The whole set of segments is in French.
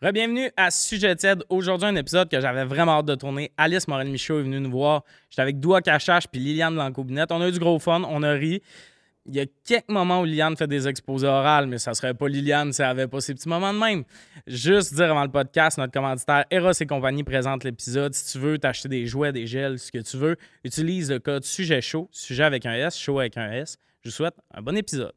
Rebienvenue à Sujet TED. Aujourd'hui, un épisode que j'avais vraiment hâte de tourner. Alice Morel-Michaud est venue nous voir. J'étais avec Doua Cachache puis Liliane Lancobinette. On a eu du gros fun, on a ri. Il y a quelques moments où Liliane fait des exposés orales, mais ça serait pas Liliane si elle avait pas ces petits moments de même. Juste dire avant le podcast, notre commanditaire Eros et compagnie présente l'épisode. Si tu veux t'acheter des jouets, des gels, ce que tu veux, utilise le code sujet chaud, sujet avec un S, chaud avec un S. Je vous souhaite un bon épisode.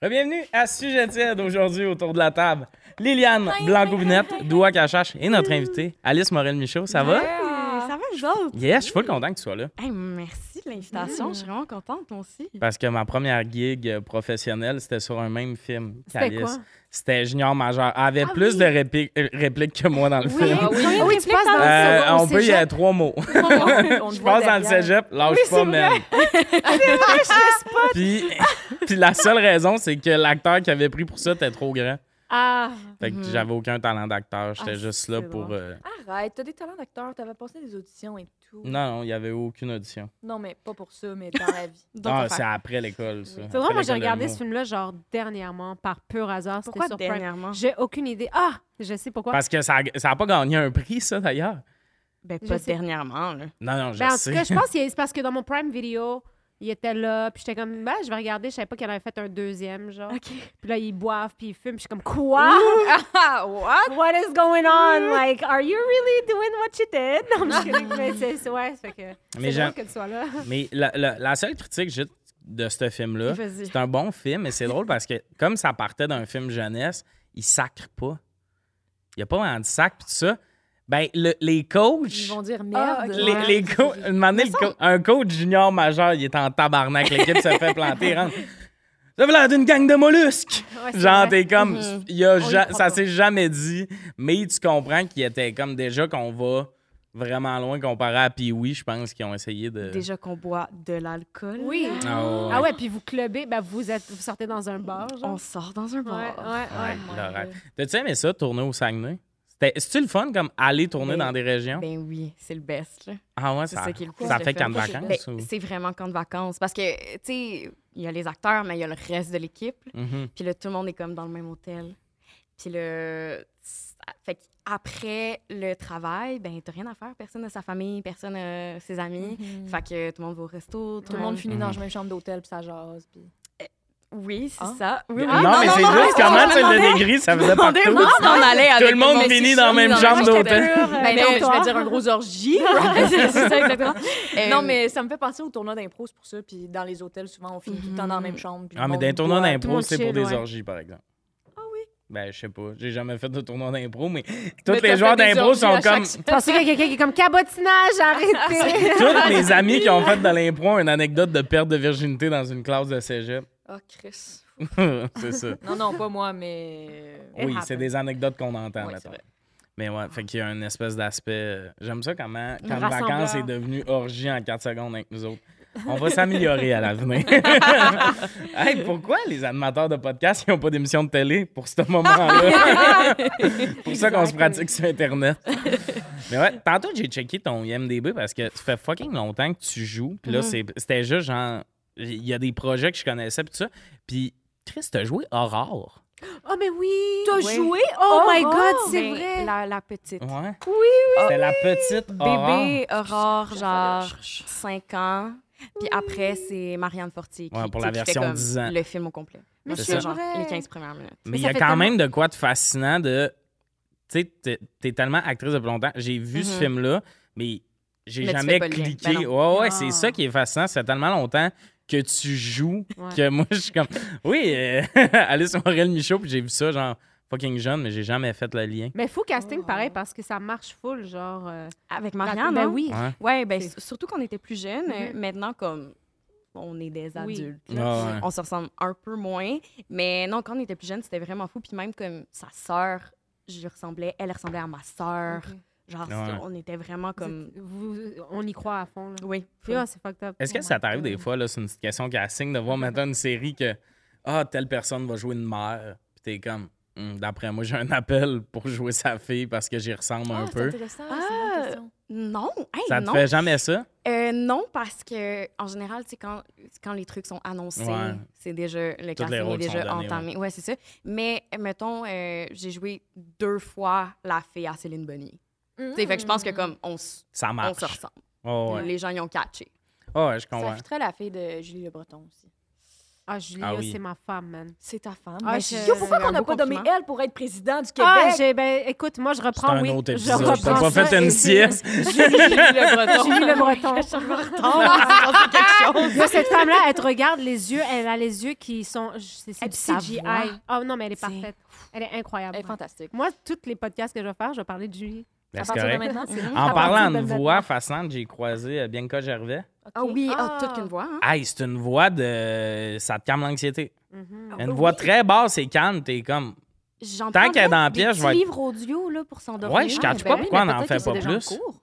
Bienvenue à Sujet tiède aujourd'hui autour de la table. Liliane Blanco-Binette, Doua Cachache et notre invitée, Alice Morel-Michaud. Ça va? Ah, Ça va, vous autres? Yes, je suis full content que tu sois là. Hey, merci de l'invitation. Je suis vraiment contente, moi aussi. Parce que ma première gig euh, professionnelle, c'était sur un même film C'était qu'Alice. quoi? C'était Junior Major. Elle avait plus de répliques, euh, répliques que moi dans le film. Ah oui, Oui, oui, tu tu passes passes dans Euh, le on peut, il y a trois mots. Je passe dans le cégep, lâche pas, man. puis, puis la seule raison, c'est que l'acteur qui avait pris pour ça était trop grand. Ah, Fait Mhm. que j'avais aucun talent d'acteur. J'étais Ah, juste c'est là drôle. pour. euh, Ah. Arrête, t'as des talents d'acteur, t'avais passé des auditions et tout. Non. Non, non, il n'y avait aucune audition. mais pas pour ça, mais dans la vie. donc Ah, c'est après l'école, ça. C'est Après vrai, moi, j'ai l'école de regardé l'humour. ce film-là, genre, dernièrement, par pur hasard. C'était Pourquoi sur Prime. dernièrement? J'ai aucune idée. Ah, je sais pourquoi. Parce que ça n'a pas gagné un prix, ça, d'ailleurs. Ben, Je pas sais. dernièrement, là. Non, non, je Ben, en sais. tout cas, je pense que c'est parce que dans mon Prime Video, il était là, puis j'étais comme, ben, je vais regarder, je savais pas qu'il en avait fait un deuxième, genre. OK. Puis là, ils boivent, puis ils fument, puis je suis comme, quoi? Ah, what? What is going on? Like, are you really doing what you did? Non, je suis kidding, mais c'est, ouais, ça fait que. Mais Mais j'aime- j'aime. que tu sois là. Mais la, la- la seule critique que j'ai de ce film-là, Vas-y. c'est un bon film, mais c'est drôle parce que comme ça partait d'un film jeunesse, il sacre pas. Il n'y a pas vraiment de sac pis tout ça. Ben, le- les Ils coachs. vont dire Ah, merde. Les, ok. les co- un moment donné, le co- un coach junior majeur, il est en tabarnak. L'équipe se fait planter. il rentre. Ça veut l'air d'une gang de mollusques. Ouais, c'est Genre, vrai. t'es comme. Mhm. il a y ja- croit ça pas. s'est jamais dit, mais tu comprends qu'il était comme déjà qu'on va vraiment loin comparé à Pee-Wee, je pense, qu'ils ont essayé de. Déjà qu'on boit de l'alcool. Oui. Ah ouais. Ah ouais, puis vous clubez, ben, vous, êtes, vous sortez dans un bar, On genre. sort dans un Ouais, ouais, bar. ouais. Ouais, l'horaire. T'as-tu aimé ça, tourner au Saguenay? C'était- C'est-tu le fun, comme aller tourner Ben, dans des régions? Ben oui, c'est le best, là. ah ouais, C'est ça, ça qui est le cool, ça je fait fais. camp de Moi, j'ai- vacances? Ben, ou- c'est vraiment camp de vacances. Parce que, tu sais, il y a les acteurs, mais il y a le reste de l'équipe. là. Mhm. Puis là, tout le monde est comme dans le même hôtel. Puis le... Fait après le travail, ben t'as rien à faire. Personne de sa famille, personne de ses amis. Fait que tout le monde va au resto. Tout le monde finit dans Mhm. la même chambre d'hôtel, puis ça jase. Puis... Oui, c'est Ah. ça. Oui, oui. non, mais c'est juste comment tu le décris, ça faisait partout. Demandez où tu t'en allais avec le monde Mais finit si dans la je même suis chambre dans d'hôtel. la- Ben, euh, Ben, donc, je toi. vais dire un gros orgie. right? c'est ça, exactement. Euh, Non, mais ça me fait penser au tournoi d'impro, c'est pour ça. Puis dans les hôtels, souvent, on finit tout le temps dans la même chambre. puis Ah, le mais monde d'un tournoi boit. tout le d'impro, monde c'est pour chill, des ouais. orgies, par exemple. Ah oui? Ben, je sais pas. J'ai jamais fait de tournoi d'impro, mais Mais tous t'as les joueurs fait des d'impro orgies sont à chaque comme. Je pensais qu'il y a quelqu'un qui est comme cabotinage, arrêtez! Tous mes amis qui ont fait de l'impro ont une anecdote de perte de virginité dans une classe de cégep. Ah, Chris. c'est ça. Non, non, pas moi, mais. euh, It Oui, c'est happens. des anecdotes qu'on entend, Ouais, mettons. c'est vrai. Mais ouais, fait qu'il y a une espèce d'aspect. euh, J'aime ça comment quand Rassembleur. vacances est devenu orgie en 4 secondes avec nous autres. On va s'améliorer à l'avenir. hey, pourquoi les animateurs de podcast n'ont pas d'émission de télé pour ce moment-là? pour ça qu'on se Exact. pratique sur Internet. Mais ouais, tantôt j'ai checké ton IMDB parce que ça fait fucking longtemps que tu joues. Mm-hmm. Puis là, c'est- c'était juste genre. Il y a des projets que je connaissais, puis tout ça. Puis, Chris, t'as joué Aurore. Oh, mais oui! T'as Oui. joué? Oh my God, c'est Ben, vrai! La, la petite. Ouais. Oui, C'était la petite Aurore. Bébé Aurore, genre 5 ans. Puis après, c'est Marianne Fortier qui, Ouais, pour la qui fait version comme 10 ans. le film au complet. Mais C'est C'est ça. genre vrai. les 15 premières minutes. Mais Mais il y ça a fait quand tellement- même de quoi de fascinant de. Tu sais, t'es- t'es tellement actrice depuis longtemps. J'ai vu ce Mhm. film-là, mais j'ai Mais tu jamais fais pas le lien. cliqué. Ben ouais, ouais, Ah. c'est ça qui est fascinant. Ça fait tellement longtemps que tu joues Ouais. que moi, je suis comme. Oui, euh, Alice Morel Michaud, puis j'ai vu ça, genre, fucking jeune, mais j'ai jamais fait le lien. Mais faux casting, Oh. pareil, parce que ça marche full, genre. euh, Avec la- Marianne, Ben hein? oui. Ouais. Ouais, ben, C'est- s- surtout qu'on était plus jeunes. euh, Mhm. Maintenant, comme on est des Oui. adultes, Ouais, là, ouais. on se ressemble un peu moins. Mais non, quand on était plus jeunes, c'était vraiment fou. Puis même comme sa sœur, je lui ressemblais, elle ressemblait à ma sœur. Ok. Genre, Ouais. c'est- on était vraiment comme. vous- on y croit à fond, là. Oui. Puis, ah, c'est fucked up. Est-ce que Oh ça my t'arrive God. des fois, là, c'est une petite question qui assigne de voir maintenant une série que Ah, telle personne va jouer une mère, puis t'es Hmm, comme Hum, D'après moi, j'ai un appel pour jouer sa fille parce que j'y ressemble un Ah, c'est peu. intéressant. Ah, question? Non, hey, Ça te non. fait jamais ça? Euh, non, parce que en général, tu sais, quand, quand les trucs sont annoncés, Ouais. c'est déjà le casting est rôles sont déjà donnés, ouais. entamé. Ouais, c'est ça. Mais mettons, euh, j'ai joué deux fois la fée à Céline Bonnier. Tu sais, fait que je pense Mm. que comme on, s- Ça on marche. se ressemble, Oh, ouais. les gens y ont catché. Oh, ouais, je Ça comprends. affûterait la fille de Julie Le Breton aussi. Ah, Julie, Ah oui. c'est ma femme, man. C'est ta femme. Ah, mais je- je- Yo, Ben, pourquoi c'est qu'on un n'a beau pas nommé compliment. elle pour être présidente du Ah, Québec? j'ai- ben, écoute, moi, je C'est reprends, un oui. autre je épisode. reprends T'as pas ça fait et- une sieste? Julie Le Breton. Ah, Julie Le Breton. quelque chose. Là, cette femme-là, elle te regarde les yeux, elle a les yeux qui sont. je- C'est c'est Et du puis sa CGI. voix. Oh non, mais elle est C'est- parfaite. Elle est incroyable. Elle est Ben, fantastique. Moi, tous les podcasts que je vais faire, je vais parler de Julie. Ben, À c'est partir de correct. maintenant, c'est En à parlant partir de maintenant. voix façante, j'ai croisé euh, Bianca Gervais. Ah oui, ah, Ah. toute qu'une voix. hein. Hey, c'est une voix de. Ça te calme l'anxiété. Mhm. Une Ah Oui. voix très basse et calme, t'es comme. J'en Tant prends qu'elle est dans la des pièce, Ah, je vais petits être- livres audio là, pour s'endormir. Ouais, je hein. Ah, catch ben pas oui. pourquoi on mais n'en peut-être fait que c'est pas déjà en plus. cours.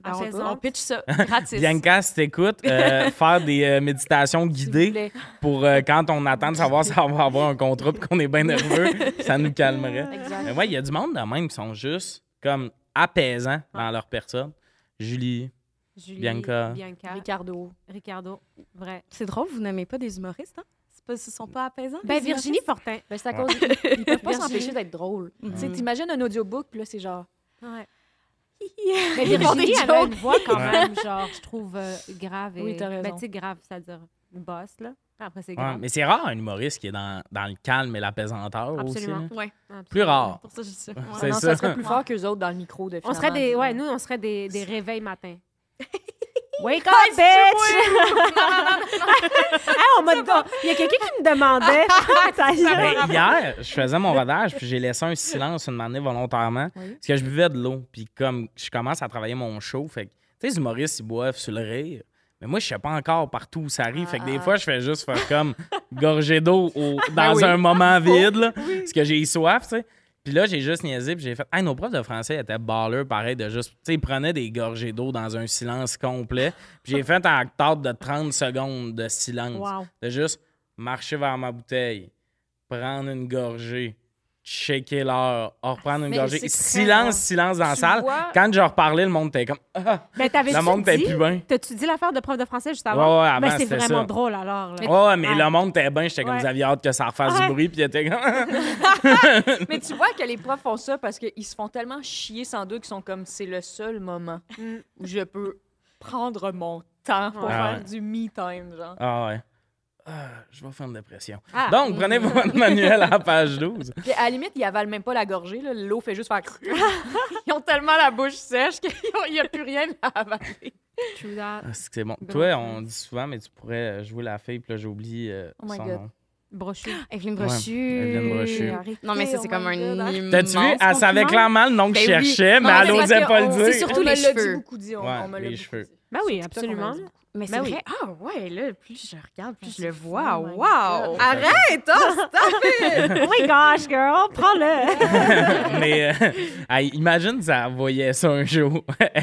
Ben, on, peut- présente. on pitch ça gratis. Bianca, si t'écoutes, euh, faire des euh, méditations s'il vous guidées plaît. pour euh, quand on attend de savoir si on va avoir un contrat et qu'on est bien nerveux, ça nous calmerait. Mais Exact. ouais, il y a du monde de même qui sont juste comme apaisants dans leur personne. Julie. Julie, Bianca. Bianca. Ricardo. Ricardo. Vrai. C'est drôle, vous n'aimez pas des humoristes, hein? C'est pas- ce sont pas apaisants? Ben, les Virginie Fortin. Ben, c'est à Ouais. Mm. cause. Ils peuvent pas Virginie. s'empêcher d'être drôles. Mhm. Tu sais, t'imagines un audiobook, puis là, c'est genre. humoristes? Mais Virginie, Virginie, elle a une voix quand Ouais. même, genre, je trouve euh, grave. Et, Oui, t'as raison. Ben, tu sais, grave, c'est-à-dire boss, là. Après, c'est Ouais, grave. mais c'est rare un humoriste qui est dans, dans le calme et l'apaisanteur aussi. Absolument. là. Ouais, Plus rare. pour ça, je suis Ah. C'est non, ça. ça serait plus fort qu'eux autres dans le micro de On serait des... finalement. Ouais, nous, on serait des, des réveils matin. Wake up, bitch! Ah, on m'a Il y a quelqu'un qui me demandait. Ta gueule. Ben, hier, je faisais mon rodage, puis j'ai laissé un silence une manée volontairement. Oui. Parce que je buvais de l'eau. Puis comme je commence à travailler mon show, fait que, tu sais, les humoristes, ils boivent sur le rire. Mais moi, je sais pas encore partout où ça arrive. fait que des fois, je fais juste faire comme gorgée d'eau au- dans Ah. oui. Ah, un moment vide, là, parce que j'ai soif, tu sais. Puis là, j'ai juste niaisé, puis j'ai fait Hey, nos profs de français étaient ballers, pareil, de juste. Tu sais, ils prenaient des gorgées d'eau dans un silence complet. Puis j'ai fait un tarte de 30 secondes de silence. Wow. De juste marcher vers ma bouteille, prendre une gorgée, checker l'heure, oh, reprendre une Mais gorgée. c'est très Silence, rare. silence dans la Tu salle. vois- Quand je reparlais, le monde était comme Ah! Mais t'avais Le monde était Ben, dit... plus bien. T'as-tu dit l'affaire de prof de français juste avant? Ouais, ouais, avant, Ben, c'est c'était vraiment ça. drôle, alors. là. Ouais, mais le monde était bien. J'étais comme, Ouais. vous aviez hâte que ça refasse Ouais. du bruit, puis il était comme. ah, Mais tu vois que les profs font ça parce qu'ils se font tellement chier sans deux qu'ils sont comme c'est le seul moment Mm. où je peux prendre mon temps pour Ouais. faire Ah, Ouais. du me time genre. ah ouais. Ah, je vais faire une dépression. Ah. Donc, prenez votre manuel à la page 12. Puis à la limite, ils avalent même pas la gorgée, là. l'eau fait juste faire Ils ont tellement la bouche sèche qu'il n'y a plus rien à avaler. Mmh. True that. Ah, C'est que c'est bon. Gros Toi, sens. on dit souvent, mais tu pourrais euh, jouer la fille, puis là, j'oublie euh, Oh my son God. nom. Brochu. Evelyne Ouais, Brochu. Evelyne Brochu. Non, mais ça, c'est comme un immense T'as-tu vu? Elle savait compliment. clairement le nom que je Ben oui. cherchais, mais Non, elle mais osait parce pas qu'on- le c'est dire. surtout on les me l'a dit cheveux. beaucoup dit, on, Ouais, on me l'a les beaucoup cheveux. dit. Ben oui, Sur TikTok, on absolument. m'a dit beaucoup. Mais c'est Ben oui. vrai. Ah ouais, là, plus je regarde, plus je le c'est vois. fou, my Wow! God. Arrête! Oh, stop! oh my gosh, girl, prends-le. mais euh, hey, imagine ça voyait ça un jour.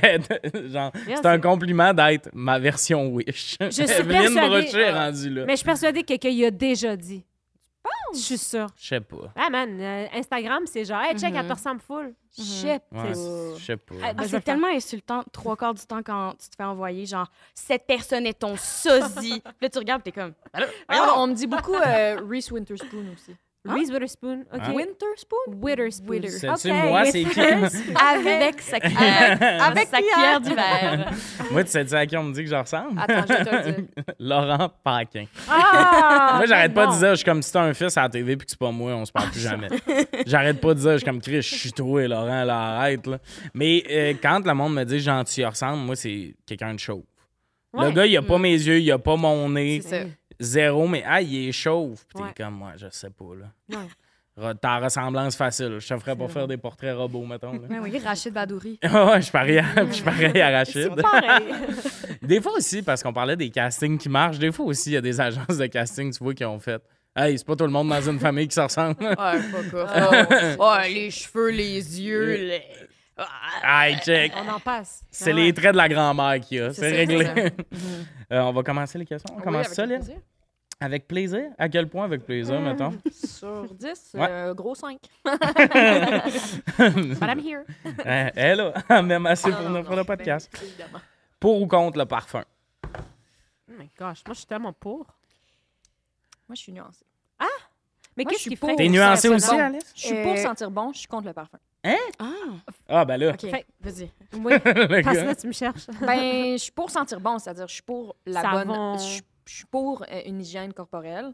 Genre, Bien, c'est un c'est- compliment d'être ma version Wish. suis Evelyne persuadée- Brochu est rendue là. Mais je suis persuadée que quelqu'un y a déjà dit. Tu penses? Je suis sûre. Je sais pas. Ah, man, euh, Instagram, c'est genre, hey, check, elle Mhm. te ressemble full. Shit. Ouais, c'est- je sais pas. Ah, ben, je vais c'est le tellement insultant trois quarts du temps quand tu te fais envoyer, genre, cette personne est ton sosie. Puis là, tu regardes, t'es comme. Ah, on me dit beaucoup euh, Reese Winterspoon aussi. Hein? Reese Witherspoon, OK. Hein? Winterspoon? Witherspoon. Wither. Sais-tu, Ok, moi, c'est qui? Avec sa cuillère. Avec sa cuillère d'hiver. moi, tu sais-tu à qui on me dit que je ressemble? Ah, Attends, je vais te le dire. Laurent Paquin. Ah! moi, j'arrête pas de non. Ah, dire, je suis comme si t'as un fils à la TV puis que c'est pas moi, on se parle plus jamais. j'arrête pas de dire, je suis comme Chris, je suis toi, Laurent, là, arrête. Là. Mais euh, quand le monde me dit genre, tu y ressembles, moi, c'est quelqu'un de chauve. Ouais. Mm. Le gars, il a pas mes yeux, il a pas mon C'est nez. ça. zéro, mais ah, il est chauve. Puis t'es Ouais. comme, moi, je sais pas, là. Ouais. Re- Ta ressemblance facile. Je te ferais pas faire des portraits robots, mettons. Là. Mais Ben oui, Rachid Badouri. Ah ouais, je parie à, je parie à Rachid. C'est pareil. Des fois aussi, parce qu'on parlait des castings qui marchent, des fois aussi, il y a des agences de casting, tu vois, qui ont fait. Hey, c'est pas tout le monde dans une famille qui se ressemble. Ouais, pas Ah, quoi. Ouais, les cheveux, les yeux, les. Ah. Hey, check. On en passe. C'est Ah les ouais. traits de la grand-mère qu'il y a. C'est C'est ça, réglé. c'est Euh, on va commencer les questions. On commence ça, là. Avec plaisir? À quel point avec plaisir, mettons? Sur 10, Ouais. euh, gros 5. Madame here. Hein, Hello! Même assez pour Non, notre non, ben, podcast. évidemment. Pour ou contre le parfum? Oh my gosh, moi, je suis tellement pour. Moi, je suis nuancée. Mais Moi, je qu'est-ce suis qui pour. ferait? T'es Oh, nuancé ça, aussi, bon. Alice? Je suis Euh, pour sentir bon, je suis contre le parfum. Ah, Ah, ben là. OK. Fait- Vas-y. Oui, le parce que gars. là, tu me cherches. Ben, je suis pour sentir bon, c'est-à-dire je suis pour la Savon. bonne, je je suis pour euh, une hygiène corporelle,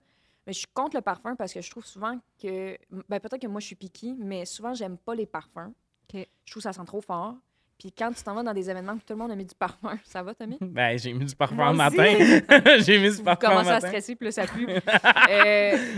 mais je suis contre le parfum parce que je trouve souvent que, ben peut-être que moi je suis piquée, mais souvent j'aime pas les parfums. Ok. Je trouve que ça sent trop fort. Puis quand tu t'en vas dans des événements que tout le monde a mis du parfum, ça va Tommy? Ben, j'ai mis du parfum Moi en aussi. matin. j'ai mis du Vous parfum en commencez à matin. stresser plus ça pue. Euh,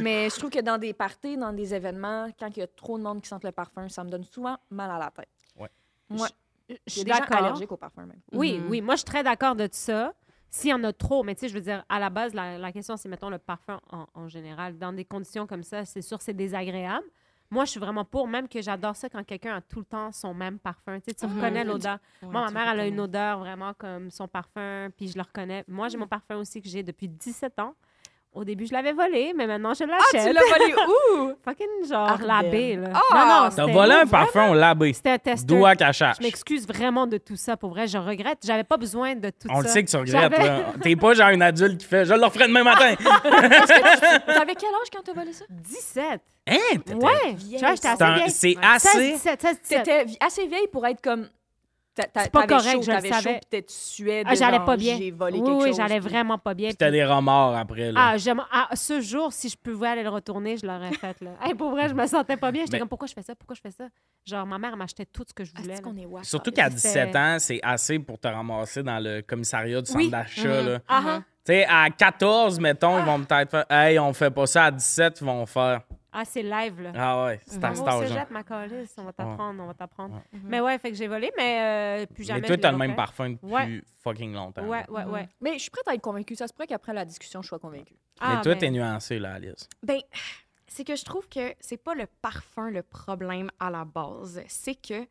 mais je trouve que dans des parties, dans des événements, quand il y a trop de monde qui sent le parfum, ça me donne souvent mal à la tête. Ouais. Moi, il y Je a suis des gens d'accord. allergiques au parfum même. Oui, Mhm. oui, moi, je suis très d'accord de tout ça. S'il y en a trop, mais tu sais, je veux dire, à la base, la, la question, c'est, mettons, le parfum en, en général. Dans des conditions comme ça, c'est sûr, c'est désagréable. Moi, je suis vraiment pour, même que j'adore ça quand quelqu'un a tout le temps son même parfum. Tu sais, tu Mhm. reconnais l'odeur. Ouais, Moi, ma tu mère, elle a reconnais. une odeur vraiment comme son parfum, puis je le reconnais. Moi, Mm. j'ai mon parfum aussi que j'ai depuis 17 ans. Au début, je l'avais volé, mais maintenant, Ah, je Ah, Tu l'achète. l'as volé où? Fucking genre Arden. labé, là. Ah! non, non, ben. T'as c'était- volé un parfum au labé. C'était un tester. Doua cachage. Je m'excuse vraiment de tout ça. Pour vrai, je regrette. J'avais pas besoin de tout ça. On le sait que tu regrettes. J'avais- Ah! là. T'es pas genre une adulte qui fait « Je le referai demain matin! T'avais quel âge quand t'as volé ça? » 17. Hein? t'étais- Ouais. Tu vois, j'étais C'est assez un- vieille. C'est Ouais. assez... 16-17, 16-17. T'étais vi- assez vieille pour être comme. t'a- t'a- C'est pas t'avais correct, chaud, je le t'avais savais. Chaud, pis t'es sué de Ah, j'allais genre, pas bien. J'ai volé Oui, quelque oui, chose, j'allais puis- vraiment pas bien. Puis t'as des remords après, là. Ah, j'aime- ah, ce jour, si je pouvais aller le retourner, je l'aurais fait. Là. Hey, pour vrai, je me sentais pas bien. J'étais Mais- comme, pourquoi je fais ça? Pourquoi je fais ça? Genre, ma mère m'achetait tout ce que je Ah, voulais. c'est là. qu'on est wack, Surtout Alice. qu'à c'était- 17 ans, c'est assez pour te ramasser dans le commissariat du Oui. centre d'achat, Mhm. là. Ah, Uh-huh. Mhm. ah. Tu sais, à 14, mettons, ils vont peut-être faire Hey, on fait pas ça à 17, ils vont faire. Ah, c'est live, là. Ah ouais, c'est à Mon cet âge. cégep, ma calisse, on va t'apprendre, on va t'apprendre. Ouais. Mais ouais, fait que j'ai volé, mais euh, plus jamais. Mais toi, je t'as l'ai le même refait. parfum depuis Ouais. fucking longtemps. là. Mm-hmm. Ouais, ouais, ouais. Mhm. Mais je suis prête à être convaincue. Ça se pourrait qu'après la discussion, je sois convaincue. Ah, Mais toi, ben, t'es nuancé, là, Alice. Ben, c'est que je trouve que c'est pas le parfum le problème à la base. C'est que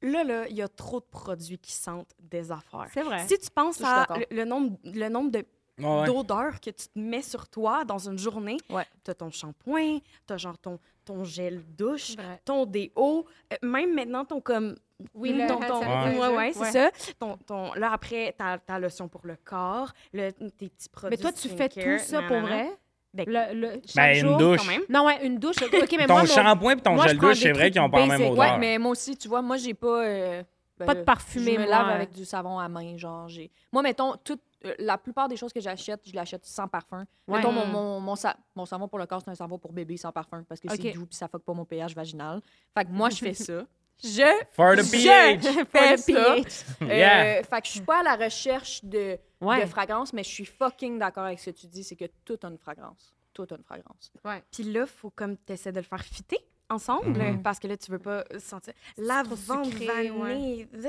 là, là, il y a trop de produits qui sentent des affaires. C'est vrai. Si tu penses Ça, je suis à d'accord. le, le nombre, le nombre de- Ouais, ouais. d'odeurs que tu te mets sur toi dans une journée, Ouais. t'as ton shampoing, t'as genre ton, ton gel douche, Vrai. ton déo, euh, même maintenant ton comme... Oui, Hmm, le ton, hand ton- sanitizer. ouais, ouais, c'est Ouais. ça. Ton, ton, là, après, ta, ta lotion pour le corps, le, tes petits produits Mais toi, tu fais skincare, tout ça pour nanana. vrai? Ben, Le, le, chaque Ben, une jour? douche. Quand même. Non, ouais, une douche. OK, mais moi, Ton mon- shampoing et ton moi, je gel prends douche, des c'est vrai trucs qu'ils ont pas la même basic. odeur. Ouais, mais moi aussi, tu vois, moi, j'ai pas. euh, ben Pas de là, parfumé, Je me moi, lave hein. avec du savon à main. Genre, j'ai. Moi, mettons, toute, euh, la plupart des choses que j'achète, je l'achète sans parfum. Ouais. Mettons, mon, mon, mon, sa- mon savon pour le corps, c'est un savon pour bébé sans parfum parce que Ok. c'est doux puis ça fuck pas mon pH vaginal. Fait que moi, je fais ça. Je For the Je- pH! For fais the ça. pH. Euh, Yeah. fait que je suis pas à la recherche de, Ouais. de fragrances, mais je suis fucking d'accord avec ce que tu dis, c'est que tout a une fragrance. Tout a une fragrance. Puis là, faut comme tu essaies de le faire fitter ensemble Mhm. parce que là, tu veux pas sentir lavande, sucré, vanille. Puis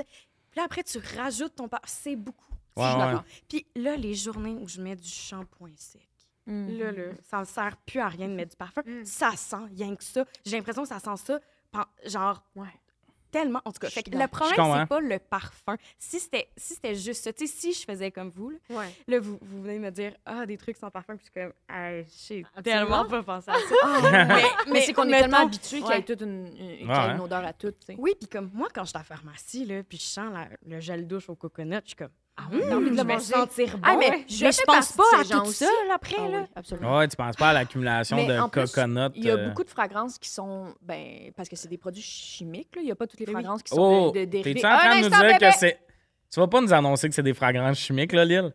là, après, tu rajoutes ton parfum. C'est beaucoup. Ouais, Je suis ouais. d'accord. Puis là, les journées où je mets du shampoing sec, Hmm. là, là, Mhm. ça ne sert plus à rien de mettre du parfum. Mm. Ça sent rien que ça. J'ai l'impression que ça sent ça, pen- genre, Ouais. tellement. En tout cas, Je fait suis que le d'accord. Je problème, comprends. c'est pas le parfum. Si c'était si c'était juste ça, tu sais, si je faisais comme vous, là, Ouais. là, vous, vous venez me dire, ah, des trucs sans parfum, puis je suis comme, hey, j'ai Absolument. tellement pas pensé à ça. Ah, mais mais c'est qu'on est mettons- tellement habitué qu'il y a Ouais. toute une, une- qu'il y Ouais, ait hein. une odeur à tout. tu sais. Oui, puis comme moi, quand je suis à la pharmacie, là, puis je sens la- le gel douche au coconut, je suis comme, ah oui, T'as envie de je le vais manger. sentir bon. Ah, mais Ouais. je Mais fais partie de ces gens aussi. là, après, Ah là. oui, absolument. Ouais, tu penses pas à l'accumulation Mais de en plus, coconuts. Il y a euh, beaucoup de fragrances qui sont, ben, parce que c'est des produits chimiques, là. il n'y a pas toutes les Mais oui. fragrances qui sont Oh, de, de dérivés. Ah, t'es-tu en train Un de nous instant, dire bébé! que c'est. Tu vas pas nous annoncer que c'est des fragrances chimiques, là, Lille?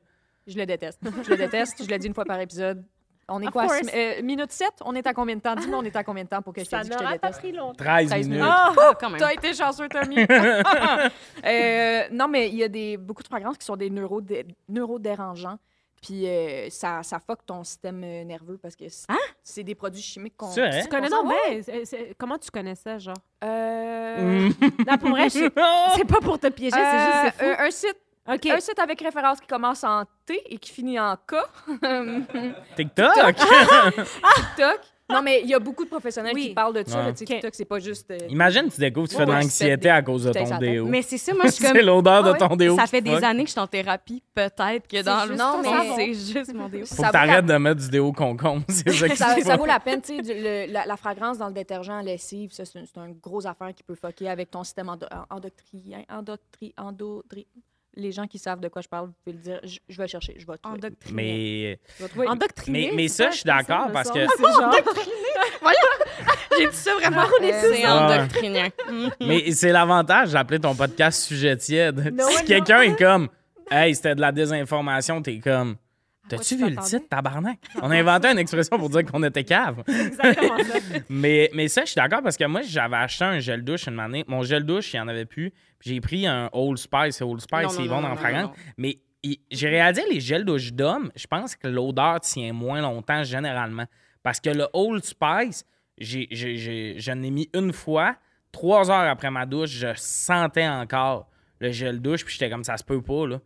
Je le déteste. Je le déteste. Je le dis une fois par épisode. On est Of quoi? course. sm- euh, minute 7? On est à combien de temps? Dis-moi, on est à combien de temps pour que je te dise que je te déteste? pris longtemps. 13, 13 minutes. minutes. Ah, Oh, ah, quand même. T'as été chanceux, Tommy. Euh, non, mais il y a des, beaucoup de fragrances qui sont des neurodé- neurodérangeants. Puis euh, ça, ça fuck ton système euh, nerveux parce que c'est c'est des produits chimiques qu'on. C'est vrai? Tu connais qu'on non, s'en- mais c'est- c'est- comment tu connais ça, genre? Euh, Mm. Non, pour vrai, je- Oh! c'est pas pour te piéger, c'est juste, c'est fou. euh, un, un site, OK. un site avec référence qui commence en T et qui finit en K. TikTok? TikTok. Non, mais il y a beaucoup de professionnels Oui. qui parlent de ça. Ouais. le TikTok, c'est pas juste. euh, Imagine, tu découvres, tu fais de Ouais, ouais, tu l'anxiété fais à cause de tu ton t'es déo. Mais c'est ça, moi, je suis C'est comme. l'odeur de Ah ouais? ton déo. Ça qui fait te des fuck. années que je suis en thérapie. Peut-être que dans juste le ton non, savon. mais c'est juste mon déo. Faut Ça que vaut t'arrêtes de mettre du déo concombre. C'est ça qui Ça, se ça passe. vaut la peine, tu sais, du- le- la, la fragrance dans le détergent en lessive, ça, c'est une, c'est une grosse affaire qui peut fucker avec ton système endo, en- endoctrien, endoctri, endodri- Les gens qui savent de quoi je parle, vous pouvez le dire. Je, je vais chercher, je vais trouver. Endoctriné. Mais, Je vais trouver. Endoctriné. mais, mais ça, je suis d'accord parce que. J'ai dit ça vraiment. C'est ça. endoctrinien. Mais c'est l'avantage d'appeler ton podcast Sujet tiède. Non, si non. quelqu'un est comme Hey, c'était de la désinformation, t'es comme T'as-tu tu vu le t'attendais? titre, tabarnak? On a inventé une expression pour dire qu'on était cave. Exactement ça. Mais, mais ça, je suis d'accord parce que moi, j'avais acheté un gel douche une année. Mon gel douche, il n'y en avait plus. Puis J'ai pris un Old Spice. Et Old Spice, Non, non, c'est non, bon non, en non, fragrance. non, non. Mais il- j'ai réalisé les gels douche d'homme, je pense que l'odeur tient moins longtemps généralement. Parce que le Old Spice, j'ai, j'ai- j'ai- je l'ai mis une fois. Trois heures après ma douche, je sentais encore le gel douche. Puis j'étais comme ça se peut pas, là.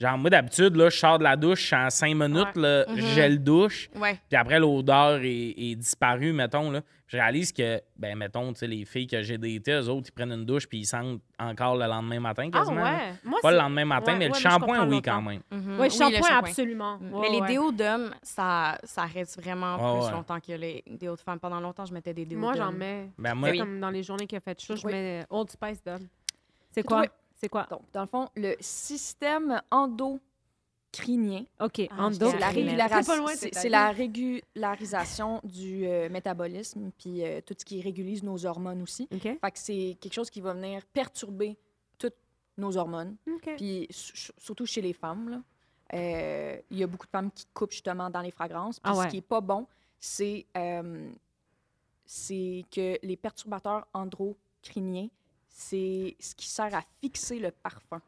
Genre, moi, d'habitude, là, je sors de la douche, je suis en cinq minutes, le Mm-hmm. gel douche. Ouais. Puis après, l'odeur est, est disparue, mettons. Là. Je réalise que, ben, mettons, tu sais, les filles que j'ai datées, eux autres, ils prennent une douche puis ils sentent encore le lendemain matin Ah quasiment. là. ouais. Moi, Pas c'est- le lendemain matin, ouais, mais le ouais, je shampoing, comprends oui, longtemps. quand même. Mhm. Ouais, le Oui, Mm. shampoing, absolument. Mais Ouais, les ouais. déos d'hommes, ça, ça reste vraiment Ouais, plus ouais. longtemps que les déos de femmes. Pendant longtemps, je mettais des déos Moi, j'en d'hommes. mets. Ben, moi, C'est Oui. Comme dans les journées qui a fait chaud, je Oui. mets Old Spice d'homme. C'est J'ai quoi? trouvé. C'est quoi? Donc, dans le fond, le système endocrinien, OK, Ah, en je dos. c'est la, Endocrinien. régularis- C'est pas loin de c'est- ta c'est vie. la régularisation du euh, métabolisme, puis euh, tout ce qui régulise nos hormones aussi. OK. Fait que c'est quelque chose qui va venir perturber toutes nos hormones. OK. Puis su- surtout chez les femmes, là, euh, il y a beaucoup de femmes qui coupent justement dans les fragrances. Puis Ah ouais. ce qui n'est pas bon, c'est euh, c'est que les perturbateurs androcriniens, c'est ce qui sert à fixer le parfum.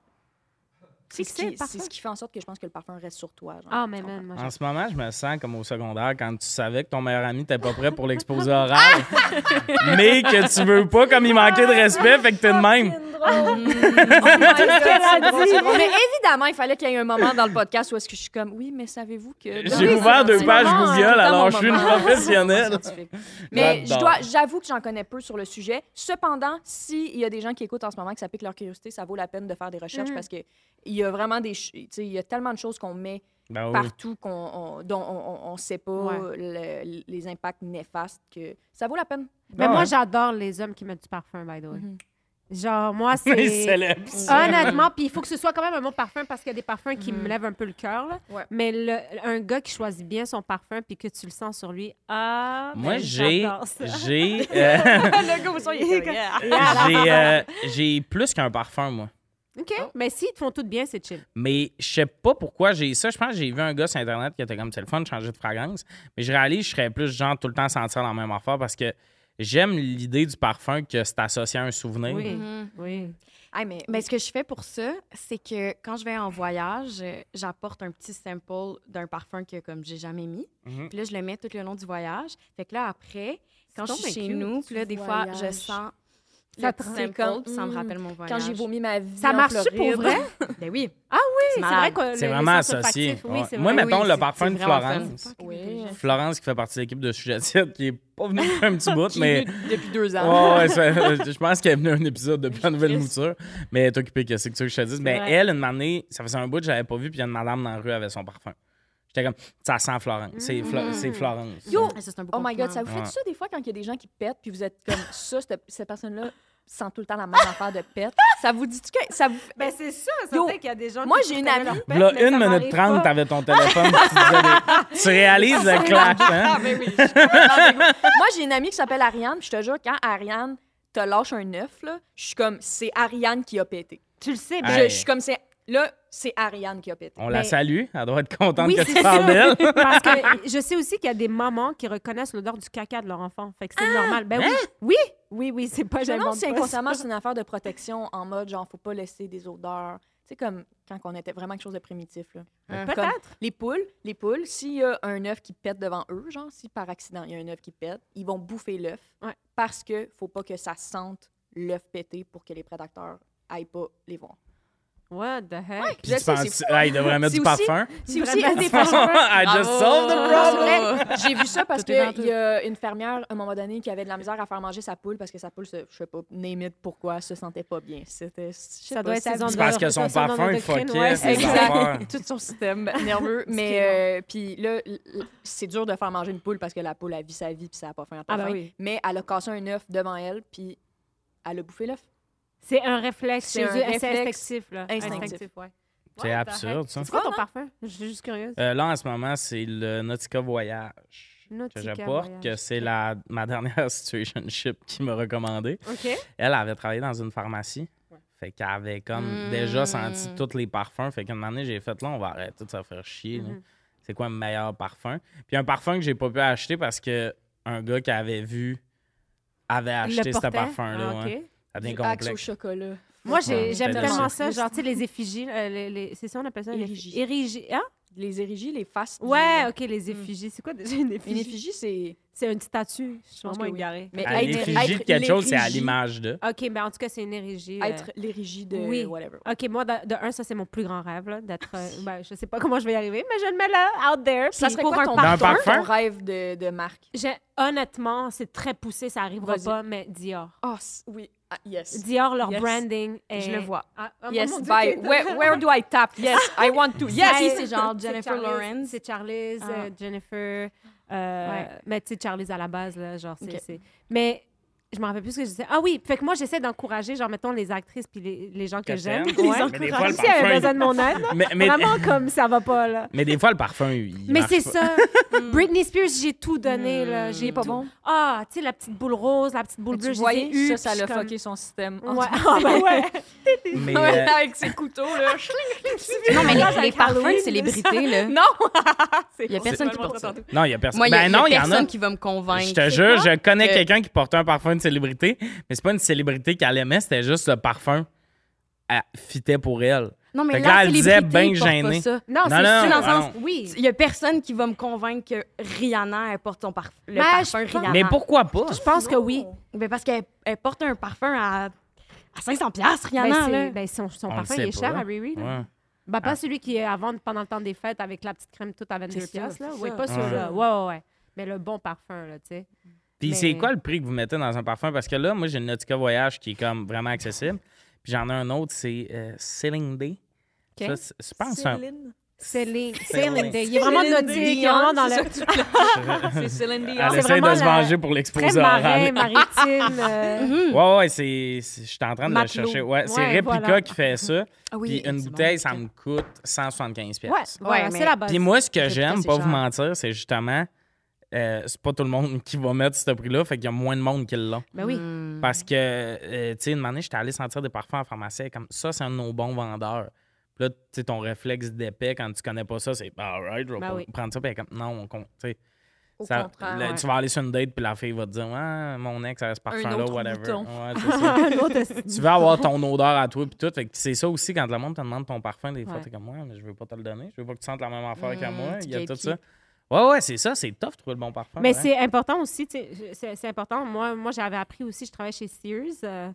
C'est ce, Fixer le qui- c'est parfum? ce qui fait en sorte que je pense que le parfum reste sur toi. genre. Ah, mais Tu man, moi, En j'en- ce moment, je me sens comme au secondaire quand tu savais que ton meilleur ami t'es pas prêt pour l'exposé oral, mais que tu veux pas comme il manquait de respect, fait que t'es de même. Oh! comprends? mais évidemment, il fallait qu'il y ait un moment dans le podcast où est-ce que je suis comme, oui, mais savez-vous que... J'ai Oui, ouvert c'est- deux c'est pages vraiment, Google, c'est tout le temps alors mon je suis une moment. professionnelle. scientifique. Mais je J'adore. dois, j'avoue que j'en connais peu sur le sujet. Cependant, s'il y a des gens qui écoutent en ce moment que ça pique leur curiosité, ça vaut la peine de faire des recherches Mm. parce que il y a vraiment des, ch- tu sais, il y a tellement de choses qu'on met Ben oui. partout qu'on, on- dont on, ne sait pas Ouais. le- les impacts néfastes que ça vaut la peine. Mais Ah moi, ouais. j'adore les hommes qui mettent du parfum, by the way. Mhm. Genre, moi, Il c'est... Ah, célèbre ça. Honnêtement, puis il faut que ce soit quand même un bon parfum parce qu'il y a des parfums qui me Mhm. lèvent un peu le cœur. là. Ouais. Mais le- un gars qui choisit bien son parfum puis que tu le sens sur lui, ah, Moi, ben, j'ai. j'adore ça. J'ai. euh, Le gars, au son, il est comme, yeah. j'ai, euh, j'ai plus qu'un parfum, moi. OK. Mais s'ils te font tout bien, c'est chill. Mais je sais pas pourquoi j'ai ça. Je pense que j'ai vu un gars sur Internet qui était comme c'est le fun de changer de fragrance. Mais je réalise que je serais plus genre tout le temps sentir la même affaire parce que j'aime l'idée du parfum que c'est associé à un souvenir. Oui. Mhm. Oui. Ah, mais, Mais ce que je fais pour ça, c'est que quand je vais en voyage, euh, j'apporte un petit sample d'un parfum que comme j'ai jamais mis. Mhm. Puis là, je le mets tout le long du voyage. Fait que là, après, quand je donc suis bien chez cute, nous, tu puis là, des voyages. fois, je sens Ça le te petit rend sample, compte, puis ça me hmm, rappelle mon voyage. quand j'ai vomi ma vie Ça en marche-tu pour Floride, vrai? Ben oui. Ah C'est oui, c'est malade. vrai que C'est le- vraiment les sens associé. olfactifs, Oui, Ouais. c'est Moi, vrai. mettons Oui, le c'est- parfum c'est de vraiment fun. Florence. Oui. Florence qui fait partie de l'équipe de Sujet 7 qui est pas venue depuis un petit bout, J'ai mais. Oh. lu depuis deux ans. Ouais, ouais, ça- euh, je pense qu'elle est venue à un épisode de la nouvelle triste. mouture, mais elle est occupée, qu'est-ce que tu veux que je te dise? Mais Ouais. elle, une année, ça faisait un bout que j'avais pas vu, puis il y a une madame dans la rue avec son parfum. J'étais comme, ça sent Florence. C'est Flo- Mm. Mhm. c'est Florence. Yo, Ah, ça, c'est un beau Oh my God, ça compliment. vous fait Ouais. ça des fois quand il y a des gens qui pètent puis vous êtes comme ça, cette, cette personne-là sent tout le temps la même affaire de pète. Ça vous dit que ça vous Ben, c'est ça, c'est Yo, vrai qu'il y a des gens moi, qui j'ai une prenaient amie- leur pète, V'là ben, mais ça une minute m'arrive pas. trente, t'avais ton téléphone. puis tu, disais des- tu réalises le Ah, clash, hein? Moi, j'ai une amie qui s'appelle Ariane, puis je te jure, quand Ariane te lâche un œuf, là, je suis comme, c'est Ariane qui a pété. Tu le sais, ben, Je- Hey. Je, suis comme, c'est là, c'est Ariane qui a pété. On la Mais- salue. Elle doit être contente Ben, Oui, que c'est tu parles ça. d'elle. Parce que je sais aussi qu'il y a des mamans qui reconnaissent l'odeur du caca de leur enfant. Fait que c'est normal. Ben oui. Oui, oui, oui, c'est pas Ah! Hein? Je me demande j'invente si pas ça. inconsciemment, c'est une affaire de protection en mode, genre, faut pas laisser des odeurs. C'est comme quand on était vraiment quelque chose de primitif. Là. Hein. Comme les poules, les poules, s'il y a un œuf qui pète devant eux, genre si par accident il y a un œuf qui pète, ils vont bouffer l'œuf Ouais. parce Mmh. que faut pas que ça sente l'œuf pété pour que les prédateurs aillent pas les voir. What the heck? Puis Je tu sais, penses, c'est fou. hey, il devrait mettre C'est du aussi- parfum. C'est aussi Vraiment. un des façons- I just Bravo. Oh! solved the C'est problem. vrai. J'ai vu ça parce Tout est dans qu'il y a une fermière, à un moment donné, qui avait de la misère à faire manger sa poule parce que sa poule, se, je sais pas, name it, pourquoi, se sentait pas bien. C'était, je sais Ça pas, doit être ses C'est ondes parce que son ça, son parfum, il endocrine, fuckait ouais, ses c'est exact. affaires. tout son système nerveux. Mais euh, puis là, l- l- c'est dur de faire manger une poule parce que la poule, elle vit sa vie puis ça n'a pas faim. elle a pas Ah bah faim. oui. Mais elle a cassé un œuf devant elle puis elle a bouffé l'œuf. C'est un réflexe C'est chez un eux. C'est réflexe instinctif, là. instinctif. ouais. C'est What the absurde, heck? ça. bah, C'est quoi ton parfum? Je suis juste curieuse. Euh, là, en ce moment, c'est le Nautica Voyage que Nautica je Voyage. porte, que c'est la, ma dernière situationship qui m'a recommandé. OK. Mhm. Elle avait travaillé dans une pharmacie. Fait qu'elle avait Hmm. comme déjà Mm. senti tous les parfums. Fait qu'une année, j'ai fait là, on va arrêter de se faire chier. là. Mhm. C'est quoi le meilleur parfum? Puis un parfum que j'ai pas pu acheter parce que un gars qui avait vu avait acheté Le ce portait? parfum-là. Ah, OK. ouais. Ça devient Du Axe au complexe. chocolat. Moi, j'ai- Ouais, j'aime c'est tellement tellement ça. Genre, tu sais, les effigies. euh, les- les- C'est ça, on appelle ça? les- Érigies. Érigies. Hein? Les érigies, les faces. du- Ouais, OK, les effigies. C'est quoi déjà une Hmm. Une effigie? effigie, c'est. C'est une statue. Je suis pense vraiment que oui. égarée. Mais À être- Ah, l'effigie de être quelque chose, c'est à l'érigie- l'image de. OK, ben en tout cas, c'est une érigie. euh, Être l'érigie de oui. whatever. OK, moi, de, de un, ça, c'est mon plus grand rêve, là, d'être... euh, ben, je sais pas comment je vais y arriver, mais je le mets là, out there. Ça puis serait pour quoi un ton, parfum? Dans un ton parfum? rêve de, de marque? J'ai- honnêtement, c'est très poussé, ça arrivera Vas-y. pas, mais Dior. Ah, c- oui. Ah, yes. Dior, leur Yes. branding est... Je le vois. Ah, ah, Yes, mon Dieu, bye. t'es- Where, where do I tap? Yes, I want to. Yes! Qui, c'est genre C'est Jennifer Charlize- Lawrence? C'est Charlize, Ah. euh, Jennifer. euh, Ouais. Mais tu sais, Charlize à la base, là, genre, c'est. Ok. c'est- Mais je me rappelle plus ce que je disais. Ah oui, fait que moi, j'essaie d'encourager, genre, mettons, les actrices puis les, les gens que Que j'aime. t'aimes. les Ouais. Mais des fois, le encourager. Si elle avait parfum, besoin de mon aide, là, Mais, mais, vraiment comme ça va pas, là. mais des fois, le parfum, il Mais marche c'est pas. ça. Hmm. Britney Spears, j'ai tout donné, là. Mm. J'ai pas tout. bon. Ah, tu sais, la petite boule rose, la petite boule bleue, Tu j'ai voyais, eu. ça, ça l'a fucké son système. Ouais. Ah, ben ouais. Mais, Ouais, euh, avec ses couteaux, là. Non, mais Là, les, les avec parfums Halloween, de célébrités, là. non! Il y a personne qui porte ça. non, il n'y a personne. Moi, il y a, ben y a non, il y en personne a. qui va me convaincre. Je te jure, je connais Euh, que- quelqu'un qui portait un parfum de célébrité, mais c'est pas une célébrité qu'elle aimait, c'était juste le parfum. Elle fitait pour elle. Non, mais Fait que la là, elle disait célébrité ben porte pas gênée. ça. Non, Non, c'est non, sûr, dans le ah sens. Oui. Il y a personne qui va me convaincre que Rihanna, elle porte son parfum. Le Mais parfum je pense- Rihanna. Mais pourquoi pas? Ah. Je pense que oui. Ben, parce qu'elle elle porte un parfum à, à 500 piastres, Rihanna. Ben, c'est- là. ben, son, son On le parfum, sait il est cher pas. à Riri. là. Ouais. Ben, Ah. pas celui qui est à vendre pendant le temps des fêtes avec la petite crème toute à 22 C'est ça, piastres, là. c'est Oui, ça. pas celui-là. Ah. Ouais, ouais, ouais. Mais le bon parfum, là, tu sais. Puis Mais- c'est quoi le prix que vous mettez dans un parfum? Parce que là, moi, j'ai le Nautica Voyage qui est comme vraiment accessible. Puis j'en ai un autre, c'est euh, Céline Day. OK. Ça, c'est- je pense que c'est un- Céline. Céline. Céline Day. Il est vraiment nautique. Il est vraiment dans le... C'est Céline Dion. Elle Ah, c'est essaie vraiment de se la- venger pour Très l'exposer marin, oral. maritime. euh, Mhm. Ouais, ouais, c'est. c'est- Je suis en train de le Matelot. chercher. Ouais, c'est Ouais, Replica voilà. qui fait ça. Ah Puis oui, une c'est bon. bouteille, ça me coûte 175$. Ouais, voilà, mais- Ah, c'est la base. Puis moi, ce que Réplica, j'aime, c'est pas vous cher. mentir, c'est justement, euh, c'est pas tout le monde qui va mettre ce prix-là, fait qu'il y a moins de monde qui l'ont. Ben oui. Mm. Parce que, euh, tu sais, une année, j'étais allé sentir des parfums en pharmacie, comme ça, c'est un de nos bons vendeurs. Puis là, tu sais, ton réflexe d'épais, quand tu connais pas ça, c'est, bah, alright, je vais Ben pas oui. prendre ça, puis elle est comme, non, on compte, tu sais. Au Ça- contraire. le- ouais. Tu vas aller sur une date, puis la fille va te dire, ah, mon ex, elle a ce parfum-là, autre whatever. mouton. Ouais, c'est ça. Un autre- tu veux avoir ton odeur à toi puis tout. Fait que c'est ça aussi quand le monde te demande ton parfum, des fois Ouais. t'es comme moi, mais je veux pas te le donner. Je veux pas que tu sentes la même affaire Mm, qu'à moi. tu Il y a tout gatekeep. ça. Ouais, ouais, c'est ça, c'est tough trouver le bon parfum. hein. Mais ouais. c'est important aussi, tu sais, c'est c'est important. Moi, moi j'avais appris aussi, je travaillais chez Sears. euh,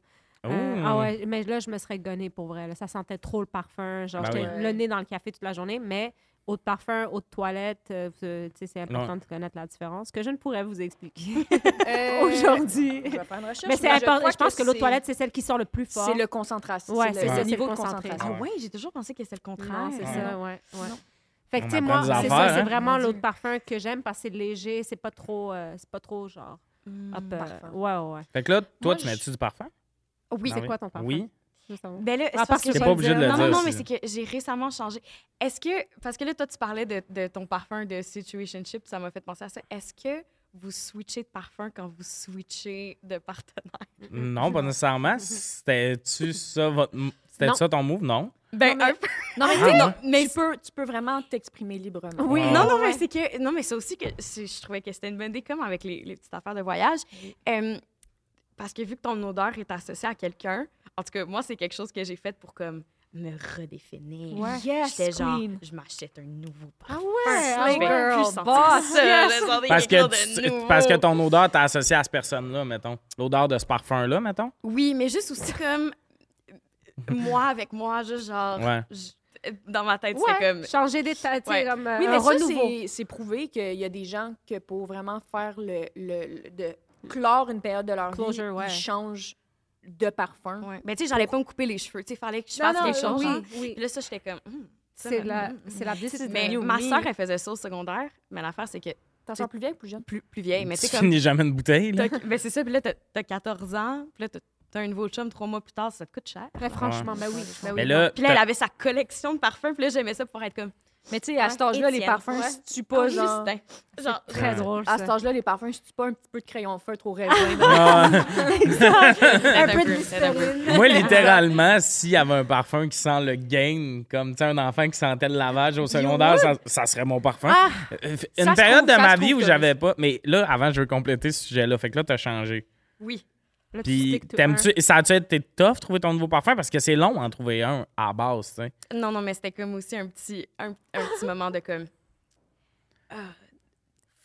Oh. Euh, ah ouais, mais là, je me serais gonnée pour vrai. là. Ça sentait trop le parfum. Genre, Ben j'étais oui. le nez dans le café toute la journée, mais eau de parfum, eau de toilette, euh, euh, tu sais, c'est important de connaître la différence que je ne pourrais vous expliquer Euh, aujourd'hui. Je vais faire une recherche. Mais c'est crois important. Je pense que, l'eau de c'est- toilette, c'est celle qui sort le plus fort. C'est le concentrat. C'est Ouais, le, c'est ça, le c'est niveau le de concentré. concentration. Ah Ouais. ouais, j'ai toujours pensé que c'était le contraire. Non, c'est ça, ouais. ouais. Non. Fait que, On tu sais, apprend moi, des c'est affaires, ça, c'est hein? vraiment Mon Dieu. l'eau de parfum que j'aime parce que c'est léger, c'est pas trop, euh, c'est pas trop genre. Mm. Hop, euh, parfum. ouais, ouais, ouais. Fait que là, toi, Moi, tu je- mets-tu du parfum? Oui, Ah c'est quoi ton parfum? Oui. Juste avant. Ben là, c'est À part parce que que Ah, T'es je j'ai- pas obligé de le non, dire. non, non, mais si- c'est que j'ai récemment changé. Est-ce que, parce que là, toi, tu parlais de, de ton parfum de situationship, ça m'a fait penser à ça. Est-ce que vous switchez de parfum quand vous switchez de partenaire? Mm, Non, pas nécessairement. C'était-tu ça votre. m- Non. C'était ça ton move? Non. Ben, mais- un peu. Non, mais, Ah, tu sais, ouais. non, mais tu, peux, tu peux vraiment t'exprimer librement. Oui, Ouais. Non, non, mais Ah, ouais. c'est que. Non, mais c'est aussi que c'est- je trouvais que c'était une bonne idée, comme avec les, les petites affaires de voyage. Euh, parce que vu que ton odeur est associée à quelqu'un, en tout cas, moi, c'est quelque chose que j'ai fait pour comme me redéfinir. Ouais. Yes, J'étais genre, queen. je m'achète un nouveau parfum. Ah Ah ouais, ouais. ah girl, girl, boss. boss. Parce que, tu- parce que ton odeur t'a associé à cette personne-là, mettons. L'odeur de ce parfum-là, mettons. Oui, mais juste aussi comme moi avec moi, juste genre. Ouais. je- dans ma tête, Ouais, c'est comme. changer d'état, tu sais, Ouais. comme euh, Oui, un mais ça, renouveau. c'est- c'est prouvé qu'il y a des gens que pour vraiment faire le, le- le- de clore une période de leur Closure, vie, ouais. ils changent de parfum. Ouais. Mais tu sais, j'allais pas me couper les cheveux. Tu sais, fallait que je Non, fasse non, quelque chose. oui, genre. oui. Puis là, ça, j'étais comme. hum, ça, C'est hum, la, hum, hum. c'est la this is the Mais new ma me. soeur, elle faisait ça au secondaire. Mais l'affaire, c'est que T'en sens plus vieille ou plus jeune? plus, plus vieille. Mais Tu tu sais, comme. finis jamais une bouteille, là. t'as- Ben, c'est ça. Puis là, t'as t'as 14 ans. Puis là, t'as- t'as un nouveau chum trois mois plus tard. Ça te coûte cher. Mais franchement, ben oui. ben oui, Mais là, Puis là, elle t'as- avait sa collection de parfums. Puis là, j'aimais ça pour être comme. Mais tu sais, à Ouais. cet âge-là, les Étienne. parfums, Ouais. si tu pas Oh, genre... Justin. Genre, c'est très Ouais. drôle. À ça. cet âge-là, les parfums, si tu pas Ah, un petit peu de crayon feutre au raisin. Ah, un peu de c'est un peu. listerine. moi, littéralement, s'il y avait un parfum qui sent le game, comme tu sais, un enfant qui sentait le lavage au secondaire, ça, ça serait mon parfum. Ah! Euh, f- Ça une se période trouve, de ça ma se vie trouve, où t'as j'avais pas. Mais là, avant, je veux compléter ce sujet-là. Fait que là, t'as changé. Oui. Là, tu Puis, stick to t'aimes-tu. Ça a-tu été tough trouver ton nouveau parfum? Parce que c'est long à en trouver un à base, tu sais. Non, non, mais c'était comme aussi un petit, un, un petit moment de comme. Fuck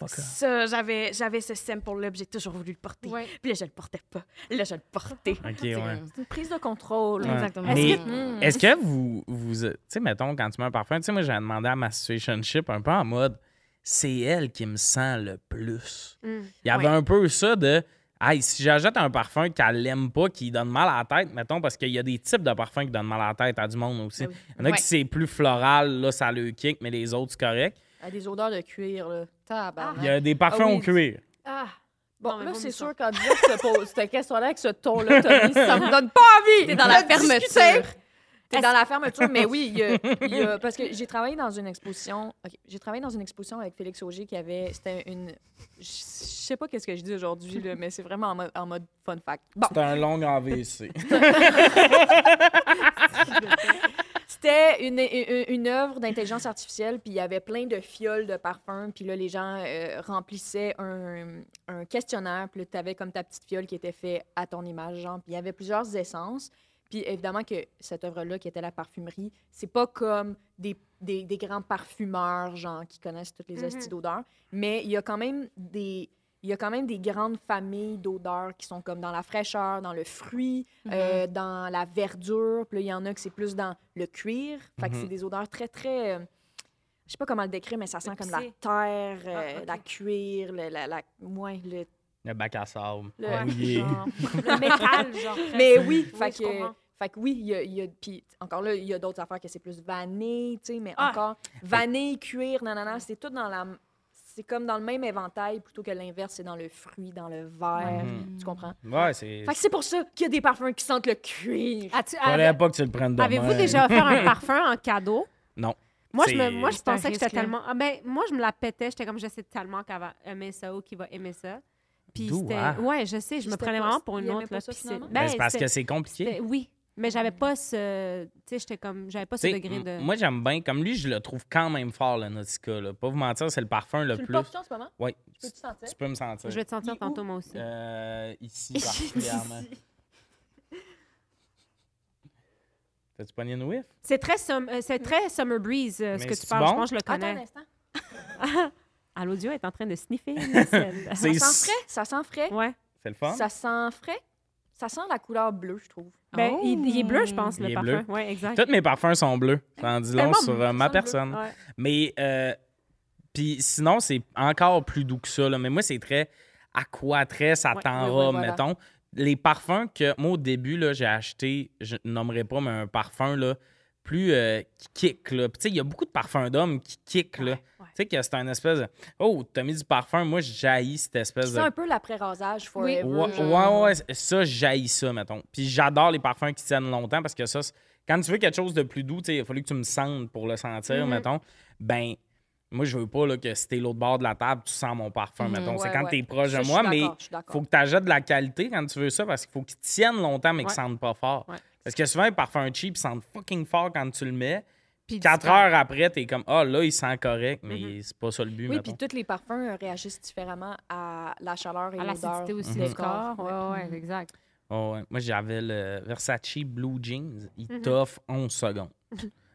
off. Ça, j'avais, j'avais ce sample-là, puis j'ai toujours voulu le porter. un. Ouais. Puis là, je le portais pas. Là, je le portais. Ok, C'est ouais. comme- C'est une prise de contrôle. Ouais. Exactement. Mais- Est-ce que- Mm. Est-ce que vous, vous tu sais, mettons, quand tu mets un parfum, tu sais, moi, j'ai demandé à ma situationship un peu en mode, c'est elle qui me sent le plus. Mm. Il y avait Ouais. un peu ça de, hey, si j'achète un parfum qu'elle aime pas, qui donne mal à la tête, mettons, parce qu'il y a des types de parfums qui donnent mal à la tête à du monde aussi. Ah oui. Il y en a Ouais. qui c'est plus floral, là, ça le kick, mais les autres, c'est correct. À des odeurs de cuir, là. Tabarnak. Il y a des parfums Ah oui, au cuir. Ah! Bon, Non, mais là, vaut c'est mieux sûr ça. qu'en disant que ce- cette question-là avec ce ton-là, Tommy, ça me donne pas envie! T'es dans la de discuter. fermeture. T'es dans la fermeture, mais oui, il y a- il y a- parce que j'ai travaillé dans une exposition. ok, j'ai travaillé dans une exposition avec Félix Auger qui avait. C'était une. Je sais pas qu'est-ce que je dis aujourd'hui, là, mais c'est vraiment en mode, en mode fun fact. Bon, C'est un long AVC. c'était une, une, une œuvre d'intelligence artificielle, puis il y avait plein de fioles de parfums, puis là, les gens euh, remplissaient un, un questionnaire, puis tu avais comme ta petite fiole qui était faite à ton image, genre, puis il y avait plusieurs essences. Puis évidemment que cette œuvre-là, qui était la parfumerie, c'est pas comme des, des, des grands parfumeurs, genre, qui connaissent toutes les Mhm. hosties d'odeurs, mais il y a quand même des... Il y a quand même des grandes familles d'odeurs qui sont comme dans la fraîcheur, dans le fruit, euh, Mm-hmm. dans la verdure. Puis là, il y en a que c'est plus dans le cuir. Fait que Mhm. c'est des odeurs très, très... euh, je sais pas comment le décrire, mais ça sent comme la Épicé. terre, euh, Ah, ok. la cuir, le, la, la, ouais, le... Le bac à sable. Ah, le- mouillé. genre. Le métal, genre. Mais oui, Oui, fait, je que, comprends. fait que oui, il y a, il y a- puis encore là, il y a d'autres affaires que c'est plus vanille, tu sais, mais Ah! encore vanille, cuir, nanana, c'est tout dans la, c'est comme dans le même éventail plutôt que l'inverse, c'est dans le fruit, dans le verre, Mhm. tu comprends? Ouais, c'est. Fait que c'est pour ça qu'il y a des parfums qui sentent le cuir. As-tu- Fallait pas que tu le prennes demain. Ah, Avez-vous déjà offert un parfum en cadeau? Non. Moi, je, C'est- me, moi, je C'est un pensais que c'était risque, là. tellement. Ah, ben, moi, je me la pétais. J'étais comme, je sais tellement qu'elle va aimer ça ou qu'il va aimer ça. Puis D'où, c'était. ah. Ouais, je sais. Je me C'était prenais pas- vraiment pour il une aimait autre. pas là, ça, puis c'est- finalement? Ben, c'est parce c'était- que c'est compliqué. c'était- Oui. Mais j'avais pas ce. Tu sais, j'étais comme. J'avais pas ce T'sais, degré de. m- Moi, j'aime bien. Comme lui, je le trouve quand même fort, le Nautica. Là. Pas vous mentir, c'est le parfum le tu le plus. portes en ce moment? Oui, Tu peux-tu sentir? tu peux me sentir. Je vais te sentir Il- tantôt, moi aussi. Euh, ici, particulièrement. T'as-tu pogné une whiff? C'est très, sum- euh, c'est très Summer Breeze, euh, ce Mais que tu c'est parles. bon? Je pense que je le Attends un connais. instant. À l'audio, elle est en train de sniffer. une aisselle. C'est Ça sent frais, ça sent frais. ouais. C'est le fun? Ça sent frais. Ça sent la couleur bleue, je trouve. Ben, il, il est bleu, je pense, Il le est parfum. bleu. Ouais, exact. Tous mes parfums sont bleus. Ça en dit Ben, long Tellement sur euh, ma personne. Ouais. Mais euh, puis sinon, c'est encore plus doux que ça. là. Mais moi, c'est très aqua, très ça Ouais, t'en oui, va, oui, voilà. mettons. Les parfums que moi, au début, là, j'ai acheté, je nommerai pas, mais un parfum là, plus euh, qui kick. là. Puis tu sais, il y a beaucoup de parfums d'hommes qui kick. là. Tu sais que c'est un espèce de Oh, t'as mis du parfum, moi je jaillis cette espèce C'est de. un peu l'après-rasage forever. Ouais, ouais, genre. ouais, ça, jaillit ça, mettons. Puis j'adore les parfums qui tiennent longtemps parce que ça, c'est- quand tu veux quelque chose de plus doux, tu sais, il a fallu que tu me sentes pour le sentir, Mm-hmm. Mhm. mettons. Ben, moi, je veux pas là, que si t'es l'autre bord de la table, tu sens mon parfum, Mhm. mettons. c'est Mm-hmm. Ouais, quand ouais. t'es proche Ça, de je moi, suis mais d'accord, je suis d'accord. faut que t'achètes de la qualité quand tu veux ça parce qu'il faut qu'ils tiennent longtemps, mais qu'ils Ouais. sentent pas fort. Ouais. Parce que souvent, les parfums cheap sentent fucking fort quand tu le mets. Puis 4 discret. heures après, t'es comme, ah, là, il sent correct, mais c'est pas ça le but, Mm-hmm. Oui, mettons. puis tous les parfums euh, réagissent différemment à la chaleur et À l'odeur. l'acidité aussi Mhm. du corps. Ouais, ouais, exact. Ah ouais. Moi, j'avais le Versace Blue Jeans. Il Mhm. t'offre 11 secondes.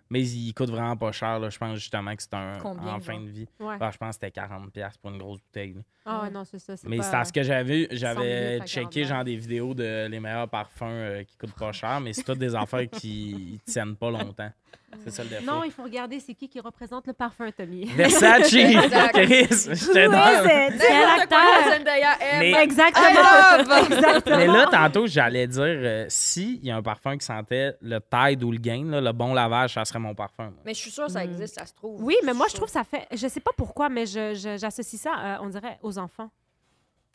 Mais il coûte vraiment pas cher. là. Je pense justement que c'est un Combien, en fin genre? de vie. Ouais. Ben, je pense que c'était 40$ pour une grosse bouteille. là. Ah ouais, non, c'est ça. Mais c'est pas- parce que j'avais j'avais 100 000, checké 40. genre des vidéos de les meilleurs parfums euh, qui coûtent pas cher, mais c'est toutes des affaires qui ne tiennent pas longtemps. C'est ça le défaut. Non, il faut regarder c'est qui qui représente le parfum, Tommy. Versace! Exact. Chris! J'étais dans- Quel acteur? Eh, Mais- Exactement. Exactement. Mais là, tantôt, j'allais dire euh, si il y a un parfum qui sentait le Tide ou le Gain, là, le bon lavage, ça serait mon parfum. moi. Mais je suis sûre que Hmm. ça existe, ça se trouve. Oui, mais moi, je trouve que ça fait. Je sais pas pourquoi, mais je- je- j'associe ça, euh, on dirait, aux enfants.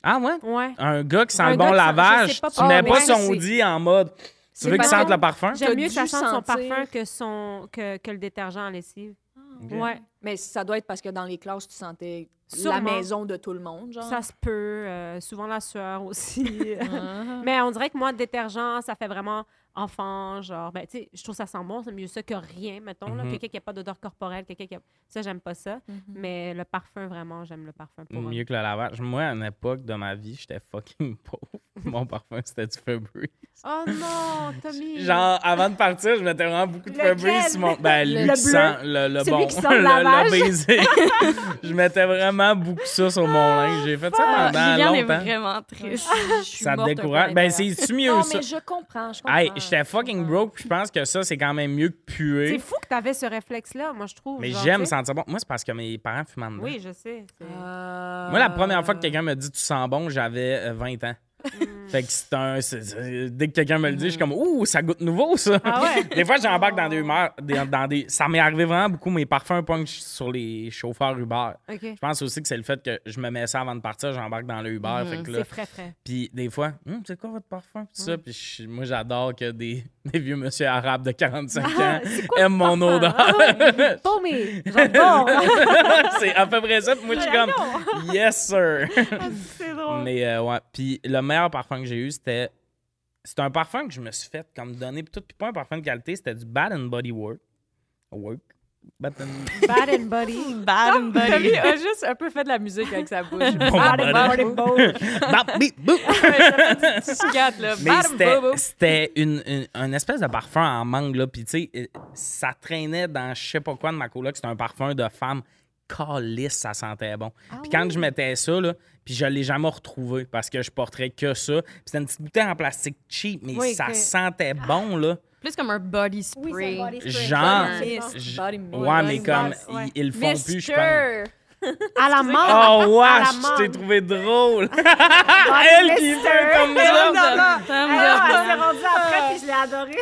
Ah ouais? Ouais. Un gars qui sent Un le gars bon qui sent- je lavage, sais pas tu pourquoi, mets mais pas ouais, son c'est- dit en mode tu C'est veux qu'il pas sente grave. le parfum? J'aime mieux que dû ça sente son sentir. parfum que, son, que, que le détergent en lessive. Ok. Ouais. Mais ça doit être parce que dans les classes, tu sentais Sûrement. la maison de tout le monde, genre. Ça se peut. euh, souvent la sueur aussi. Ah. mais on dirait que moi, détergent, ça fait vraiment enfant, genre, ben, tu sais, je trouve ça sent bon, c'est mieux ça que rien, mettons, là. Mhm. Quelqu'un qui n'a pas d'odeur corporelle, quelqu'un qui a... Ça, j'aime pas ça. Mais le parfum, vraiment, j'aime le parfum. Pour Mieux que le lavage. Moi, à une époque de ma vie, j'étais fucking pauvre. Mon parfum, c'était du Febreze. Oh non, Tommy! Genre, avant de partir, je mettais vraiment beaucoup de Lequel? Febreze sur mon. Ben, Le- lui le qui bleu? sent le, le Celui bon. qui sent le lavage? baiser. je mettais vraiment beaucoup ça sur mon linge. J'ai fait ça Ah, Liliane pendant est longtemps. vraiment triste. Ça te décourage. Ben, c'est-tu mieux Non, ça? mais je comprends, je comprends. Hey, j'étais fucking comprends. broke, puis je pense que ça, c'est quand même mieux que C'est puer. fou que t'avais ce réflexe-là, moi, je trouve. Mais genre, j'aime tu sais. sentir bon. Moi, c'est parce que mes parents fumaient dedans. Oui, je sais. c'est- Euh, Moi, la première fois que quelqu'un me dit tu sens bon, j'avais euh, 20 ans. Mm. Fait que c'est un. c'est- c'est- dès que quelqu'un me le dit, je suis comme Ouh, ça goûte nouveau, ça. Ah ouais? Des fois, j'embarque dans des humeurs. des- dans des... Ça m'est arrivé vraiment beaucoup, mes parfums punch sur les chauffeurs Uber. OK. Je pense aussi que c'est le fait que je me mets ça avant de partir, j'embarque dans le Uber. fait que là, Mm. C'est frais, frais. Puis des fois, Hum, c'est quoi votre parfum? Puis ça, puis je- moi, j'adore que des, des vieux monsieur arabes de 45 Ah, ans aiment mon odeur. Tommy! J'adore! c'est à peu près ça. Puis moi, je suis comme, yes, sir. c'est drôle. Mais euh, ouais. Puis le meilleur parfum que j'ai eu, c'était. C'est un parfum que je me suis fait comme donner. Puis tout, puis pas un parfum de qualité, c'était du Bad and Body Work. Work. Bad and- Bad and body. Bad and body. Tommy euh, a juste un peu fait de la musique avec sa bouche. Bon, bad and- Bap, bip, boop. Regarde, là. Mais Bad c'était- bobo. c'était une, une, une espèce de parfum en mangue, là. Puis, tu sais, euh, ça traînait dans je sais pas quoi de ma coloc. C'était un parfum de femme calice, ça sentait bon. Ah puis quand je mettais ça, là, puis je l'ai jamais retrouvé parce que je portais que ça. Puis c'était une petite bouteille en plastique cheap, mais Oui, ça que- Ah, sentait bon, là. Plus comme un body spray. Genre. Ah, Je- Body Ouais, mais mist. comme, ouais. ils, ils le font plus, je pense. Mister! À la mort! Oh, wesh, À la je t'ai mangue. trouvé drôle. Elle qui fait comme ça. Ah, rendue après, puis je l'ai adoré.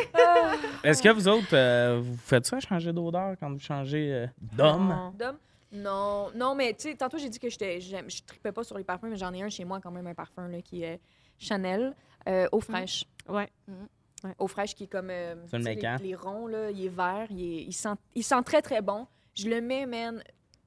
Est-ce que vous autres, euh, vous faites ça, changer d'odeur quand vous changez euh, d'homme? Dom? Non, non, mais tu sais, tantôt j'ai dit que j'étais- j'aime- je tripais pas sur les parfums, mais j'en ai un chez moi quand même, un parfum là, qui est Chanel, euh, eau fraîche. Ouais. Eau fraîche qui est comme. euh, C'est le tu sais, mécan. les, les ronds, là, il est vert, il, est- il sent, il sent très très bon. Je le mets, man,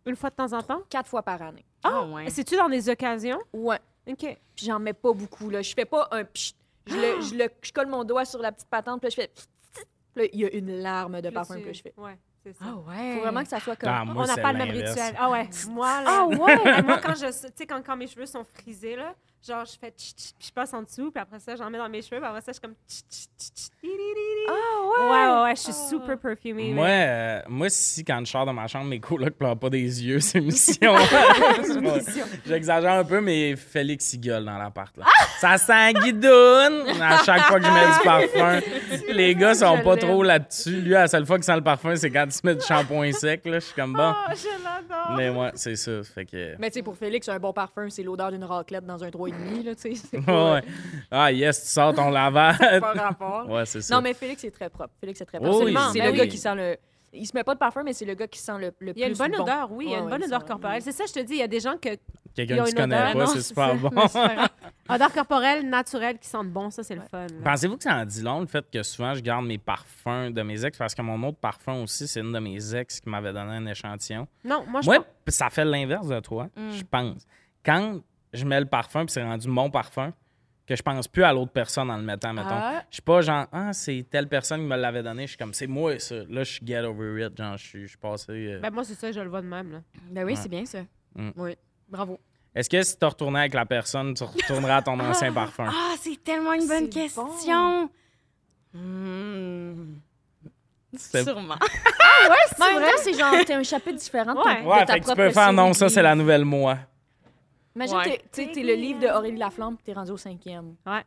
Une fois de temps en temps. quatre fois par année. Ah, ouais. C'est-tu dans des occasions? Ouais. OK. Puis j'en mets pas beaucoup, là. Je fais pas un pchit. Je, le- je le- je colle mon doigt sur la petite patente, puis là, je fais. pchit, pchit. Puis là, il y a une larme de parfum que je fais. Mmh. Ouais, c'est ça. Ah, ouais. Faut vraiment que ça soit comme. Ah, Oh. moi, on n'a c'est pas le même l'inverse. rituel. Ah ouais. Moi, là, Ah ouais! Hey, moi, quand je, tu sais, quand, quand mes cheveux sont frisés, là, genre, je fais tch, tch, puis je passe en dessous, puis après ça, j'en mets dans mes cheveux, puis après ça, je suis comme tch, tch, tch, tch, di, di, di, di. Ah, Ah ouais! Ah. Ouais, ouais, je suis super perfumée. Moi, mais- euh, moi, si quand je sors de ma chambre, mes colocs pleurent pas des yeux, c'est mission. J'exagère un peu, mais Félix il gueule dans l'appart. là. Ça sent guidoune à chaque fois que je mets du parfum. Les gars sont Je pas l'aime. trop là-dessus. Lui, la seule fois qu'il sent le parfum, c'est quand il se met du shampoing sec. Là, je suis comme bon. Oh, je l'adore! Mais ouais, c'est ça. Fait que. Mais tu sais, pour Félix, un bon parfum, c'est l'odeur d'une raclette dans un 3,5, là, tu sais. c'est Ouais, pas- euh, ouais. Ah yes, tu sors ton lavage. pas rapport. Ouais, c'est ça. Non, mais Félix est très propre. Félix est très propre. Oh, C'est le- oui. c'est Ben le oui. gars qui sent le. Il se met pas de parfum, mais c'est le gars qui sent le, le Il y a une plus bonne bon. odeur, oui, il y a une Ouais, bonne ouais, odeur ça, corporelle. C'est ça, je te dis, il y a des gens qui Quelqu'un ont qui une se connaît odeur. pas, non, c'est super ça, bon. mais super bon. Odeur corporelle naturelle qui sente bon, ça, c'est le fun. là. Pensez-vous que ça en dit long le fait que souvent je garde mes parfums de mes ex parce que mon autre parfum aussi, c'est une de mes ex qui m'avait donné un échantillon. Non, moi, je Moi, pense- Hmm. p- ça fait l'inverse de toi, je pense. Quand je mets le parfum puis c'est rendu mon parfum, que je pense plus à l'autre personne en le mettant, mettons. Ah. Je suis pas genre, ah, c'est telle personne qui me l'avait donné. Je suis comme, c'est moi ça. Là, je suis get over it. Genre, je suis je suis passé. euh. Ben, moi, c'est ça, je le vois de même. Là. Ben oui, c'est bien ça. Mm. Oui. Bravo. Est-ce que si tu retourné avec la personne, tu retourneras à ton Ah. ancien parfum? Ah, c'est tellement une bonne C'est question. Hmm. C'était- Sûrement. Ouais, c'est Mais en même vrai. temps, c'est genre, t'es un chapitre différent de ton- Ouais. Ah. de Ouais, fait que tu peux faire non, ça c'est la nouvelle moi. Imagine, Ouais. t'es- t'es t'es le livre de Aurélie Laflamme, puis t'es rendu au cinquième. Ouais.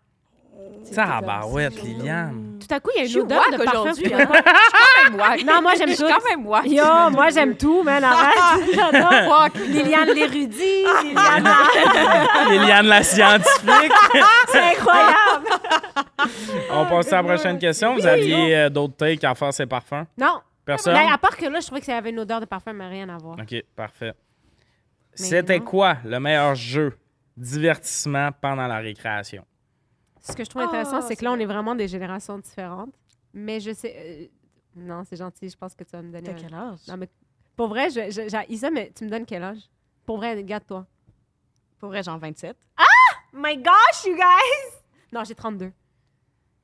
T'sais, t'es Ça, comme, bah ouais, Liliane. Tout à coup, il y a Je une suis odeur de wack parfum. aujourd'hui, qui- hein. Je suis quand même wack. Non, moi, j'aime Je suis tout. quand même wack. Yo, moi, j'aime tout, man. Arrête. J'adore. Fuck. Liliane l'érudit, Liliane la- Ah, Liliane la scientifique. C'est incroyable. On passe à la prochaine question. Vous aviez euh, d'autres takes à faire ces parfums? Non. Personne? Ben, à part que là, je trouvais que ça avait une odeur de parfum, mais rien à voir. OK, parfait. C'était non. quoi le meilleur jeu divertissement pendant la récréation? Ce que je trouve Ah, intéressant, c'est que c'est là, on vrai. est vraiment des générations différentes. Mais je sais. euh, non, c'est gentil. Je pense que tu vas me donner. T'as un- quel âge? Non, mais pour vrai, je, je, j'ai- Isa, mais tu me donnes quel âge? Pour vrai, regarde-toi. Pour vrai, genre 27. My gosh, you guys! Non, j'ai 32.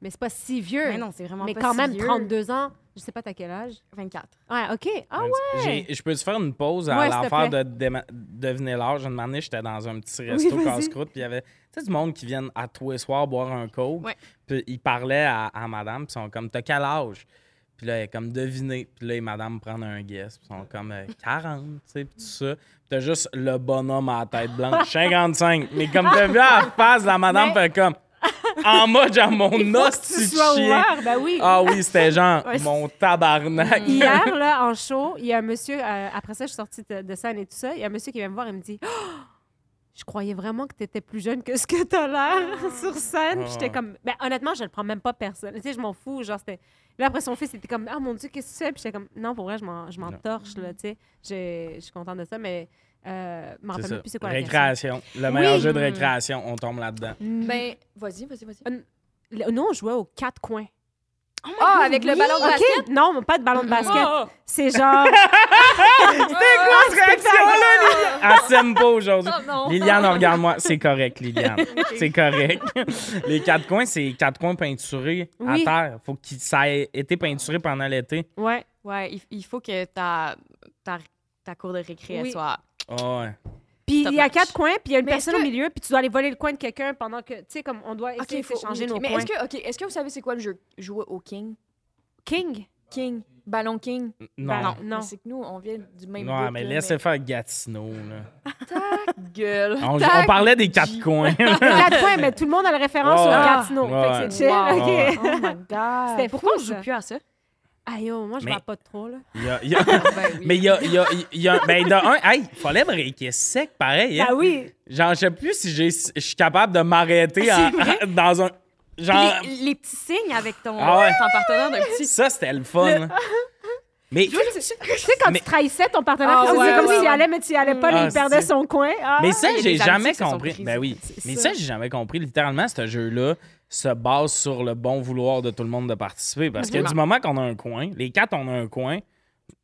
Mais c'est pas si vieux. Mais non, c'est vraiment Mais pas quand si même, vieux. 32 ans. Je sais pas t'as quel âge. 24. Ouais, OK. Ah ouais. J'ai- Je peux te faire une pause à Ouais, s'il te l'affaire de déma- devenir l'âge. Une année, j'étais dans un petit resto vas-y. casse-croûte, puis il y avait tu sais, du monde qui viennent à tous les soirs boire un coke. Ouais. Puis ils parlaient à, à madame, puis ils sont comme, t'as quel âge? Puis là, elle est comme, devinez. Puis là, les madame prennent un guess, puis ils sont comme, euh, 40, tu sais, puis tout ça. Puis t'as juste le bonhomme à la tête blanche, 55. Mais comme t'as vu à la face, la madame Mais- fait comme, en mode, genre, mon hostie de chien. ben oui. Ah oui, c'était genre, Ouais, c'est- mon tabarnak. Hier, là, en show, il y a un monsieur, euh, après ça, je suis sortie de, de scène et tout ça, il y a un monsieur qui vient me voir et me dit Oh, Je croyais vraiment que tu étais plus jeune que ce que tu as l'air sur scène. Puis j'étais Ah. comme ben, Honnêtement, je le prends même pas personne. Tu sais, je m'en fous. Genre, c'était. Là, après, son fils était comme Ah mon Dieu, qu'est-ce que tu fais Puis j'étais comme Non, pour vrai, je m'en je m'en Non. torche, là, tu sais. J'ai- Je suis contente de ça, mais euh, je m'en C'est rappelle ça. même plus c'est quoi la question. récréation. Le meilleur Oui. Hmm. jeu de récréation, on tombe là-dedans. Ben, vas-y, vas-y, vas-y. Le- Nous, on jouait aux quatre coins. Oh Ah, avec le ballon de basket. OK, non, mais pas de ballon de basket. Oh, C'est genre. Elle s'aime pas aujourd'hui. oh, non. Liliane, regarde-moi. C'est correct, Liliane. C'est correct. Les quatre coins, c'est quatre coins peinturés Oui. à terre. Faut que ça ait été peinturé pendant l'été. Ouais. Ouais, il, il faut que ta, ta, ta cour de récré elle Oui. soit. Ah ouais. Puis il y Top a notch. quatre coins, puis il y a une Mais est-ce personne au que- milieu, puis tu dois aller voler le coin de quelqu'un pendant que, tu sais, comme on doit essayer de changer nos Mais coins. est-ce que, ok, est-ce que vous savez c'est quoi le jeu jouer au King? King? King, ballon King. Non. non. Mais C'est que nous, on vient du Ben même. Non, bout, mais là, laissez faire Gatineau. là. mais- gueule. On, Tac. on parlait des quatre coins. quatre coins, mais tout le monde a la référence Ouais, au ouais. Gatineau. Ouais, Fait que c'est chill, ouais. OK. Ouais, Oh my god. C'était Pourquoi on fou, joue ça. plus à ça? Aïe, oh, moi, je Mais- vois pas trop, là. Il y a- il y Ah, a- ben Mais il y a, il y a- il y a- ben, de un, hey, fallait breaker sec, pareil. Ben hein. Ah oui! Genre, je sais plus si j'ai- je suis capable de m'arrêter en- dans un. Genre, Les, les petits signes avec ton, Ah ouais. ton partenaire de petit. ça, c'était le fun. Mais, Tu sais, quand Mais- tu trahissais ton partenaire, Ah, tu faisais ouais, comme ouais, s'il ouais. allait, mais tu y allais pas, Ah, mais il perdait c'est- son coin. Ah. mais ça, il y a j'ai des amitiés jamais qui sont compris. prises. Ben oui. C'est Mais ça. ça, j'ai jamais compris. Littéralement, ce jeu-là se base sur le bon vouloir de tout le monde de participer. Parce que Absolument. du moment qu'on a un coin, les quatre, on a un coin,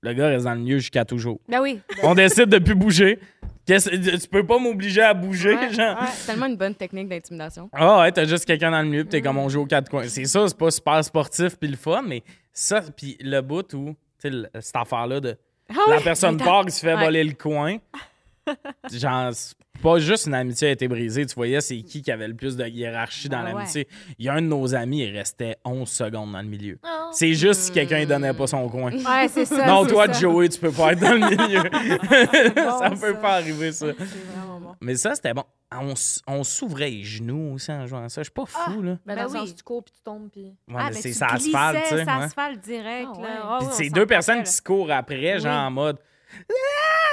le gars reste dans le milieu jusqu'à toujours. Ben oui. On décide de plus bouger. Qu'est-ce- tu peux pas m'obliger à bouger, genre. Ouais, c'est tellement une bonne technique d'intimidation. Ah ouais, t'as juste quelqu'un dans le milieu, pis t'es comme on joue aux quatre coins. C'est ça, c'est pas super sportif pis le fun, mais ça, pis le bout où, tu sais, le- cette affaire-là de Ah la personne part qui se fait Ouais. voler le coin, genre, c'est pas juste une amitié a été brisée, tu voyais c'est qui qui avait le plus de hiérarchie dans Ah ouais. l'amitié. Il y a un de nos amis, il restait 11 secondes dans le milieu. Ah. Oh. C'est juste si quelqu'un il donnait pas son coin. Ouais, c'est ça. Non, c'est toi, ça. Joey, tu peux pas être dans le milieu. ça bon, peut ça. pas arriver, ça. C'est vraiment bon. Mais ça, c'était bon. Ah, On, s- on s'ouvrait les genoux aussi en jouant à ça. Je suis pas fou, là. Ben, Ben dans le oui. sens, tu cours puis tu tombes puis. Ouais, Ah, mais mais c'est tu ça asphalte, tu glissais, sais. ça ouais. asphalte direct, Ah, là. ouais. Ah, Puis ouais, c'est on deux s'en personnes rappelle. qui se courent après, genre en mode.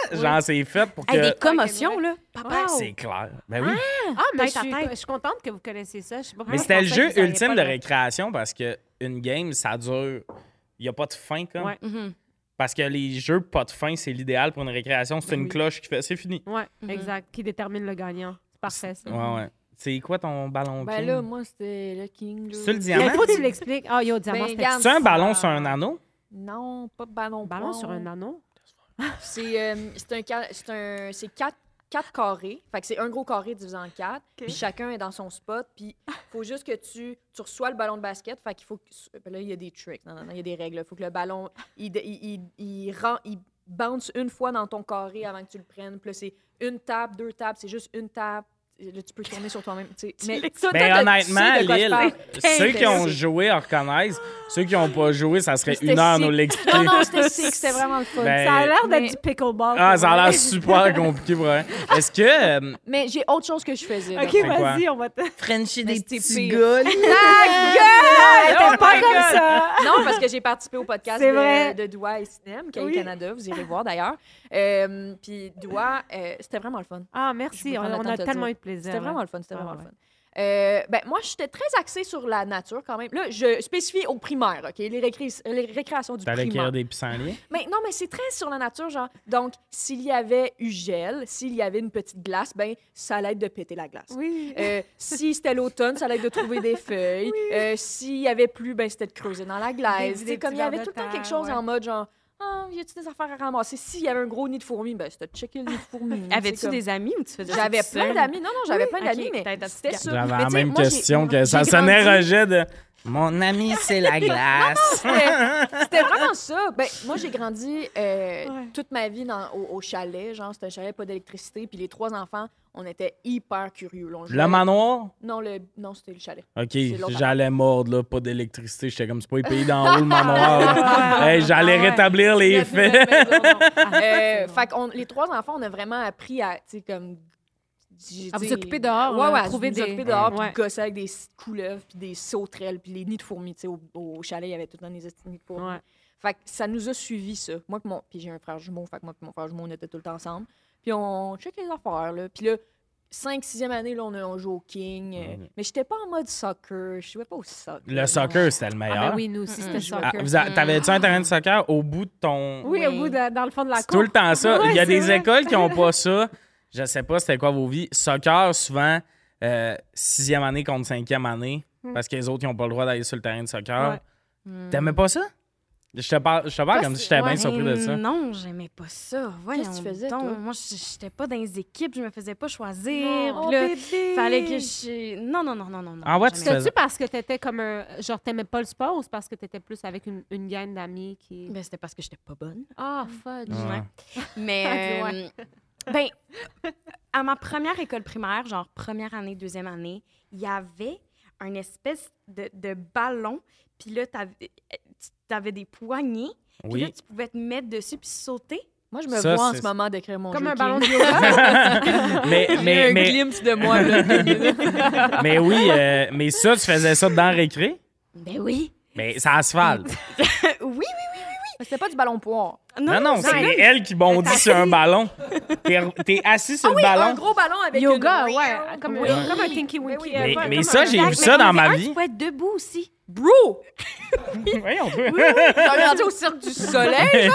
Ah! Genre, c'est fait pour que. Hey, des Ouais, commotions, ouais. là. Papa. Ouais, C'est clair. Ben oui. Ah, mais je Tête à suis, tête. je suis contente que vous connaissiez ça. Je sais pas mais pourquoi c'était le je pensais que jeu vous auriez ultime pas de le- récréation parce que une game, ça dure. Il n'y a pas de fin, comme. Ouais. Mhm. Parce que les jeux pas de fin, c'est l'idéal pour une récréation. C'est une Oui. cloche qui fait c'est fini. Ouais, Mhm. exact. Qui détermine le gagnant. C'est parfait, ça. Ouais, ouais. C'est quoi ton ballon? Ben King? là, moi, c'était le King. là. C'est le diamant? Mais faut que tu l'expliques. Ah, yo, Ben, diamant, c'était- regarde, C'est un ballon ça- sur un anneau? Non, pas ballon. ballon plomb. sur un anneau. C'est euh, c'est un ca- c'est un c'est quatre quatre carrés. Fait que c'est un gros carré divisé en quatre. Puis chacun est dans son spot. Puis faut juste que tu tu reçois le ballon de basket. Fait qu'il faut que- ben là il y a des tricks. Non non non, il y a des règles. Faut que le ballon il de- il il, il rend- il bounce une fois dans ton carré avant que tu le prennes. Puis là, c'est une table, deux tables, c'est juste une table. Là, tu peux tourner sur toi-même. tu sais. Tu Mais l'as- ça, Ben, toi, t'as- tu sais honnêtement, de quoi je Lille, parle. ceux qui ont intéressé. joué reconnaissent. Ceux qui n'ont pas joué, ça serait C'était une heure à sick. nous Non, l'expliquer. non, c'était sick, c'était vraiment le fun. Ben, Ça a l'air d'être Mais- du pickleball. Ah, pour ça a vrai. l'air super compliqué pour rien. Est-ce que euh, Mais j'ai autre chose que je faisais. Ok, donc. quoi? vas-y, on va te. Frenchie Mais des c'était petits pire. gars? là? Ah, T'es t'es pas comme ça. Non, parce que j'ai participé au podcast C'est vrai. de, de Doua et Sinem, qui est au Oui. Canada, vous irez voir d'ailleurs. Euh, Puis Doua, euh, c'était vraiment le fun. Ah, Je merci. vais On, prendre le on temps a de te tellement dire. eu de plaisir. C'était vraiment le fun, c'était Ah, vraiment ouais. le fun. Euh, ben, moi, j'étais très axée sur la nature quand même. Là, je spécifie au primaire, OK? Les, récré- les récréations du T'allais primaire. cueillir des pissenlits? Mais non, mais c'est très sur la nature, genre. Donc, s'il y avait eu gel, s'il y avait une petite glace, ben, ça allait être de péter la glace. Oui. Euh, si c'était l'automne, ça allait être de trouver des feuilles. Euh, S'il y avait plus, ben, c'était de creuser dans la Des- glaise. des C'est comme petits il y avait vers de tout le temps quelque terre, chose ouais. en mode genre, ah, y a-tu des affaires à ramasser? S'il y avait un gros nid de fourmis, ben, c'était de checker le nid de fourmis. Avais-tu C'est comme- des amis ou tu faisais ça J'avais tout plein seul? d'amis. Non, non, j'avais Oui, plein ok, d'amis, mais t'as ta petite c'était carte. sûr. J'avais Mais la tu sais, même moi, j'ai- question que ça j'ai sonnait grandi- rejet de Mon ami, c'est la glace. C'était- C'était vraiment ça. Ben, moi, j'ai grandi euh, Ouais. toute ma vie dans- au, au chalet. Genre, c'était un chalet, pas d'électricité. Puis les trois enfants, on était hyper curieux. là. On jouait- Le manoir? Non, le... non c'était le chalet. OK, l'autre j'allais mordre, là, pas d'électricité. J'étais comme, c'est pas les pays d'en haut, le manoir. là. Hey, j'allais Ah ouais. rétablir les Notre nouvelle faits. maison, non. Ah, ça, c'est Euh, bon. fait qu'on- les trois enfants, on a vraiment appris à, tu sais, comme... j'ai- À vous tu sais, occuper dehors, ouais, euh, ouais, à trouver nous des- occuper dehors, puis Ouais. de gosser avec des couleuvres, puis des sauterelles, puis les nids de fourmis, tu sais, au, au chalet, il y avait tout le temps des esti de nids de fourmis. Ouais. Fait que ça nous a suivis, ça. Moi pis mon... Puis j'ai un frère jumeau, fait que moi puis mon frère jumeau, on était tout le temps ensemble. Puis on check les affaires, là. Puis là, 5 6e année, là, on, a- on joue au King. euh, Mhm. Mais j'étais pas en mode soccer. Je jouais pas au soccer. Le soccer, c'était le meilleur. Ah, ben oui, nous aussi, Mm-mm. c'était Ah, soccer. vous a- T'avais-tu un terrain de soccer au bout de ton... Oui, au Oui. bout, de- dans le fond de la C'est tout le temps ça. Ouais, Il y a c'est des vrai. écoles qui n'ont pas ça. Je sais pas c'était quoi vos vies. Soccer, souvent, euh, sixième année contre cinquième année, Mm. parce que les autres, ils n'ont pas le droit d'aller sur le terrain de soccer. Ouais. Mm. T'aimais pas ça? Je te parle, je te parle Pas comme si si- j'étais bien ouais. surpris de ça. Non, j'aimais pas ça. Voyons Qu'est-ce que tu faisais, donc. toi? Moi, je- j'étais pas dans les équipes, je me faisais pas choisir. Oh, là, bébé! fallait que je... Non, non, non, non, non. non, Ah ouais, tu jamais. faisais- C'était-tu parce que t'étais comme un. Genre, t'aimais pas le sport ou c'est parce que t'étais plus avec une, une gang d'amis qui. Ben, c'était parce que j'étais pas bonne. Ah, fudge. Ouais. Mais, Ah, euh, ben, à ma première école primaire, genre première année, deuxième année, il y avait un espèce de, de ballon. Puis là, euh, t'avais avais des poignées. Puis là, Oui. tu pouvais te mettre dessus puis sauter. Moi, je me Ça, vois en c'est- ce moment décrire mon Comme jeu un au ballon King. de yoga. mais, mais, J'ai un mais, glimpse de moi, là. mais oui, euh, mais ça, tu faisais ça dans le récré? Ben oui. Mais ça asphalte. oui, C'était pas du ballon poire. Non, non, c'est- c'est elle qui bondit sur un ballon. T'es t'es assis Ah sur le Un ballon. gros ballon avec yoga, une- ouais. Comme, Oui. comme un Tinky oui, Winky. oui, Mais, ouais, mais comme ça, un j'ai Exact, vu euh, Ben mais ça il y en dans avait ma un vie. qui pouvait être debout aussi. Bro! Voyons, toi. T'as rendu au cirque du soleil?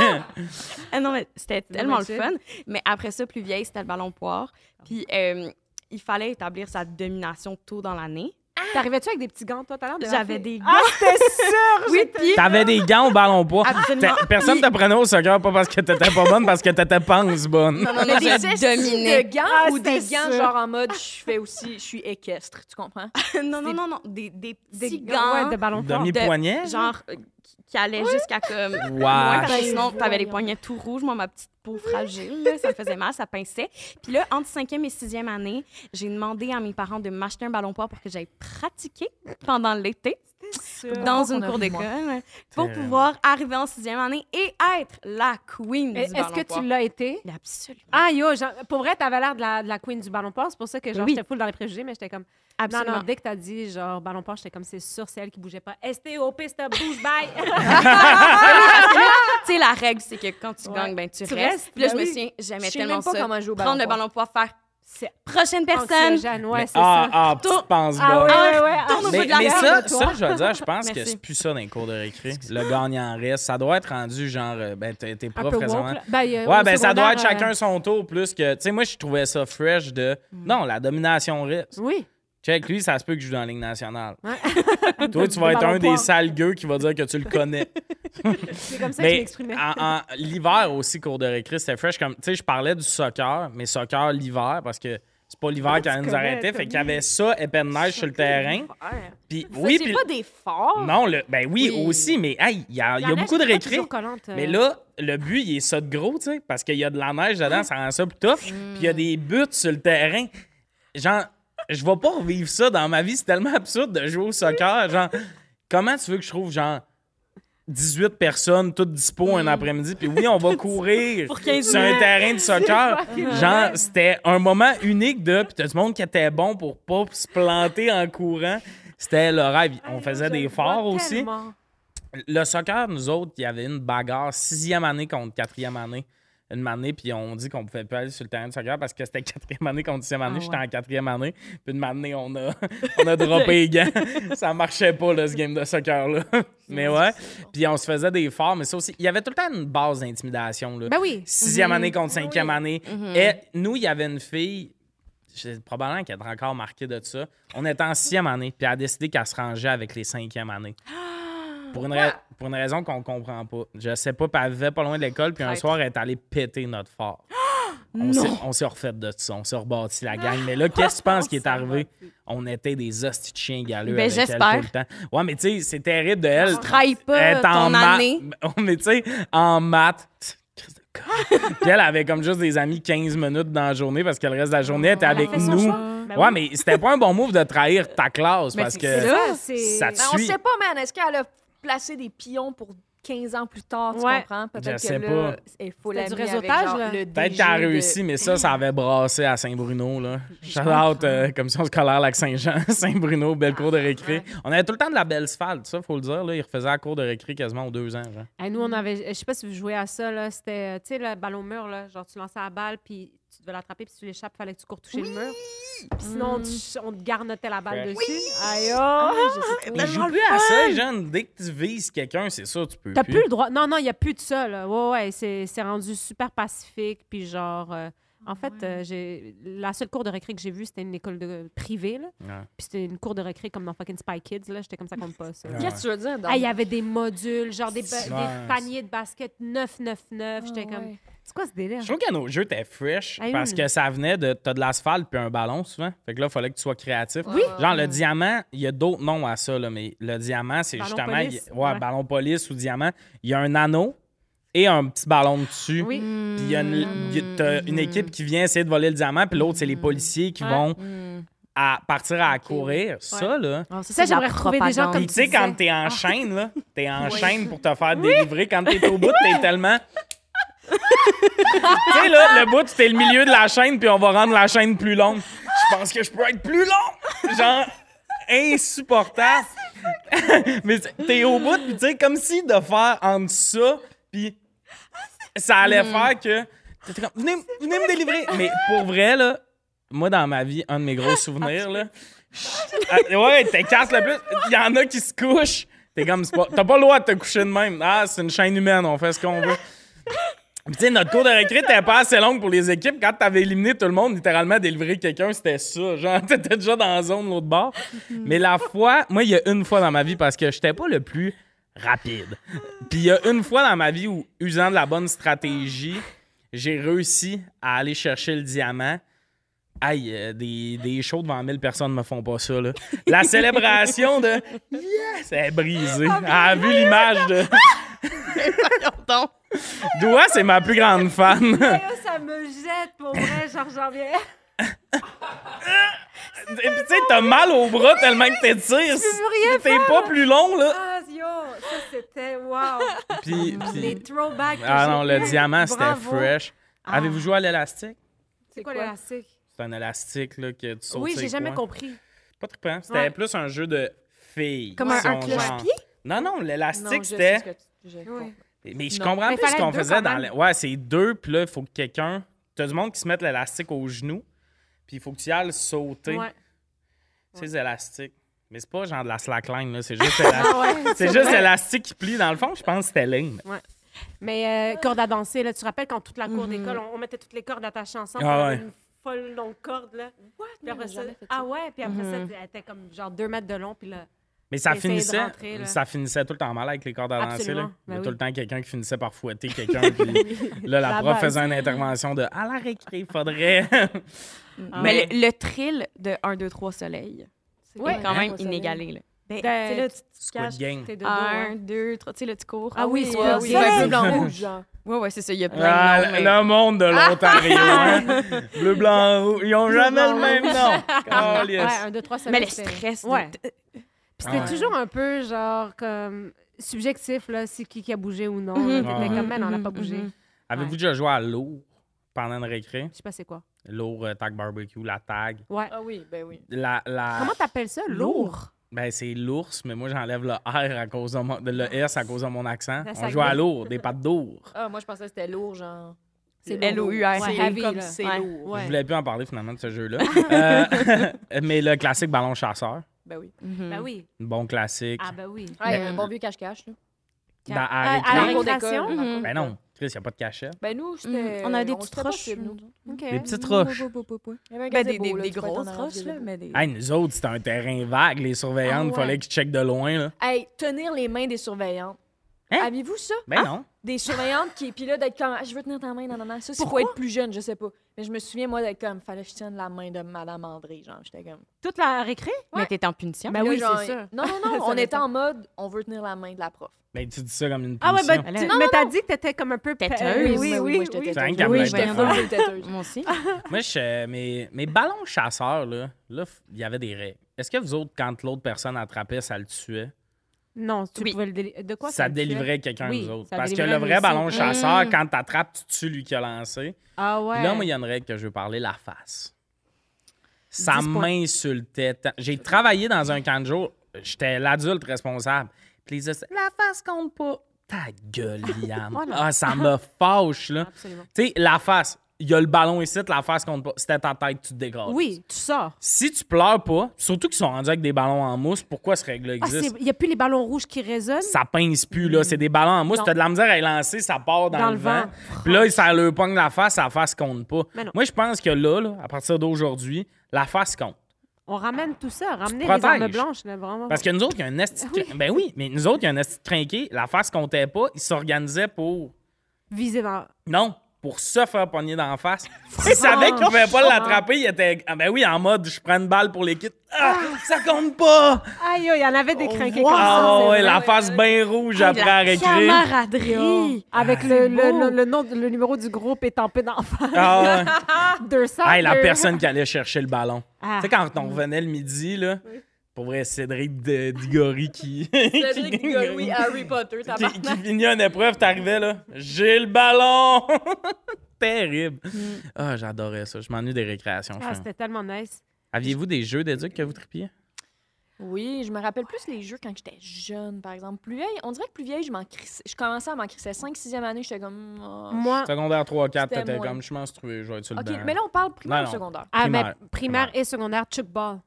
Ah non, mais c'était bon, tellement le Mathieu. fun. Mais après ça, plus vieille, c'était le ballon poire. Puis euh, il fallait établir sa domination tôt dans l'année. T'arrivais-tu avec des petits gants, toi, tout à l'heure? de J'avais rafler? des gants. Ah, c'était sûr! oui, puis T'avais des gants au ballon poids. absolument. T'as- Personne ne te prenait au soccer, pas parce que t'étais pas bonne, parce que t'étais pense bonne. Non, non, non, des je dominais. de gants Ah, ou c'est des gants sûr. genre en mode je fais aussi, je suis équestre, tu comprends? Non, non, non, non. Des, des Des petits Ouais, gants, de ballon fort. de- Demi-poignet? genre, euh, qui, qui allaient jusqu'à comme... Wesh. loin, parce que Ben, sinon, t'avais les voyons. poignets tout rouges. Moi, ma petite peau fragile, là, ça me faisait mal, ça pinçait. Puis là, entre cinquième et sixième année, j'ai demandé à mes parents de m'acheter un ballon poire pour que j'aille pratiquer pendant l'été. Euh, dans qu'on une a cour vu, moi. d'école pour Terrible. pouvoir arriver en sixième année et être la queen Et- du Est-ce ballon que tu l'as été? l'as? Absolument. Ah, yo, genre, pour vrai, t'avais l'air de la, de la queen du ballon port. C'est pour ça que genre, Oui. j'étais full dans les préjugés, mais j'étais comme. Ah, Absolument. Non, non, dès que t'as dit genre ballon port, j'étais comme, c'est sûr, c'est elle qui bougeait pas. STOP, stop, bouge, bye! tu sais, la règle, c'est que quand tu Ouais. gagnes, ben, tu, Tu restes. restes, Puis là, ben je me oui. souviens, j'aimais Je sais tellement même pas ça. comment jouer au Prendre le ballon ballon pour faire c'est prochaine personne. anxiogène, ouais, Mais- c'est ah, ça. ah, petite pense bonne. Ah, ouais, ouais, ouais. Tourne au Mais, bout de la mais table, ça, toi. ça, je veux dire, je pense que Merci. c'est plus ça dans les cours de récré. Le gagnant reste. Ça doit être rendu genre, euh, ben, t'es t'es Un prof peu woke, récemment. là. Ben, euh, Mm. Ouais, au ben, ça doit être secondaire, chacun son tour plus que. Tu sais, moi, je trouvais ça fresh de. Non, la domination reste. euh, Oui. Check, lui, ça se peut que je joue dans la Ligue nationale. Toi, Le- tu le vas être ballon un des poire. sales gueux qui va dire que tu le connais. C'est comme ça que je Mais ah, m'exprimais. en, en- l'hiver aussi, cours de récré, c'était fresh. Comme, tu sais, je parlais du soccer, mais soccer l'hiver, parce que c'est pas l'hiver qu'elle nous connais, arrêtait. Fait qu'il y Tommy. avait ça, épais de neige sur le terrain. Ben, Puis, oui, c'est puis. pas des forts. Non, le, ben oui, Oui. aussi, mais hey, il y a, il y a La neige, beaucoup de c'est pas récré. toujours collante, euh. Mais là, le but, il est ça Mm. de gros, tu sais, parce qu'il y a de la neige dedans, ça rend ça plus tough. Puis il y a des buts sur le terrain. genre, je vais pas revivre ça dans ma vie. C'est tellement absurde de jouer au soccer. Genre, comment tu veux que je trouve, genre, 18 personnes toutes dispo un après-midi, puis oui, on va courir Mm. Pour 15 sur un minutes. terrain de soccer. Genre, c'était un moment unique de. Puis t'as du monde qui était bon pour pas se planter en courant. C'était le rêve. On faisait des forts aussi. Le soccer, nous autres, il y avait une bagarre sixième année contre quatrième année. Une année, puis on dit qu'on pouvait pas aller sur le terrain de soccer parce que c'était quatrième année contre sixième année. Ah J'étais ouais. en quatrième année. Puis une année, on a, on a droppé les gants. Ça marchait pas, là, ce game de soccer-là. mais ouais. Puis on se faisait des forts, mais ça aussi. Il y avait tout le temps une base d'intimidation. là Ben oui. sixième Mhm. année contre cinquième année. Et nous, il y avait une fille, je- probablement qu'elle est encore marquée de ça. On était en sixième année, puis elle a décidé qu'elle se rangeait avec les cinquièmes années. Pour une, rai- pour une raison qu'on comprend pas. Je sais pas, puis elle vivait pas loin de l'école, puis un Traître. soir, elle est allée péter notre fort. On Non. s'est- on s'est refait de ça, on s'est rebâti la gang. Mais là, qu'est-ce que tu penses qui est arrivé? On était des hosties de chiens galeux Ben, avec elle j'espère. tout le temps. Ouais, mais tu sais, c'est terrible de elle. Trahis Elle pas Euh, est en ton ma- année. Euh, Mais tu sais, en maths. Christ de con. Puis elle avait comme juste des amis 15 minutes dans la journée parce que le reste de la journée elle était Elle a avec fait son nous. choix. Ben ouais, oui. mais c'était pas un bon move de trahir ta classe Mais parce c'est que. ça. ça te- Ben, on suis- sait pas, man. Est-ce qu'elle a placé des pions pour 15 ans plus tard? Tu Ouais. comprends? Je Peut-être que sais là, il faut la C'était du mettre avec réseautage, genre, là. le Peut-être DG qu'elle a de- réussi, mais ça, ça avait brassé à Saint-Bruno. là. Shout out, euh, commission scolaire Lac-Saint-Jean, Saint-Bruno, belle cour de Ah, récré. On avait tout le temps de la belle sphalte, ça, faut le dire. Là. Ils refaisaient la cour de récré quasiment aux deux ans. genre. Hey, Ah, nous, on avait. Je sais pas si vous jouez à ça, là. C'était, euh, tu sais, le ballon au mur, là. Genre, tu lançais la balle, puis tu devais l'attraper, puis si tu l'échappes, fallait que tu cours toucher le mur. Puis sinon, Mm. on, te- on te garnotait la balle Ouais. dessus. Aïe, Ah, oh. je sais Mais pas. je joue plus à ça, jeune. Dès que tu vises quelqu'un, c'est ça, tu peux. T'as plus le droit. Non, non, il n'y a plus de ça, là. Ouais, ouais. C'est, c'est rendu super pacifique, puis genre. euh, Ah, en fait, euh, j'ai, la seule cour de récré que j'ai vue, c'était une école de, privée, là. Ouais. Puis c'était une cour de récré comme dans fucking Spy Kids, là. J'étais comme ça, compte pas, ça. Ouais. Qu'est-ce que tu veux dire? Ah, il y avait des modules, genre des, ba- Ouais. Ah, des paniers de basket 999. J'étais comme, c'est quoi ce délire? Je trouve qu'à nos jeux, t'es fresh Ah oui. parce que ça venait de. T'as de l'asphalte puis un ballon souvent. Fait que là, il fallait que tu sois créatif. Oui. Genre, le diamant, il y a d'autres noms à ça, là, mais le diamant, c'est Ballon justement. police. il- ouais, Ouais. ballon police ou diamant. Il y a un anneau et un petit ballon dessus. Oui. Puis il y a une, il y a- t'as Mm. une équipe qui vient essayer de voler le diamant, puis l'autre, c'est les policiers qui Mm. Ouais. vont à partir à courir. Ça, là. Ah, Ça, j'aimerais retrouver des gens Puis comme tu sais, tu disais. Ah. quand t'es en chaîne, là, t'es en chaîne pour te faire délivrer. Quand t'es au bout, t'es tellement. tu sais, là, le bout, t'es le milieu de la chaîne, puis on va rendre la chaîne plus longue. Je pense que je peux être plus long! Genre, insupportable. Mais t'es au bout, puis tu sais, comme si de faire entre ça, puis ça allait Hmm. faire que. t'étais comme, venez, venez me délivrer! Mais pour vrai, là, moi, dans ma vie, un de mes gros souvenirs, là. Ah, ouais, t'écartes le plus. Il y en a qui se couchent. T'es comme, c'est pas- t'as pas le droit de te coucher de même. Ah, c'est une chaîne humaine, on fait ce qu'on veut. Puis, tu sais, notre cours de récré était pas assez longue pour les équipes. Quand t'avais éliminé tout le monde, littéralement, délivrer quelqu'un, c'était ça. Genre, t'étais déjà dans la zone, l'autre bord. Mais la fois, moi, il y a une fois dans ma vie, parce que j'étais pas le plus rapide. Puis il y a une fois dans ma vie où, usant de la bonne stratégie, j'ai réussi à aller chercher le diamant. Aïe, euh, des, des shows devant 1000 personnes me font pas ça, là. La célébration de « Yes! » Elle est brisée. Elle a vu l'image de... Donc, Doua, c'est ma plus grande fan. Ça me jette pour vrai, genre, j'en viens. Et puis, tu sais, t'as mal au bras tellement que t'étires. rien T'es pas plus long, là. Ah, yo, ça c'était wow. Puis, puis- Les throwbacks. que Ah j'ai non, le eus. diamant, c'était Bravo. fresh. Avez-vous joué à l'élastique? C'est quoi quoi? l'élastique? C'est un élastique, là, que Oh, tu sautes Oui, ses j'ai jamais coins. compris. Pas trippant. C'était Ouais. plus un jeu de filles. Comme un- Son un cloche-pied? Non, non, Non, je l'élastique, sais c'était... ce que tu- je comprends. Mais je Non. comprends Mais plus ce fallait qu'on être deux faisait quand dans... même. le- Ouais, c'est deux, puis là, il faut que quelqu'un... T'as du monde qui se mette l'élastique au genou, puis il faut que tu y ailles sauter. Ouais. C'est des élastiques. Mais c'est pas genre de la slackline, là. C'est juste, éla- ouais. c'est juste élastique qui plie. Dans le fond, je pense que c'était lame. Mais euh, corde à danser, là, tu te rappelles quand toute la cour d'école, on, on mettait toutes les cordes attachées ensemble, Ah on ouais. avait une folle longue corde là. Puis Non, après j'ai ça, jamais fait ça. ah ouais, puis après Mhm. ça, elle était comme genre deux mètres de long, puis là. Mais ça Essayer de finissait, rentrer, là. ça finissait tout le temps mal avec les cordes à danser. Absolument. Là. Il y a Ben tout oui. le temps quelqu'un qui finissait par fouetter quelqu'un. puis là, la, La prof base. faisait une intervention de à la récré, faudrait. Mm. Mais le, le thrill de 1, 2, 3 soleil, c'est Ouais. quand même Soleil. inégalé. Là. Ben, Ben, tu sais, là, tu te Squid caches, Game. t'es de dos, hein. 1, 2, 3, tu sais, là, tu cours. Ah oui, c'est oui, pas- oui. ben c'est un peu Soleil. blanc. genre. Ouais, ouais, c'est ça. Il y a plein Ah, de noms, le- mais- Le monde de l'Ontario. hein. Bleu, blanc, rouge. Ils ont jamais le blanc, même nom. Ouais, Calisse. un, deux, trois Mais semaines. le c'était- stress. de- Ouais. Puis c'était Ah ouais. toujours un peu genre comme subjectif, là, c'est qui qui a bougé ou non. Mhm. là. T'étais Ouais. comme, mais non, on n'a pas Mhm, bougé. mhm. Avez-vous déjà joué à l'eau pendant une récré? Je sais pas c'est quoi. Lourd euh, tag barbecue, la tag. Ouais. Ah oui, ben oui. La, la... Comment t'appelles ça? Lourd. Ben, c'est l'ours, mais moi, j'enlève le R à cause de, mon- de le S à cause de mon accent. La On sac joue à de- l'our, des pattes d'ours. Ah, moi, je pensais que c'était lourd, genre. C'est L O U R. Ouais, C'est heavy, comme là. c'est Ouais. lourd. Je Ouais. voulais plus en parler finalement de ce jeu-là. Euh, mais le classique ballon chasseur, Ben oui. Mhm. Ben oui. bon classique. Ah, ben oui. Ouais, Ben- un bon vieux cache-cache, là. Dans- Ah, à à la récré. cour récréation? d'école, dans la Mhm. cour Ben non, Chris, il n'y a pas de cachet. Ben nous, c'était. On a des petites se fait pas roches, chier, nous. OK. Des petites roches. Il y avait un Ben, des, gazebo, des, là, des tu pouvais être en grosses arrière du roches, là, gazebo. mais des... Hey, nous autres, c'était un terrain vague. Les surveillantes, Ah il ouais. fallait qu'ils checkent de loin. Là. Hey, tenir les mains des surveillantes. Hein? Avez-vous ça? Ben non. Des surveillantes qui. Puis là, d'être comme. Ah, je veux tenir ta main, non, non, non. Ça, c'est pour être plus jeune, je sais pas. Mais je me souviens, moi, d'être comme. Fallait que je tienne la main de Madame André, genre. J'étais comme. Toute la récré? Mais t'étais en Bah, punition. Ben Là, oui, genre, c'est ça. Non, non, non. Ça on était m'étonne. en mode. On veut tenir la main de la prof. Ben tu dis ça comme une Ah ouais, ben, punition. tu- Non, mais t'as dit que t'étais comme un peu... Têteuse. euh, Oui, oui, Ben oui. moi, j'étais oui. T'as rien têteuse. qu'à Oui, me j'étais dire. full têteuse. Moi aussi. ben, Moi, je, euh, mes, mes ballons chasseurs, là, là, f- il y avait des règles. Est-ce que vous autres, quand l'autre personne attrapait, ça le tuait? Non, tu Oui. pouvais le déli- De quoi ça le tuait? délivrait quelqu'un Oui, aux autres. ça Parce que délivrait le lui vrai aussi. ballon chasseur, Mm. quand t'attrapes, tu tues lui qui a lancé. Ah ouais. Puis Là, moi, il y a une règle que je veux parler, la face. Ça 10 points. m'insultait. tant. J'ai travaillé dans un camp de jour. J'étais l'adulte responsable. Puis les autres, la face compte pas. Ta gueule, Liam. Voilà. Ah, ça me fâche, là. Absolument. Tu sais, la face. Il y a le ballon ici, la face compte pas. C'était ta tête, tu te dégrades. Oui, tu sors. Si tu pleures pas, surtout qu'ils sont rendus avec des ballons en mousse, pourquoi ce règle-là Ah, existe? c'est- il n'y a plus les ballons rouges qui résonnent. ça pince plus, là. C'est des ballons en mousse. Non. T'as de la misère à les lancer, ça part dans, le vent. Ben Puis là, ça leur pogne la face, la face compte pas. Mais non. Moi, je pense que là, là, à partir d'aujourd'hui, la face compte. On ramène tout ça, ramener les protèges. armes blanches, là, vraiment. Parce que nous autres, il y a un esti de crin- Ben oui, mais nous autres, il y a un esti de trinqué. La face comptait pas. Ils s'organisaient pour. Viser dans. Non, pour se faire pogner dans la face. Ils savaient qu'ils pouvaient pas l'attraper. Ils étaient. Ah, ben oui, en mode, je prends une balle pour l'équipe. Ah, ça compte pas! Aïe, aïe, il y en avait des crinqués comme ça. Ah, c'est ouais, Ah, vrai. la face bien rouge après à récré. Oh. camaraderie. Ah, Avec le, le, beau. le, le nom, le numéro du groupe étampé d'en face. Ah, ouais. 200. Hey, la deux- personne qui allait chercher le ballon. Ah. Tu sais, quand on revenait le midi, là, pour vrai, Cédric de- Diggory qui, Cédric ah, bah. Diggory, Harry Potter, ça qui, qui finit une épreuve, t'arrivais là, j'ai le ballon! Terrible! Mm. Ah, j'adorais ça. Je m'ennuie des récréations. Ah, je suis un- c'était tellement nice. Aviez-vous des jeux d'éduc que vous tripiez? Oui, je me rappelle plus les jeux quand j'étais jeune, par exemple. Plus vieille, on dirait que plus vieille, je m'en crissais- Je commençais à m'en crisser. 5 6e année, j'étais comme. Ah. Moi, Secondaire 3-4, C'était t'étais moins. comme, je pense, trouvé, je vais être sur le OK, banc. mais là, on parle ben, primaire Non, ou non. secondaire? ah, mais primaire, primaire, et secondaire, chuck ball.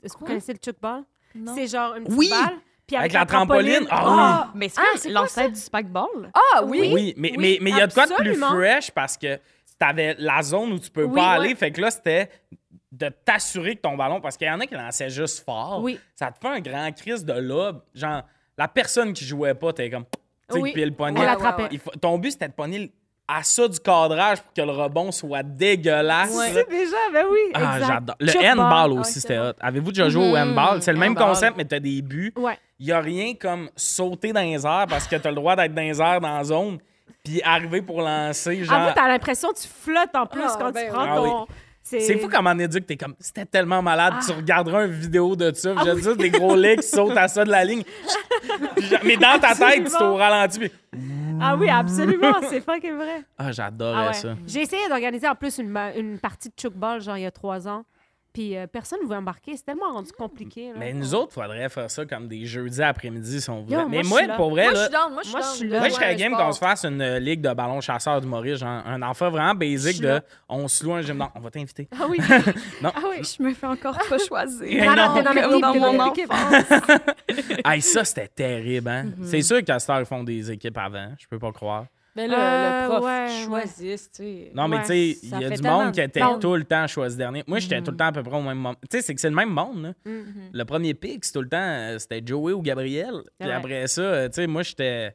Est-ce que vous Quoi? connaissez le chuck ball? Non. C'est genre une petite Oui! balle. Puis Avec avec, la trampoline? Ah Mais c'est Ah, quoi c'est quoi l'ancêtre du spikeball? Ah oui! Oui, mais oui, il mais, mais il y a de quoi de plus absolument. fresh parce que t'avais la zone où tu peux Oui, pas ouais. aller. Fait que là, c'était de t'assurer que ton ballon, parce qu'il y en a qui lançaient juste fort. Oui. Ça te fait un grand crise de lobe. Genre, la personne qui jouait pas, t'es comme. Tu sais, Oui, puis le On poignet. Ouais, l'attrapait. ouais, ouais. Il faut- Ton but, c'était de pogner le- à ça du cadrage pour que le rebond soit dégueulasse. Ouais. là. C'est déjà, ben oui. Ah, exact. j'adore. Le Chuck handball ball. Ah, Hmm. aussi, ouais, c'était c'est hot. Avez-vous déjà joué au Mhm, handball? C'est le même handball. concept, mais t'as des buts. Ouais. Il n'y a rien comme sauter dans les airs parce que t'as le droit d'être dans les airs dans la zone puis arriver pour lancer. Ah, vous, Genre... t'as l'impression que tu flottes en plus Ah, quand ben tu oui. prends Ah ton. C'est fou comment on éduque, t'es comme, c'était tellement malade, Ah. tu regarderas une vidéo de ça, puis je dis, des gros legs qui sautent à ça de la ligne. Puis je- Mais dans ta tête, c'est au Absolument. ralenti. puis- Ah oui, absolument, c'est fucking vrai. Ah, j'adorais Ah ouais. ça. J'ai essayé d'organiser en plus une, ma- une partie de chuckball, genre il y a trois ans. Puis euh, personne ne voulait embarquer. C'est tellement rendu compliqué. là. Mais nous autres, faudrait faire ça comme des jeudis après-midi si on voulait. Yo, mais moi, je moi, suis là. pour vrai, Moi, je là, suis down. Moi, je suis Moi, je down. suis de là. Moi, jouer je Ouais, serais à un game sport. qu'on se fasse une euh, ligue de ballon chasseur d'humoristes, genre un enfant vraiment basic là. de on se loue un gym. Non, on va t'inviter. Ah oui. Non. Ah oui. Je me fais encore pas choisir. Mais Ah non, non, t'es dans comme l'équipe, dans t'es dans mon l'équipe. hey, ça, c'était terrible, hein? C'est sûr qu'à cette heure, ils font des équipes avant. Je peux pas croire. Mais là, Euh, le prof ouais, choisisse, tu sais. Non, mais Ouais, tu sais, il ça y a fait du tellement monde qui de était temps. tout le temps choisi dernier. Moi, j'étais tout le temps à peu près au même moment. Tu sais, c'est que c'est le même monde, là. Mhm. Le premier pic, c'est tout le temps, euh, c'était Joey ou Gabriel. Puis Ouais. après ça, euh, tu sais, moi, j'étais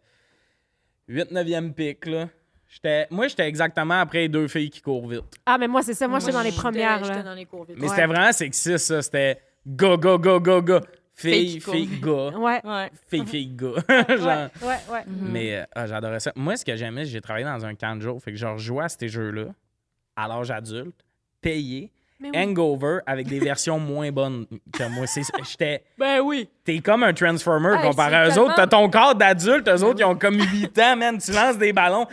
8-9e pic, là. J'étais- Moi, j'étais exactement après les deux filles qui courent vite. Ah, mais moi, c'est ça. Moi, Moi, j'étais dans les j'étais- premières. J'étais Là. dans les cours vite. Mais Ouais. c'était vraiment sexiste, ça. C'était go, go, go, go, go. fille, Fille qui court. fille, gars. Ouais. Ouais. Fille, fille, gars. Genre, Ouais, ouais, ouais. Mais euh, ah, j'adorais ça. Moi, ce que j'aimais, j'ai travaillé dans un camp de jour. Fait que genre, jouais à ces jeux-là à l'âge adulte, payé, Mais oui. hangover avec des versions moins bonnes que moi. C'est- J'étais. Ben oui. T'es comme un Transformer Hey, comparé à eux c'est tellement- autres. T'as ton corps d'adulte, eux autres, ils ont comme 8 ans, man. Tu lances des ballons,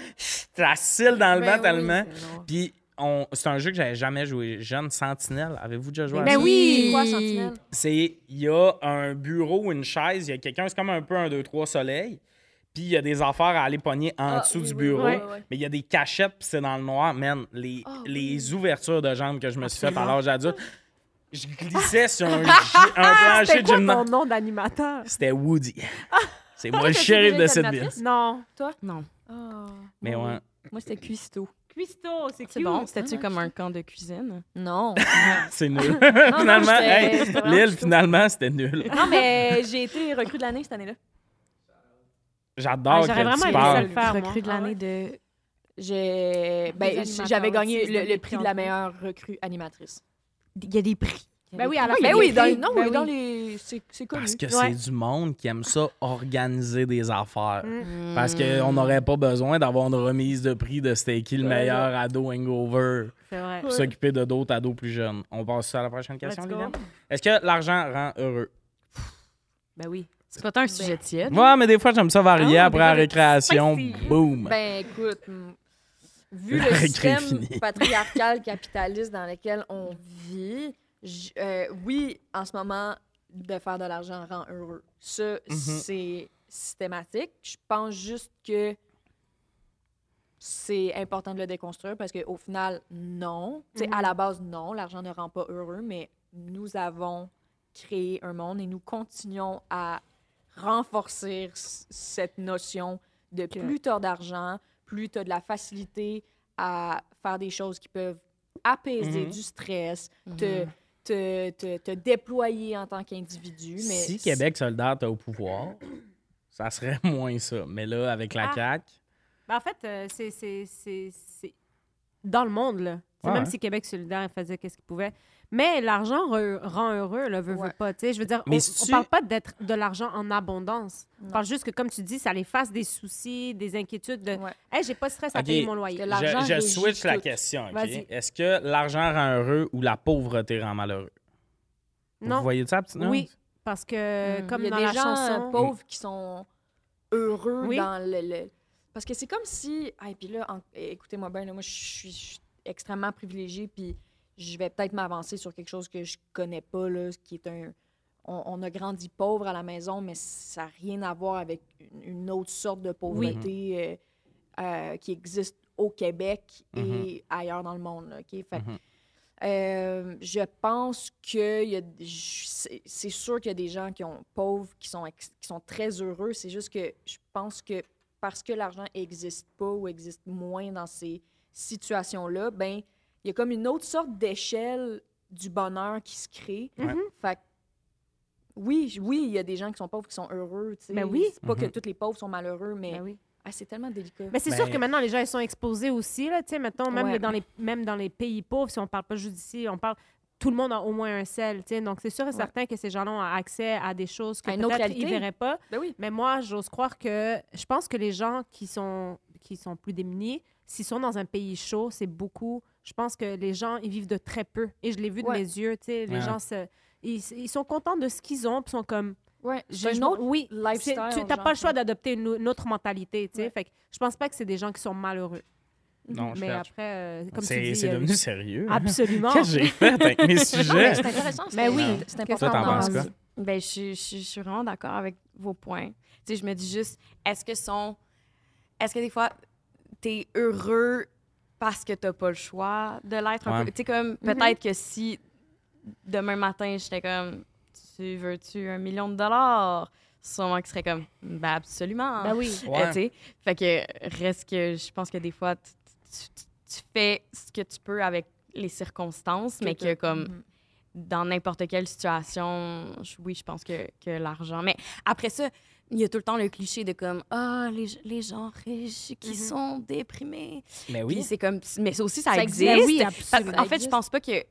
t'as cile dans le Ben vent tellement. c'est drôle. Puis on- c'est un jeu que j'avais jamais joué jeune, Sentinelle. Avez-vous déjà joué à Ben ça? oui. C'est quoi, Sentinelle? C'est, il y a un bureau, une chaise, il y a quelqu'un, c'est comme un peu un 2-3 soleil. Puis il y a des affaires à aller pogner en Ah, dessous oui, du oui, bureau. oui, oui. Mais il y a des cachettes, puis c'est dans le noir. Man, les, Ah, les ouvertures de jambes que je me suis faites à Absolument. Ah, l'âge adulte, je glissais sur un, gi- un plancher C'était de quoi gymnastique. ton nom Ah. d'animateur? C'était Woody. C'est moi le t'as shérif trouvé de cette ville. l'animatrice? Non. Non. Ah. Mais ouais. Moi, c'était cuistot. Cuisto, c'est C'est cute. bon. C'était-tu Ah, comme un camp de cuisine? Non. C'est nul. finalement, j'étais- hey, j'étais vraiment Lille, chaud. finalement, c'était nul. non, mais j'ai été recrue de l'année cette année-là. J'adore Ouais, Ah, j'aurais que Ah, vraiment tu aimé parles. ça le faire, moi. Recrue de Ah l'année ouais. de. J'ai- Des ben, animateurs j'avais gagné autistes, le, des le prix de la piquants. meilleure recrue animatrice. Il y a des prix. Ben oui, à la Ah, fin. ben des oui, dans, prix. non, Ben oui, dans oui. les. C'est c'est connu. Parce que Ouais. c'est du monde qui aime ça, organiser des affaires. Mm. Parce qu'on n'aurait pas besoin d'avoir une remise de prix de c'était qui le meilleur ado hangover C'est vrai. pour s'occuper de d'autres ados plus jeunes. On passe à la prochaine Let's question, go. Liliane? Est-ce que l'argent rend heureux? Ben oui. C'est pas tant un sujet tiède. Ouais, mais des fois, j'aime ça varier Ah, après la des fois, récréation. spicy. Boum! Ben écoute, m- vu La le récré système finie. patriarcal capitaliste dans lequel on vit, j- euh, oui, en ce moment, de faire de l'argent rend heureux. Ça, Mhm. c'est systématique. Je pense juste que c'est important de le déconstruire parce qu'au final, non. Tu sais, Mhm. À la base, non, l'argent ne rend pas heureux, mais nous avons créé un monde et nous continuons à renforcer c- cette notion de Que- plus t'as d'argent, plus t'as de la facilité à faire des choses qui peuvent apaiser Mhm. du stress, te, Mhm. te, te, te déployer en tant qu'individu. Mais Si Québec solidaire était au pouvoir, ça serait moins ça. Mais là, avec la Ah. CAQ, Ben en fait, euh, c'est- c'est- c'est c'est dans le monde, là. Tu sais, Ouais, même ouais. si Québec solidaire faisait qu'est-ce qu'il pouvait. Mais l'argent re- rend heureux, là, veut, veut Ouais. pas. Tu sais, je veux dire, Mais on, si on tu- parle pas d'être de l'argent en abondance. On Non. parle juste que, comme tu dis, ça les fasse des soucis, des inquiétudes de Ouais. Hey, j'ai pas de stress à Ok. payer mon loyer. Que je, l'argent je régit switch la tout. question. ok? Vas-y. Est-ce que l'argent rend heureux ou la pauvreté rend malheureux? Vous Non, voyez ça, petite nuance? Oui. parce que, Mm. comme Il y a dans des la gens euh, chanson... pauvres qui sont heureux Oui. dans le, le- Parce que c'est comme si. Ah, et puis là, en- eh, écoutez-moi bien, là, moi, je suis je suis extrêmement privilégiée, puis je vais peut-être m'avancer sur quelque chose que je connais pas, là, ce qui est un. On, on a grandi pauvre à la maison, mais ça n'a rien à voir avec une, une autre sorte de pauvreté euh, euh, qui existe au Québec et Mhm. ailleurs dans le monde. là, OK? Fait que Mhm. euh, je pense que il y a des- je- c'est c'est sûr qu'il y a des gens qui ont pauvres, qui sont, ex- qui sont très heureux. C'est juste que je pense que parce que l'argent n'existe pas ou existe moins dans ces situations-là, ben il y a comme une autre sorte d'échelle du bonheur qui se crée. Mhm. Ouais. Fait que oui, j- oui, il y a des gens qui sont pauvres qui sont heureux. tu sais. Ben oui. C'est pas que Mhm. tous les pauvres sont malheureux, mais Ben oui. ah, c'est tellement délicat. Mais c'est Ben- sûr que maintenant, les gens, ils sont exposés aussi, là, tu sais, mettons, même, Ouais. les- dans les, même dans les pays pauvres, si on parle pas juste d'ici, on parle... Tout le monde a au moins un sel, tu sais. Donc, c'est sûr et certain que ces gens-là ont accès à des choses que À une autre peut-être ils réalité. verraient pas. Ben oui. Mais moi, j'ose croire que... Je pense que les gens qui sont, qui sont plus démunis, s'ils sont dans un pays chaud, c'est beaucoup... Je pense que les gens, ils vivent de très peu. Et je l'ai vu de Ouais. mes yeux, tu sais. Les Ouais. gens, se- ils, ils sont contents de ce qu'ils ont, puis sont comme... Ouais, J'ai- c'est je- un autre oui, lifestyle, c'est- Tu n'as genre. pas le choix d'adopter une, une autre mentalité, tu sais. Ouais. Fait que je pense pas que c'est des gens qui sont malheureux. Non, je Mais cherche. Ben, après, euh, comme tu C'est dis, c'est euh, devenu sérieux. hein? absolument. Qu'est-ce que j'ai fait avec mes Non, mais sujets? c'est intéressant. Ben c'est- oui. c'est Qu'est-ce important. Toi, t'en d'en penses quoi? parler. Ben, je, je- je suis vraiment d'accord avec vos points. Tu sais, je me dis juste, est-ce que sont. Est-ce que des fois, t'es heureux parce que t'as pas le choix de l'être un Ouais. peu? Tu sais, comme, peut-être que si demain matin, j'étais comme, tu veux-tu un million de dollars? Sûrement que serait comme, ben, absolument. Ben oui. Euh, Ouais. tu sais. fait que reste que je pense que des fois, tu, tu- tu- tu fais ce que tu peux avec les circonstances, mais que comme Mhm. dans n'importe quelle situation, je- oui, je pense que, que l'argent. Mais après ça, il y a tout le temps le cliché de comme ah les, les gens riches qui Mhm. sont déprimés. Mais Puis oui. c'est comme mais ça aussi ça, Mm-hmm. Ça existe. hein. existe. Ben oui, Parce- absolument. en fait, je pense pas que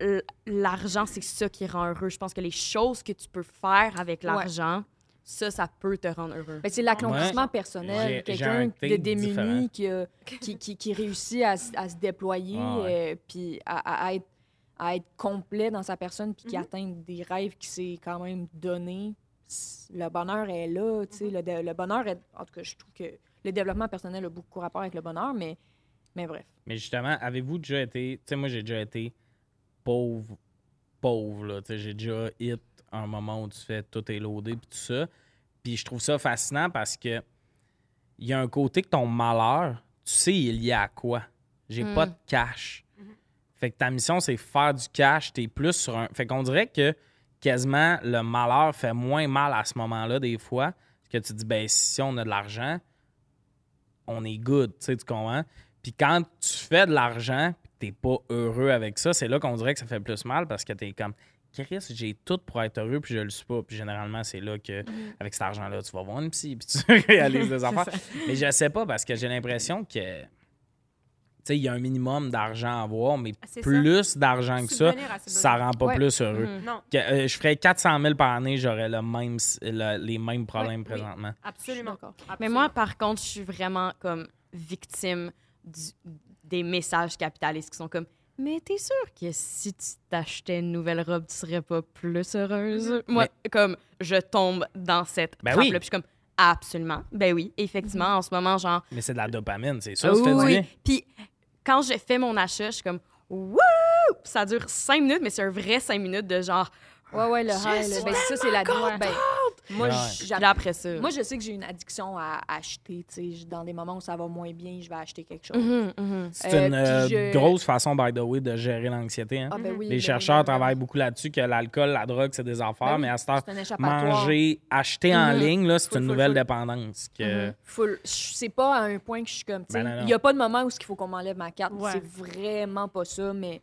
l- l'argent, c'est ça qui rend heureux. Je pense que les choses que tu peux faire avec Ouais. l'argent, ça, ça peut te rendre heureux. Ben, c'est l'accomplissement personnel. J'ai- j'ai un Quelqu'un de take différent. démuni qui, a- qui, qui- qui réussit à, s- à se déployer, Ah ouais. euh, puis à, à- à être, à être complet dans sa personne, puis qui Mhm. atteint des rêves qui s'est quand même donné. S- Le bonheur est là, tu sais. le dé- Le, bonheur est. En tout cas, je trouve que le développement personnel a beaucoup rapport avec le bonheur, mais, mais bref. Mais justement, avez-vous déjà été. Tu sais, moi, j'ai déjà été pauvre, pauvre, là. Tu sais, j'ai déjà hit un moment où tu fais tout est loadé, puis tout ça. Puis je trouve ça fascinant parce que il y a un côté que ton malheur, tu sais, il est lié à quoi? J'ai Mm. pas de cash. Fait que ta mission, c'est faire du cash. T'es plus sur un. Fait qu'on dirait que quasiment le malheur fait moins mal à ce moment-là, des fois. Parce que tu dis, ben, si on a de l'argent, on est good, tu sais, tu comprends? Puis quand tu fais de l'argent, puis que t'es pas heureux avec ça, c'est là qu'on dirait que ça fait plus mal parce que t'es comme, Chris, j'ai tout pour être heureux, puis je le suis pas. Puis généralement, c'est là que, avec cet argent-là, tu vas voir une psy, puis tu réalises des affaires. Mais je sais pas parce que j'ai l'impression que, tu sais, il y a un minimum d'argent à avoir, mais Ah, c'est ça. plus d'argent que ça, Subvenir à ses ça besoins. rend pas Ouais. plus heureux. Mhm. Non, Que, euh, je ferais 400 000 par année, j'aurais le même, s- le- les mêmes problèmes oui. présentement. absolument. d'accord. Mais moi, par contre, je suis vraiment comme victime du- des messages capitalistes qui sont comme Mais t'es sûr que si tu t'achetais une nouvelle robe, tu serais pas plus heureuse? Moi, comme je tombe dans cette Mm. Ben trappe-là. oui. Puis je suis comme Absolument. Ben oui, effectivement, en ce moment, genre. Mais c'est de la dopamine, c'est ça, ça fait du Ah oui. bien. Puis quand j'ai fait mon achat, je suis comme Wouh! Puis Ça dure cinq minutes, mais c'est un vrai cinq minutes de genre. Ouais, ouais, le Je high, là, suis ben, ça, c'est la ben, Moi, Ouais. j- Puis là, après ça. Moi, je sais que j'ai une addiction à acheter. tu sais, j- Dans des moments où ça va moins bien, je vais acheter quelque chose. Mhm, mhm. C'est Euh, une puis euh, je- grosse façon, by the way, de gérer l'anxiété. hein. Ah, ben oui, Les ben chercheurs oui, ben oui. travaillent beaucoup là-dessus que l'alcool, la drogue, c'est des affaires, Ben oui, mais à cette heure, C'est un Mm-hmm. échappatoire. manger, acheter en Mhm. ligne, là, c'est Full, une full, nouvelle full. dépendance. Que... Full. Je- C'est pas à un point que je suis comme. tu sais, Ben non, non. Il n'y a pas de moment où il faut qu'on m'enlève ma carte. Ouais. C'est vraiment pas ça, mais,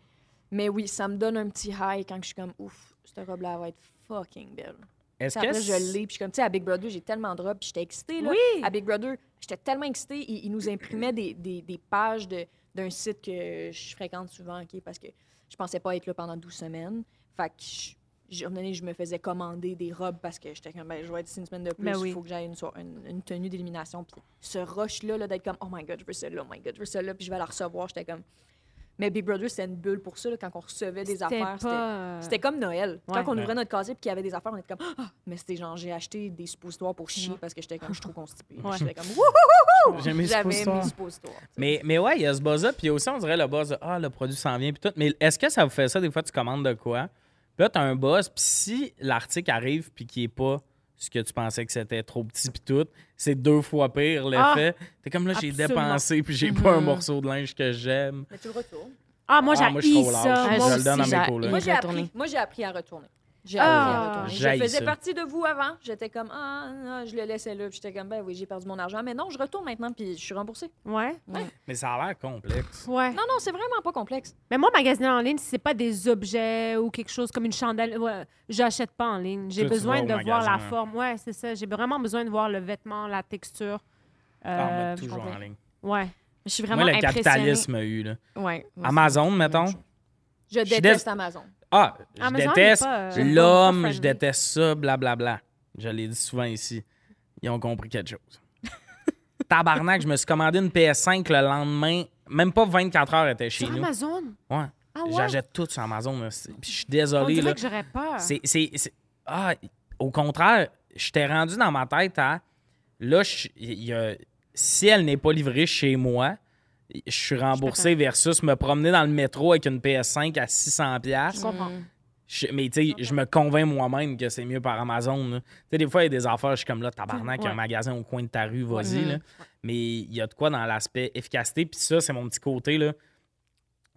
mais oui, ça me donne un petit high quand je suis comme ouf, cette robe-là elle va être fucking belle. Est-ce Puis que après, je c'est- l'ai, puis je suis comme, tu sais, à Big Brother, j'ai tellement de robes, puis j'étais excitée. Là. Oui. À Big Brother, j'étais tellement excitée. Ils, ils nous imprimaient des, des- des pages de- d'un site que je fréquente souvent, OK, parce que je pensais pas être là pendant 12 semaines. Fait que, je, j'ai- à un moment donné, je me faisais commander des robes parce que j'étais comme, ben, je vais être ici une semaine de plus, il Ben oui. faut que j'aille une, soir- une, une tenue d'élimination. Puis ce rush-là, là, d'être comme, oh my God, je veux celle-là, oh my God, je veux celle-là, puis je vais la recevoir. J'étais comme... Mais Big Brother, c'était une bulle pour ça, là, quand on recevait des affaires. c'était- c'était comme Noël. Euh. Ouais. Quand on Ouais. ouvrait notre casier et qu'il y avait des affaires, on était comme Ah! Mais c'était genre, j'ai acheté des suppositoires pour chier parce que j'étais comme, je suis trop constipée. Ouais. J'étais comme, wouhou! J'aime les J'avais mes suppositoires. suppositoires. Mais, mais ouais, il y a ce buzz-là, puis aussi, on dirait le buzz de Ah, le produit s'en vient, puis tout. Mais est-ce que ça vous fait ça, des fois, tu commandes de quoi? Puis là, t'as un buzz, puis si l'article arrive, puis qui est pas ce que tu pensais que c'était trop petit, puis tout, c'est deux fois pire Ah! l'effet. T'es comme là, j'ai absolument. dépensé, puis j'ai pas un Mm-hmm. Mhm. morceau de linge que j'aime. Mais tu le retournes. Ah, moi, Ah, moi, je suis j'haïs trop ça. lâche. Moi Je le aussi, donne à mes j'haïs. collègues. Moi, j'ai Retourner. appris, moi, j'ai appris à retourner. J'ai Ah! appris à retourner. J'haïs Je faisais ça. partie de vous avant. J'étais comme, ah, non, je le laissais là. Puis j'étais comme, ben oui, j'ai perdu mon argent. Mais non, je retourne maintenant, puis je suis remboursée. Ouais. Mais ça a l'air complexe. Ouais. Non, non, c'est vraiment pas complexe. Mais moi, magasiner en ligne, si c'est pas des objets ou quelque chose comme une chandelle, ouais, j'achète pas en ligne. J'ai Toi, tu vas besoin au de voir la magasin. hein. forme. Ouais, c'est ça. J'ai vraiment besoin de voir le vêtement, la texture. Ah, on Euh, met toujours en ligne. Ouais. Je suis vraiment Moi, le impressionnée. capitalisme a eu, là. Ouais, ouais, Amazon, mettons. Je Je suis déteste Amazon. Ah, je Amazon, il est déteste pas, euh, l'homme, pas friendly. je déteste ça, blablabla. Je l'ai dit souvent ici. Ils ont compris quelque chose. Tabarnak, je me suis commandé une PS5 le lendemain. Même pas 24 heures elle était chez Sur nous. Amazon. Ouais. Ah ouais. J'achète tout sur Amazon. là. C'est- Puis je suis On désolé. dirait là. que j'aurais peur. C'est, c'est- c'est- Ah, au contraire, je t'ai rendu dans ma tête à. Là, je- il y a- si elle n'est pas livrée chez moi, je suis remboursé versus me promener dans le métro avec une PS5 à 600$. piastres. Je comprends. Je- mais tu sais, je me convainc moi-même que c'est mieux par Amazon. là. Tu sais, des fois, il y a des affaires, je suis comme là, tabarnak, il y a un Ouais. magasin au coin de ta rue, vas-y. Mhm. là. Mais il y a de quoi dans l'aspect efficacité. Puis ça, c'est mon petit côté. là.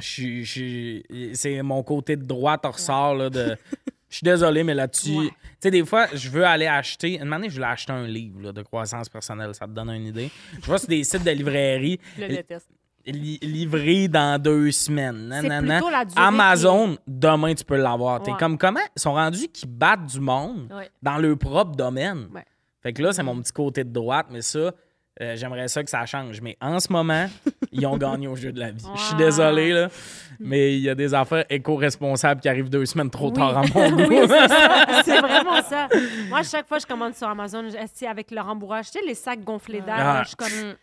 Je suis- je suis- C'est mon côté de droite hors ressort. Là, de... Je suis désolé, mais là-dessus. Ouais. Tu sais, des fois, je veux aller acheter. Une année, je voulais acheter un livre là, de croissance personnelle. Ça te donne une idée. Je vois sur des sites de librairie Je le Et- déteste. li- livré dans deux semaines. C'est Nanana. plutôt la durée Amazon, demain, tu peux l'avoir. T'es Ouais. comme comment? Ils sont rendus qu'ils battent du monde Ouais. dans leur propre domaine. Ouais. Fait que là, c'est mon petit côté de droite, mais ça, Euh, J'aimerais ça que ça change. Mais en ce moment, ils ont gagné au jeu de la vie. Je suis Wow. désolé, là, mais il y a des affaires éco-responsables qui arrivent deux semaines trop Oui. tard à mon goût. Oui, c'est ça. C'est vraiment ça. Moi, à chaque fois, je commande sur Amazon, je- esti, avec le rembourrage, tu sais, les sacs gonflés d'air, Ah. là, je suis comme...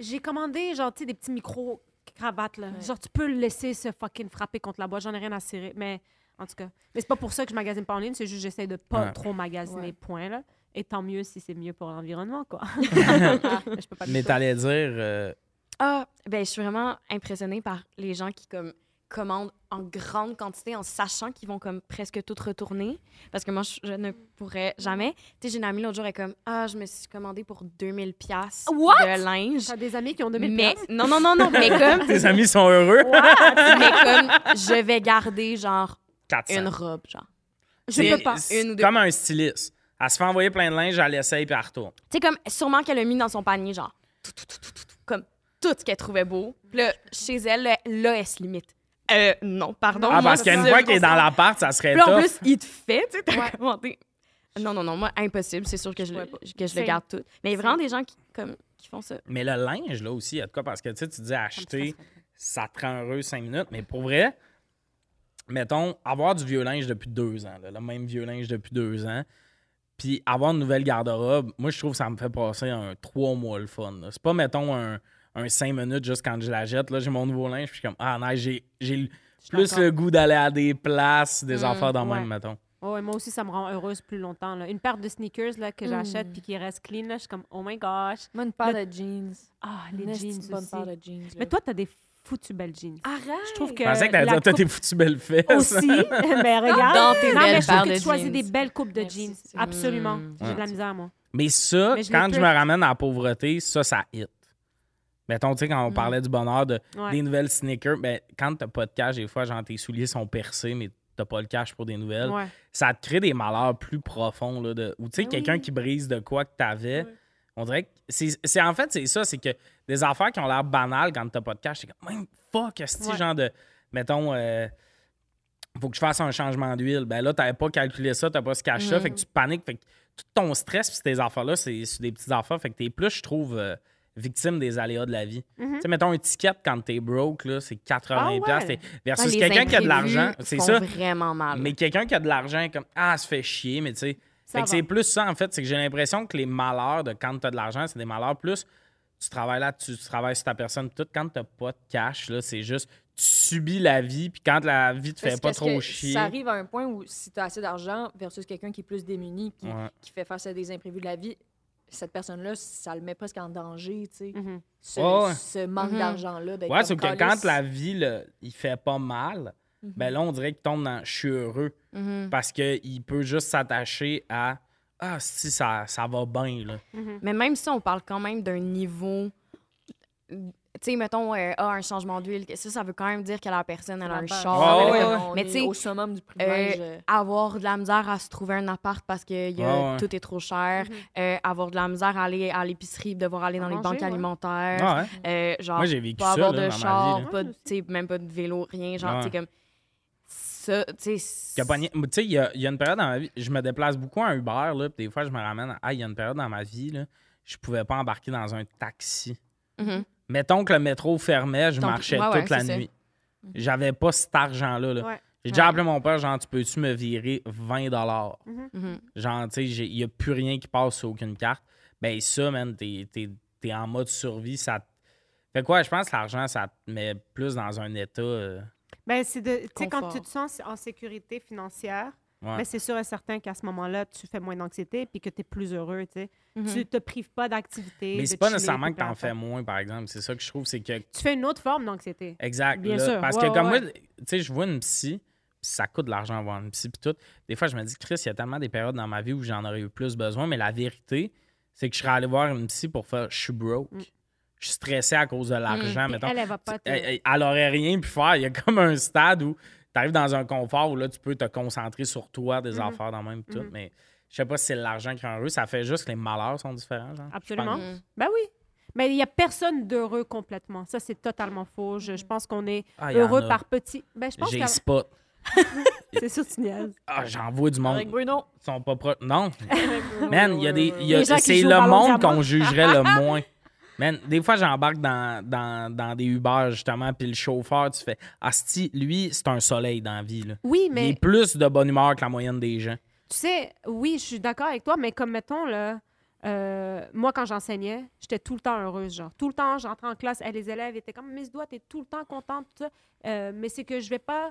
J'ai commandé, genre, tu sais, des petits micros cravates, là. Genre, tu peux le laisser se fucking frapper contre la boîte, j'en ai rien à cirer. Mais, en tout cas, mais c'est pas pour ça que je magasine pas en ligne, c'est juste que j'essaie de pas Ouais. trop magasiner, Ouais. point, là. Et tant mieux si c'est mieux pour l'environnement, quoi. je peux pas Mais dire t'allais dire. euh, Ah, ben, je suis vraiment impressionnée par les gens qui comme commandent en grande quantité en sachant qu'ils vont comme presque tout retourner parce que moi je, je ne pourrais jamais. Tu sais, j'ai une amie l'autre jour elle est comme ah, je me suis commandé pour 2000 pièces What? de linge. T'as des amis qui ont 2000 Mais piastres? non non non non, mais comme Tes amis sont heureux. mais comme je vais garder genre 400. une robe genre. Je peux pas. C'est Une ou deux. Comme un styliste. Elle se fait envoyer plein de linge, elle essaye puis elle retourne. Tu sais, comme sûrement qu'elle a mis dans son panier, genre, tout, tout, tout, tout, tout, tout, comme tout ce qu'elle trouvait beau. Puis là, chez elle, là, là, elle se limite. Euh, non, pardon. Ah, moi, parce qu'il y a une c'est fois qui est dans consent. l'appart, ça serait Puis là, top. en plus, il te fait, tu sais, t'as commandé. Non, non, non, moi, impossible. C'est sûr que je, le, que je le Same. garde tout. Mais il y a vraiment des gens qui, comme, qui font ça. Mais le linge, là aussi, il y a de quoi. Parce que tu sais, tu dis acheter, stresse ça te rend heureux cinq minutes. Mais pour vrai, mettons, avoir du vieux linge depuis deux ans, là, le même vieux linge depuis deux ans, puis avoir une nouvelle garde-robe, moi, je trouve que ça me fait passer un trois mois le fun. là. C'est pas, mettons, un, un cinq minutes juste quand je la jette. Là, j'ai mon nouveau linge, puis je suis comme, ah, non, j'ai j'ai le- plus euh, d'accord. le goût d'aller à des places, des Mm, affaires dans le Mmh, ouais. même, mettons. Oh, ouais, moi aussi, ça me rend heureuse plus longtemps. Là. Une paire de sneakers là, que j'achète puis qui reste clean, là, je suis comme, oh my gosh. Moi, une paire de jeans. Ah, Une les esti jeans de bonne aussi. paire de jeans. Mais toi, t'as des foutus belles jeans. arrête! Je trouve que. Je pensais que t'allais la dire, toi, coupe tes foutu belle fesse. Aussi, mais regarde. Dans tes non, belles mais je trouve paires que de tu choisis jeans. des belles coupes de Merci, jeans. c'est- Absolument. Mm. J'ai de la misère, moi. Mais ça, Mais je quand l'ai je plus. me ramène à la pauvreté, ça, ça hit. Mettons, tu sais, quand on parlait du bonheur de, Mm. Ouais. des nouvelles sneakers, ben, quand t'as pas de cash, des fois, genre, tes souliers sont percés, mais t'as pas le cash pour des nouvelles. Ouais. Ça te crée des malheurs plus profonds, là, de, ou tu sais, Ben quelqu'un oui. qui brise de quoi que t'avais. On dirait que c'est c'est- en fait, c'est ça, c'est que des affaires qui ont l'air banales quand t'as pas de cash, c'est comme, même fuck, ce Ouais. genre de, mettons, euh, faut que je fasse un changement d'huile. Ben là, t'avais pas calculé ça, t'as pas ce cash-là, fait que tu paniques. Fait que tout ton stress pis ces affaires-là, c'est sur des petites affaires. Fait que t'es plus, je trouve, euh, victime des aléas de la vie. Tu sais, mettons, un ticket quand t'es broke, là, c'est 80$. Ah ouais. piastres, t'es- Ouais, Ben, Versus les quelqu'un qui a de imprévus l'argent, c'est font ça. vraiment mal. Mais quelqu'un qui a de l'argent, est comme, ah, se fait chier, mais tu sais. Ça Fait que va. c'est plus ça, en fait. C'est que j'ai l'impression que les malheurs de quand t'as de l'argent, c'est des malheurs plus. Tu travailles là, tu, tu travailles sur ta personne, pis tout. Quand t'as pas de cash, là, c'est juste, tu subis la vie, puis quand la vie te fait pas Parce que trop chier. Ça arrive à un point où si tu as assez d'argent versus quelqu'un qui est plus démuni, qui, Ouais. qui fait face à des imprévus de la vie, cette personne-là, ça le met presque en danger, tu sais. Mhm. Ce, Ouais, ouais. ce manque Mhm. d'argent-là. ben, Ouais, comme sauf que Carlis- quand la vie, là, il fait pas mal, ben là, on dirait qu'il tombe dans je suis heureux Mhm. parce qu'il peut juste s'attacher à ah, si ça, ça va bien, là. Mhm. Mais même si on parle quand même d'un niveau. Tu sais, mettons, euh, ah, un changement d'huile, que ça, ça veut quand même dire que la personne elle a La un base. char. Ouais, elle a Ah, ouais, comme- ouais. on Mais est tu sais, au summum du privilège. euh, avoir de la misère à se trouver un appart parce que y a- Ouais, ouais. tout est trop cher, euh, avoir de la misère à aller à l'épicerie, devoir aller À dans les Mhm. manger, banques ouais. alimentaires, Ah ouais. euh, genre Moi, j'ai vécu pas ça avoir là, de dans char, ma vie. pas de- Ouais, tu sais, même pas de vélo, rien, genre Ouais. tu sais comme ça, tu sais. là. Capagné- Tu sais, il y, a- il y a une période dans ma vie, je me déplace beaucoup en Uber, là, puis des fois, je me ramène à, ah, il y a une période dans ma vie, là, je pouvais pas embarquer dans un taxi. Mhm. Mettons que le métro fermait, je Ton- marchais ouais, ouais, toute la c'est ça. Mhm. nuit. J'avais pas cet argent-là, là. Ouais. J'ai déjà appelé mon père, genre, tu peux-tu me virer 20 dollars? Mhm. Genre, tu sais, j'ai- il n'y a plus rien qui passe sur aucune carte. Ben, ça, man, t'es t'es- t'es en mode survie. Ça... te- Fait quoi, je pense que l'argent, ça te met plus dans un état. euh, Ben, c'est de. Tu sais, quand Confort. tu te sens en sécurité financière, ouais. ben, c'est sûr et certain qu'à ce moment-là, tu fais moins d'anxiété puis que tu es plus heureux, tu sais. Mhm. Tu te prives pas d'activité. Mais de c'est pas chiller, nécessairement puis que t'en plein hein. fais d'affaires. moins, par exemple. C'est ça que je trouve, c'est que. Tu fais une autre forme d'anxiété. Exact. Bien là, sûr, Parce ouais, que comme ouais, moi, tu sais, je vois une psy, puis ça coûte de l'argent voir une psy, puis tout. Des fois, je me dis, Chris, il y a tellement des périodes dans ma vie où j'en aurais eu plus besoin, mais la vérité, c'est que je serais allé voir une psy pour faire je suis broke. Je suis stressé à cause de l'argent, Mm. Puis Ah, mettons. Elle, elle va pas te- Elle, elle- elle aurait rien pu faire. Il y a comme un stade où tu arrives dans un confort où là, tu peux te concentrer sur toi, des Mm-hmm. affaires dans le même tout. Mais je sais pas si c'est l'argent qui rend heureux. Ça fait juste que les malheurs sont différents. genre. Absolument. Je Mhm. pense. Ben oui. Mais il n'y a personne d'heureux complètement. Ça, c'est totalement faux. Je, je pense qu'on est Ah, il y en heureux a. par petit. Ben, je pense J'ai que spot. c'est sûr que tu niaises. Ah, j'en vois du monde. Avec Bruno. Ils sont pas proches. Non. Man, il y a des. il y a- euh, Les gens qui C'est jouent au le ballon monde diamant. qu'on jugerait le moins. Man, des fois, j'embarque dans, dans, dans des Uber, justement, puis le chauffeur, tu fais Asti, lui, c'est un soleil dans la vie. Là. Oui, Il mais est plus de bonne humeur que la moyenne des gens. tu sais, oui, je suis d'accord avec toi, mais comme mettons, là, euh, moi, quand j'enseignais, j'étais tout le temps heureuse, genre. Tout le temps, j'entrais en classe, hey, les élèves étaient comme, Miss Doigt, t'es tout le temps contente, tout ça. Euh, mais c'est que je vais pas,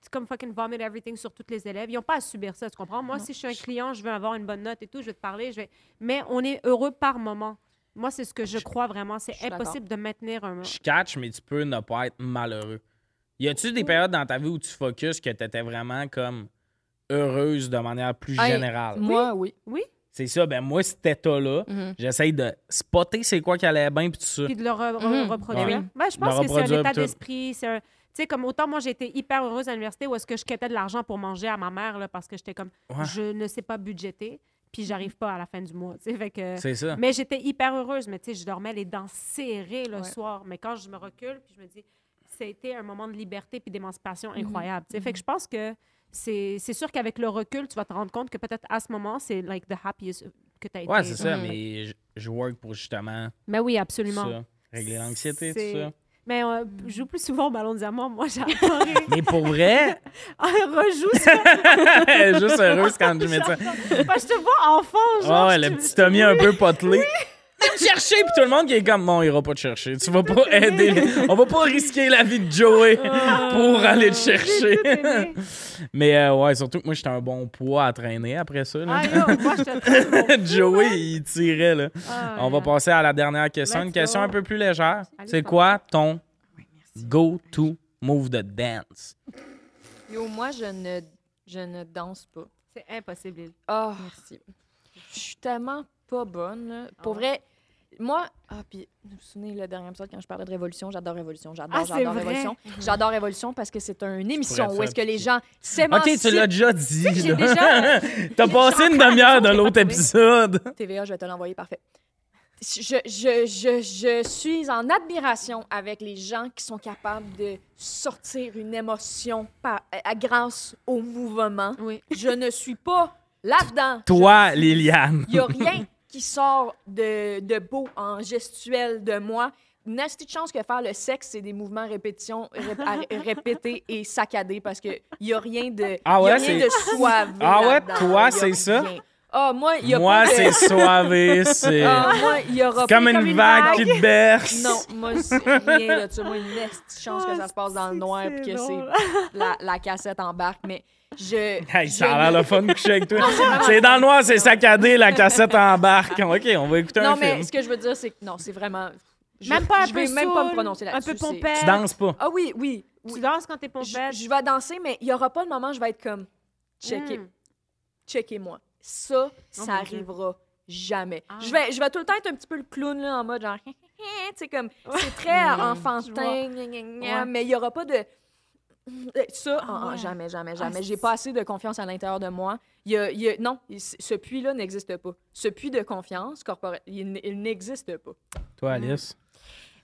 c'est comme fucking vomit everything sur tous les élèves. Ils n'ont pas à subir ça, tu comprends? Moi, Non. si je suis un client, je veux avoir une bonne note et tout, je vais te parler, je vais... Mais on est heureux par moment. Moi, c'est ce que je Je- crois vraiment. C'est suis d'accord. impossible de maintenir un... Je catch, mais tu peux ne pas être malheureux. Y a-tu des périodes dans ta vie où tu focuses que t'étais vraiment comme heureuse de manière plus Hey, générale? Moi, oui. C'est ça, ben moi, cet état-là, Mhm. j'essaye de spotter c'est quoi qui allait bien, puis tout ça. puis de le re- re- Mhm. reproduire. Ouais. Ben, je De pense que c'est Mm-hmm. reproduire, un état puis tout. d'esprit. c'est un- Tu sais, comme autant moi, j'ai été hyper heureuse à l'université où est-ce que je quittais de l'argent pour manger à ma mère là, parce que j'étais comme, Ouais. je ne sais pas budgéter, puis j'arrive pas à la fin du mois. tu sais, fait que- C'est ça. euh, Mais j'étais hyper heureuse, mais tu sais, je dormais les dents serrées le Ouais. soir. Mais quand je me recule, puis je me dis, c'était un moment de liberté puis d'émancipation incroyable. tu sais. Fait que je pense que c'est c'est sûr qu'avec le recul, tu vas te rendre compte que peut-être à ce moment, c'est like the happiest euh, que tu as été. Ouais, c'est ça, Mhm. mais je- je work pour justement Mais Mm-hmm. Ben oui, absolument. ça. Régler l'anxiété, tout C'est- ça. Mais euh, Mm. je joue plus souvent au ballon de diamant. Moi, j'adore. Mais pour vrai, rejoue ça. elle est juste heureuse quand je mets ça. Enfin, je te vois enfant. Genre, Ah ouais, je le te- petit Tommy un peu potelé. Viens me chercher, puis tout le monde qui est comme, bon, il ira pas te chercher. Tu vas pas aider. On va pas risquer la vie de Joey pour aller te chercher. J'ai Ah. tout aimé. Mais euh, ouais, surtout que moi, j'étais un bon poids à traîner après ça. là. Ah, yo, moi, je te trouve bon. Joey, il tirait, là. Ah, On va là. passer à la dernière question. Let's Une question go. un peu plus légère. Allez, C'est papa. quoi ton go-to move de dance? Yo, moi, je ne, je ne danse pas. C'est impossible. Lily. Ah, Merci. je suis tellement pas bonne. là. Pour Ah. vrai, moi, ah, puis vous vous souvenez, le dernier épisode, quand je parlais de Révolution, j'adore Révolution, j'adore, Ah, c'est j'adore vrai. Révolution. J'adore Révolution parce que c'est une émission pourrais où est-ce que faire les pipi. gens Ok, s'émancipent. tu l'as déjà dit. que j'ai là. déjà- T'as passé une demi-heure de j'ai pas l'autre trouvé. épisode. TVA, je vais te l'envoyer, parfait. Je, je, je, je suis en admiration avec les gens qui sont capables de sortir une émotion par, à- grâce au mouvement. Oui. Je ne suis pas là-dedans. Toi, Liliane. Il n'y a rien qui sort de, de beau en gestuel de moi. Une petite chance que faire le sexe, c'est des mouvements répétition, rép- à- répétés et saccadés parce qu'il n'y a rien de, Ah il y a ouais, rien c'est- de suave. Ah ouais, là-dedans. toi, Il y a c'est ça? rien. Ah, moi, il y a Moi, pas de- c'est soivé, c'est Ah, moi, il y aura comme pas- une vague qui te berce. Non, moi, c'est rien de ça. Moi, une petite chance que ça se passe dans le noir et que c'est la, la cassette embarque. Mais je. Hey, je ça a l'air le fun de coucher avec toi. Non, c'est vraiment- C'est dans le noir, c'est saccadé, la cassette embarque. OK, on va écouter Non, un mais film. ce que je veux dire, c'est que non, c'est vraiment. Je, Même pas un je peu vais même pas me saoul, prononcer Un là-dessus. peu c'est- pompette. Tu danses pas. Ah oui, oui. Tu oui. danses quand t'es pompette. Je, je vais danser, mais il n'y aura pas de moment où je vais être comme checker, Mm. checker-moi. Ça, ça mon Dieu. arrivera jamais. Ah. Je, vais, je vais tout le temps être un petit peu le clown là, en mode genre. tu sais, comme. C'est très Mm. enfantin, gna, gna, gna, mais il n'y aura pas de. euh, Ça, Ah en- en- ouais. jamais, jamais, Ah, jamais. c'est- J'ai pas assez de confiance à l'intérieur de moi. Il y a- il y a- non, il- ce puits-là n'existe pas. Ce puits de confiance corporelle, il, n- il n'existe pas. Toi, Alice.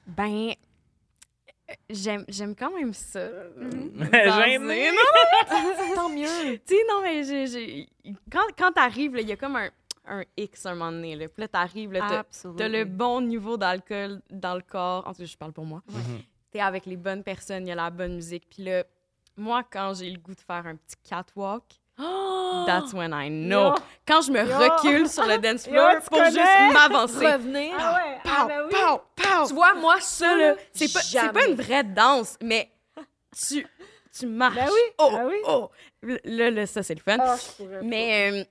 Ben, euh, j'aime j'aime quand même ça. Mm. J'ai Danser, Tant mieux. Tu sais, non, mais j'ai- j'ai- quand, quand t'arrives, là, il y a comme un, un X un moment donné. Là. Puis là, t'arrives, là, t'as- Absolument. t'as le bon niveau d'alcool dans le corps. En tout cas, je parle pour moi. Mhm. T'es avec les bonnes personnes, il y a la bonne musique. Puis là, moi, quand j'ai le goût de faire un petit catwalk, that's when I know. Quand je me Yo. recule sur le dance Yo, floor tu pour juste connais? Ah, ben m'avancer. Revenir. ouais, Pow, pow, pow. Tu vois, moi, ça, là, C'est pas, c'est pas jamais. une vraie danse, mais tu, tu marches. Ben oui, oh, ben oui. Ah, oh. Là, là, ça, c'est le fun. Mais, euh,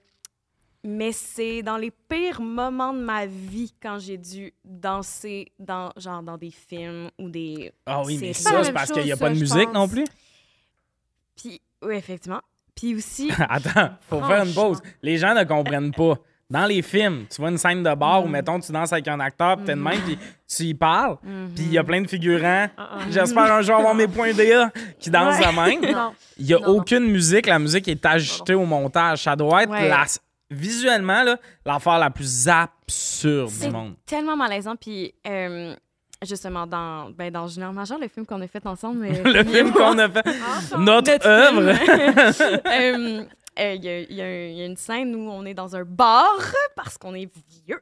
mais c'est dans les pires moments de ma vie quand j'ai dû danser dans, genre, dans des films ou des. Ah oui, mais C'est pas ça, la c'est même parce qu'il n'y a chose, pas de ça, je musique pense. non plus. Puis, oui, effectivement. Puis aussi. Attends, faut faire une pause. Les gens ne comprennent pas. Dans les films, tu vois une scène de bar Mm. où, mettons, tu danses avec un acteur, puis t'es de même, puis tu y parles, puis il y a Mhm. plein de figurants. Ah, J'espère un jour avoir mes points DA qui dansent de même. Non. Il n'y a Non, non. aucune musique. La musique est ajoutée au montage. Ça doit être Ouais. la- visuellement là, l'affaire la plus absurde C'est du monde. tellement malaisant. Puis, euh, justement, dans, ben, dans Junior Major, le film qu'on a fait ensemble. euh, Le film qu'on a fait, notre œuvre. Euh, euh, Il y, a- il y a un- il y a une scène où on est dans un bar parce qu'on est vieux.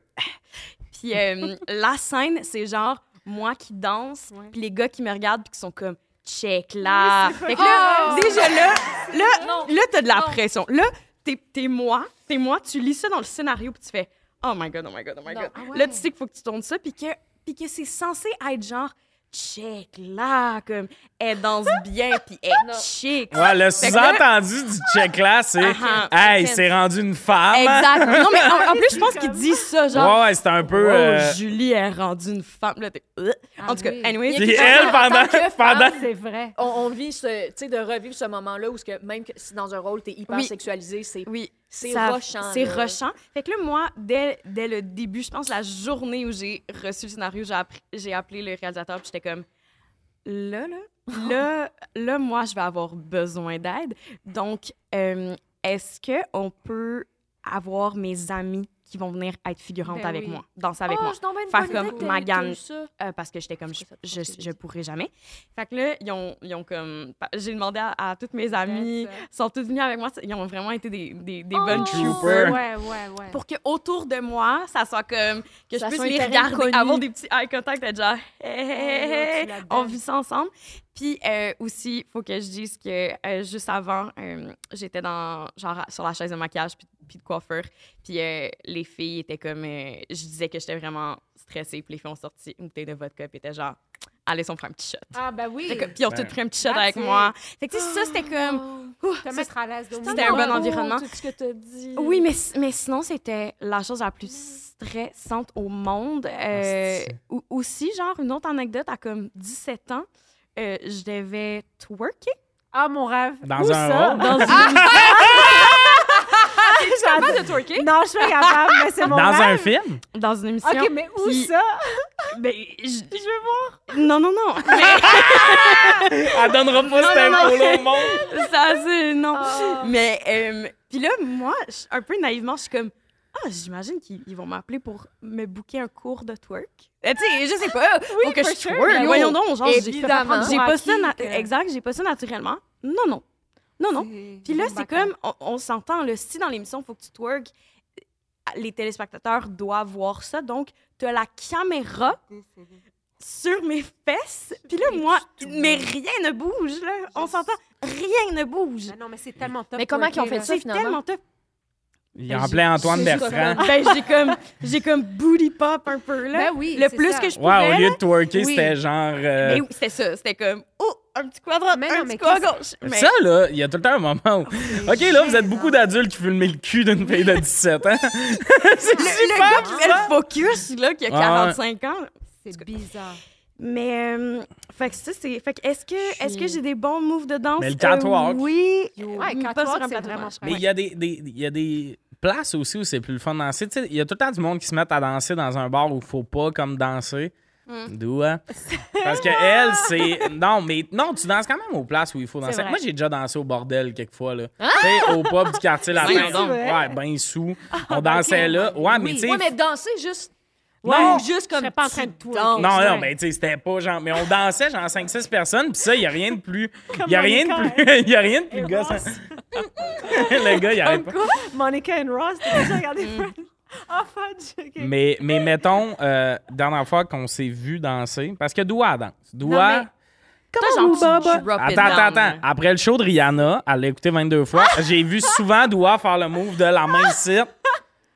Puis Puis euh, la scène, c'est genre moi qui danse, puis les gars qui me regardent, puis qui sont comme check là. Fait que là, Oh! déjà là, là, Non. là t'as de la Non. pression. Là, t'es, t'es moi, t'es moi, tu lis ça dans le scénario, puis tu fais oh my god, oh my god, oh my Non. god. Ah Là, tu sais qu'il faut que tu tournes ça, puis que, puis que c'est censé être genre check là, comme elle danse bien, puis elle Non. chic. Ouais, le Fait que là- sous-entendu du check là, c'est Ah, ah, Hey, ok. c'est rendu une femme. Exact. Non, mais en, en plus, je pense qu'il dit ça, genre. Ouais, ouais, c'était un peu. Wow, euh, Julie est rendue une femme. Là, t'es- euh. en tout cas, oui. anyway. Puis elle, pendant. pendant... C'est vrai. On, on vit, ce- tu sais, de revivre ce moment-là où ce que même que si dans un rôle, t'es hyper Oui. sexualisé, c'est Oui, c'est ça- rochant, C'est là. rushant. Fait que là, moi, dès, dès le début, je pense la journée où j'ai reçu le scénario, j'ai appris- j'ai appelé le réalisateur puis j'étais comme là, là, là, là, moi, je vais avoir besoin d'aide. Donc, euh, est-ce que on peut avoir mes amis qui vont venir être figurantes Ben avec oui. moi, danser avec oh, moi? je suis donc bien une Faire bonne comme idée que t'aies- Magane. t'aies eu ça. Euh, parce que j'étais comme, je, Je trouve ça je, trop stylé. je pourrais jamais. Fait que là, ils ont, ils ont comme. pa- J'ai demandé à, à toutes mes amies, That's sont toutes venues avec moi. c'est- Ils ont vraiment été des, des, des Oh! bonnes Troopers. troopers. Ouais, ouais, ouais. Pour que autour de moi, ça soit comme. Que Ça je puisse soit un les terrain regarder, connu. avoir des petits eye contact, être genre. Hé, hé, hé, hé, là, hé, tu là-dedans. on vit ça ensemble. Puis euh, aussi, il faut que je dise que euh, juste avant, euh, j'étais dans genre à- sur la chaise de maquillage puis, puis de coiffeur. Puis euh, les filles étaient comme. euh, je disais que j'étais vraiment stressée. Puis les filles ont sorti une bouteille de vodka. Puis étaient genre. Allez, on prend un petit shot. Ah, ben oui. Fait que- Puis ils ont Ben, toutes pris un petit shot that's avec it. moi. Fait que tu sais, ça, c'était Euh, Ah, comme. ouh, Te ça, mettre à l'aise. C'était un bon environnement. Tout ce que t'as dit. Oui, mais, mais sinon, c'était la chose la plus stressante au monde. Euh, Ah, c'est- ou- aussi, genre, une autre anecdote, à comme 17 ans, euh, je devais twerker. Ah, mon rêve. Dans un rôle. Dans une... capable de twerker? Non, je suis pas capable, mais c'est mon Dans un rêve. film? Dans une émission. OK, mais où Puis- ça? Ben, je... veux voir. Non, non, non. Mais Elle donnera pas cet non, non. info-là au monde. ça, c'est... Non. Ah. Mais, euh, puis là, moi, je- un peu naïvement, je suis comme... Ah, j'imagine qu'ils ils vont m'appeler pour me booker un cours de twerk. Euh, tu sais, je sais pas. faut que for je sure, twerk. ben Voyons donc, genre, j'ai- Évidemment. euh. J'ai pour pas acquis ça na- que- exact, j'ai pas ça naturellement. Non non. Non non. Puis là c'est Bacon. comme on, on s'entend le si dans l'émission faut que tu twerk euh, les téléspectateurs doivent voir ça donc tu as la caméra sur mes fesses. Puis là moi mais rien ne bouge là, on s'entend rien ne bouge. Mais Bah non, mais c'est tellement top. Mais comment qu'ils ont fait ça, C'est finalement? tellement top. Il en plaît Antoine j'ai- Bertrand. Ben j'ai comme j'ai comme booty pop un peu là. Ben oui, le c'est plus ça. que je pouvais. Ouais, au là. lieu de twerker, Oui. c'était genre. euh, Mais oui, c'était ça, c'était comme oh un petit quadrat, Mais un non, petit mais quadrat à gauche. Mais- Oh, Ça, là, il y a tout le temps un moment où. Ok, là, vous êtes gênant. beaucoup d'adultes qui filment le cul d'une fille de hein? 17 ans. C'est le, le super! gars qui fait le focus, là, qui a Ah ouais. 45 ans. C'est bizarre. Mais, euh, fait que ça, c'est. Fait que est-ce que, Je est-ce que suis- j'ai des bons moves de danse? Mais le catwalk. Euh, oui. Ouais, mais quand pas tu sur vois, un c'est plateau de vraiment danse. Mais il y, a des, des- il y a des places aussi où c'est plus le fun de danser. Tu sais, il y a tout le temps du monde qui se met à danser dans un bar où il faut pas comme danser. Hmm. D'où, hein? Parce que elle, c'est. Non, mais non, tu danses quand même aux places où il faut danser. vrai. Moi, j'ai déjà dansé au bordel quelquefois, là. Ah! Tu sais, au pub du quartier latin. Voyons donc. Ouais, ben sous. Ah, On dansait là. Ouais, mais Oui. tu sais. Ouais, mais danser juste. Non. juste Je comme. serais pas en train de tu twerker. danses. Non, non, Ouais. mais tu sais, c'était pas genre. Mais on dansait genre 5-6 personnes, puis ça, il n'y a rien de plus. Il n'y a, Comme rien de Monica, plus- y a rien de plus gosse. hein. Ross. le gars, il arrête pas. hein. Comme quoi, Monica and Ross, t'as déjà regardé Friends? Enfin, du... ok. Mais, mais mettons, euh, dernière fois qu'on s'est vu danser, parce que Doua danse. Doua. mais- Toi, genre, tu drop it Attends, attends, down, attends. Après le show de Rihanna, elle l'a écouté 22 fois. Ah! J'ai vu souvent Doua faire le move de la main ici.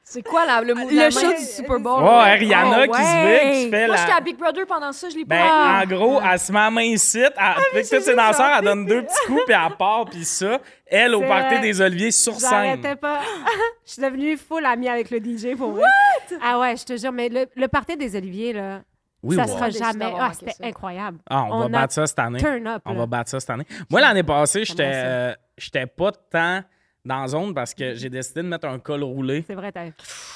C'est quoi la- le mot de Le la show main? du Super Bowl. Ouais, Rihanna Ah, Oh, qui se ouais. vide, qui se fait Moi, j'étais la. à Big Brother pendant ça, je l'ai Ben, pas. en gros, elle se met la main ici, elle- Ah, avec tous ses danseurs, elle donne deux petits coups, puis elle part, puis ça. Elle, au C'est party vrai. des Oliviers, sur scène. J'arrêtais pas. je suis devenue full amie avec le DJ pour vrai. Ah ouais, je te jure, mais le, le party des Oliviers, là, Oui, ça wow. sera Déçue jamais. d'avoir Ah, manqué c'était ça. incroyable. Ah, on, va On a battre ça cette année. Turn up. On là. va battre ça cette année. Moi, l'année passée, j'étais J'aimerais ça. euh, j'étais pas tant dans la zone parce que j'ai décidé de mettre un col roulé. C'est vrai, t'as.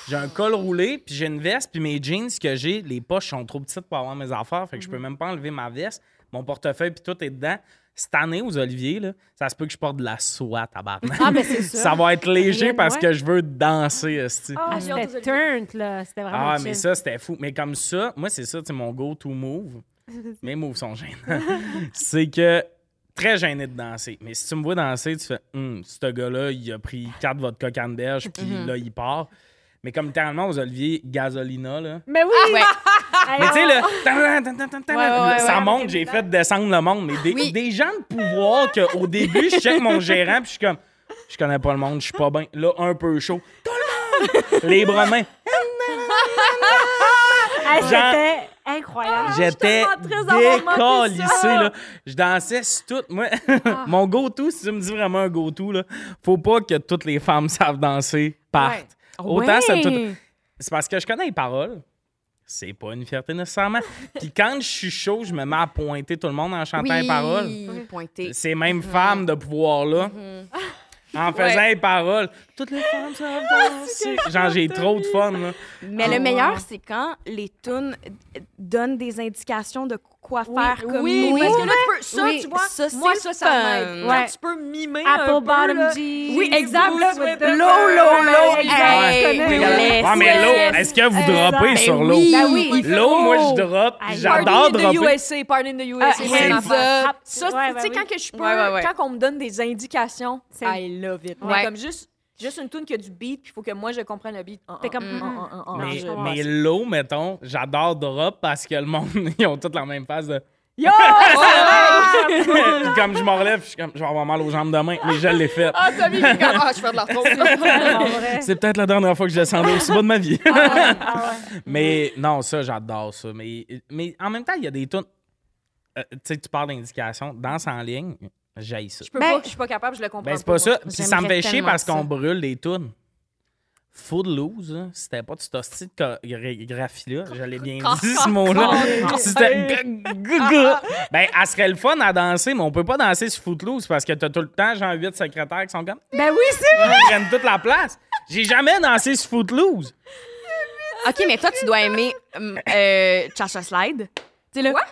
J'ai un col roulé, puis j'ai une veste, puis mes jeans que j'ai, les poches sont trop petites pour avoir mes affaires, fait que je Mhm. peux même pas enlever ma veste. Mon portefeuille, puis tout est dedans. Cette année, aux Oliviers, là, ça se peut que je porte de la soie, tabarnak. Ah, mais c'est ça ça. va être léger Rien de parce moins. que je veux danser, esti. Ah, Ah, j'ai hâte aux c'était Oliviers. turn, là. C'était vraiment. Ah, chill. mais ça, c'était fou. Mais comme ça, moi, c'est ça, c'est mon go-to move. Mes moves sont gênants. c'est que très gêné de danser. Mais si tu Mm-hmm. me vois danser, tu fais Hum, ce gars-là, il a pris 4 vodka canneberge, puis là, il part. Mais comme littéralement aux Olivier Gasolina, là. Mais oui! Ouais. Ah, Mais tu sais, là... le. tan, tan, tan, tan, tan, Ouais, ouais, ouais, ça ouais, monte, j'ai fait descendre le monde. Mais des, Oui. des gens de pouvoir qu'au début, je check mon gérant, puis je suis comme, je connais pas le monde, je suis pas bien. Là, un peu chaud. Tout le monde! Les bras mains. Ah, Jean- C'était incroyable. J'étais tellement triste d'avoir manqué décalissé, là. Je dansais sur tout. Moi, Ah. mon go-to, si tu me dis vraiment un go-to, là, faut pas que toutes les femmes savent danser, partent. Autant ça Ouais. tout- C'est parce que je connais les paroles. C'est pas une fierté nécessairement. Puis quand je suis chaud, je me mets à pointer tout le monde en chantant les paroles. Oui, pointé. Ces Mhm. mêmes femmes de pouvoir-là. En faisant les paroles. Toutes les femmes savent Ah, danser. Genre, j'ai trop de fun, là. Mais le meilleur, c'est quand les tunes donnent des indications de quoi faire comme oui, mouvement. parce que là, tu peux, ça, Oui, tu vois, ça, c'est moi, ça, ça le m'aide. fun. Quand Ouais. tu peux mimer un Apple peu, bottom là. jeans. Oui, exact, là, boots with low, the- low, low, Exact, hey, je connais, oui. oui. Yes, Ah, mais yes, l'eau, yes. est-ce que vous Exact. droppez sur Ben l'eau? oui. Ben oui. L'eau, moi, je drop. Aïe. J'adore Party in the dropper. USA, Party in the USA. Ah, c'est hands mon affaire. up. Ça, Ouais, tu ben sais, oui. quand que je peux, Ouais, ouais, ouais. quand on me donne des indications, C'est- I love it. Mais Ouais. comme juste, juste une tune qui a du beat, puis il faut que moi, je comprenne le beat. Ah, T'es ah, comme, ah, mm, ah, ah, ah, Non, Mais, je- je comprends. mais l'eau, mettons, j'adore drop parce que le monde, ils ont toutes la même face de. Yo! Puis comme je me relève, je suis comme, je vais avoir mal aux jambes demain, mais je l'ai fait. Ah, Tommy, il est comme, ah, je fais de la retrouve. En vrai. C'est peut-être la dernière fois que je descendais aussi bas de ma vie. Ah ouais. mais non, ça, j'adore ça. Mais, mais en même temps, il y a des tunes. Euh, tu sais, tu parles d'indications. Danse en ligne, j'aille ça. Je peux Ben- pas, je suis pas capable, je le comprends Ben, c'est pas ça. Puis ça me J'aimerais fait chier tellement parce ça. qu'on brûle des tunes. Footloose, hein, c'était pas de cette hostie de co- gra- graphie-là. J'allais bien dit ce mot-là. C'était gu- gu- gu. Ben, elle serait le fun à danser, mais on peut pas danser sur Footloose parce que t'as tout le temps, genre, huit secrétaires qui sont comme. Ben oui, c'est vrai. Ils prennent toute la place. J'ai jamais dansé sur Footloose. OK, mais toi, tu dois aimer hum, euh, Cha-Cha Slide. Tu sais, là. Quoi?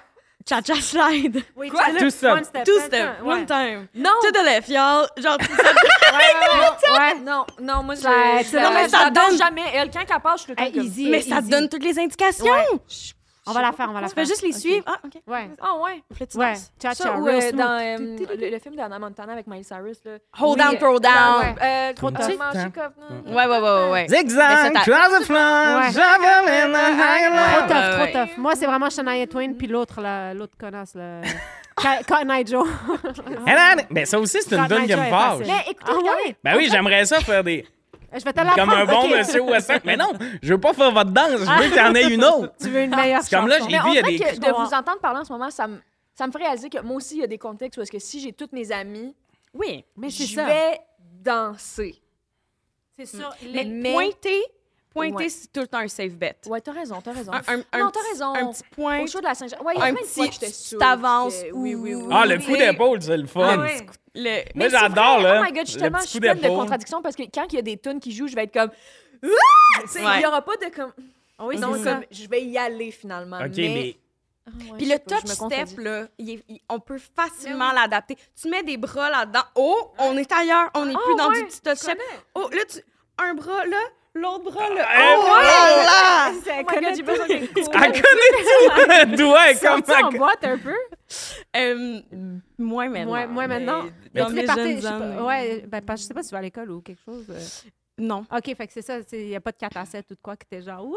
Cha-Cha Slide. Oui, Quoi? tu sais, Two le step. one step, Two one step, time, ouais. one time. Non, To the left, y'all. Genre, ouais, non, non, moi, je, Ouais, je, c'est- non, mais je ça la danse donne- jamais. Elle, quand elle passe, je suis tout le Hey, temps comme- easy, mais ça te easy. donne toutes les indications. On va la faire, on va la Tu faire. fais juste les Ok. suivre. Ah, OK. Ouais. Ah, ouais. Puis là, tu Ouais. danses. Cha Ça, cha ou real euh, smooth. dans euh, le, le film d'Anna Montana avec Miley Cyrus, là. Hold Oui, down, throw down. ouais. Euh, Trop trop tard. tard. Manger comme... Ouais, ouais, ouais, ouais. Zigzag, Mais ça t'a- cross the floor, Ouais. j'avais même un high Trop love. tough, Ouais, trop ouais. tough. Moi, c'est vraiment Shania Twain, puis l'autre, là, l'autre connasse, là. Ca- Cotton Eye Joe. Eh, là, là, Mais ça aussi, c'est une Cotton donne Eye qui me Joe est fâche. facile. écoutez, Ah ouais? Ben oui, j'aimerais ça faire des. Je vais te la Comme un bon monsieur Wesson. Mais non, je veux pas faire votre danse, je veux qu'il y en ait une Ah. autre. Tu veux une meilleure C'est comme là, chanson. j'ai- Mais vu, on il y a dirait des- que Je de comprends. vous entendre parler en ce moment, ça me, ça me fait réaliser que moi aussi, il y a des contextes où est-ce que si j'ai toutes mes amies, Oui. Mais c'est je ça. vais danser. C'est ça. Mais, Mais- pointer, pointer, Ouais. c'est tout le temps un safe bet. Ouais, t'as raison, t'as raison. Un, un- non, un t'as petit- raison. Un petit point. Au show de la Saint-Jean. Ouais, il y a Un plein de fois petit, que j'étais tu sûre t'avances. que- Oui, oui, oui. Ah, le coup Oui. d'épaule, c'est le fun. Ah ouais. Le- Moi, Mais c'est j'adore, vrai, là. Oh my god, je suis le tellement, je petit coup suis pleine de d'épaule. contradictions parce que quand il y a des tunes qui jouent, je vais être comme. Ah! Tu sais, Ouais. Il y aura pas de comme. Oui, Non, c'est ça. comme je vais y aller finalement. OK, mais Ah, ouais, je Puis le sais pas, je touch me contredis. step, là, il est- il- on peut facilement l'adapter. Tu mets des bras là-dedans. Oh, on est ailleurs. On n'est plus dans du Ah. ouais, petit touch step. Oh, là, tu... un bras là, l'autre bras là. Eh, Oh, voilà! là! Oh my God, j'ai besoin d'un cours. Elle connaît tout le doigt comme Sorti en ça. boîte un peu. Euh, Moi maintenant. Moi, moi maintenant. Mais- dans tu mes fais partie- jeunes je sais pas, années. ouais, ben, parce que je sais pas si tu vas à l'école ou quelque chose. euh. Non. OK, fait que c'est ça. Il n'y a pas de 4 à 7 ou de quoi que t'es genre, ouais.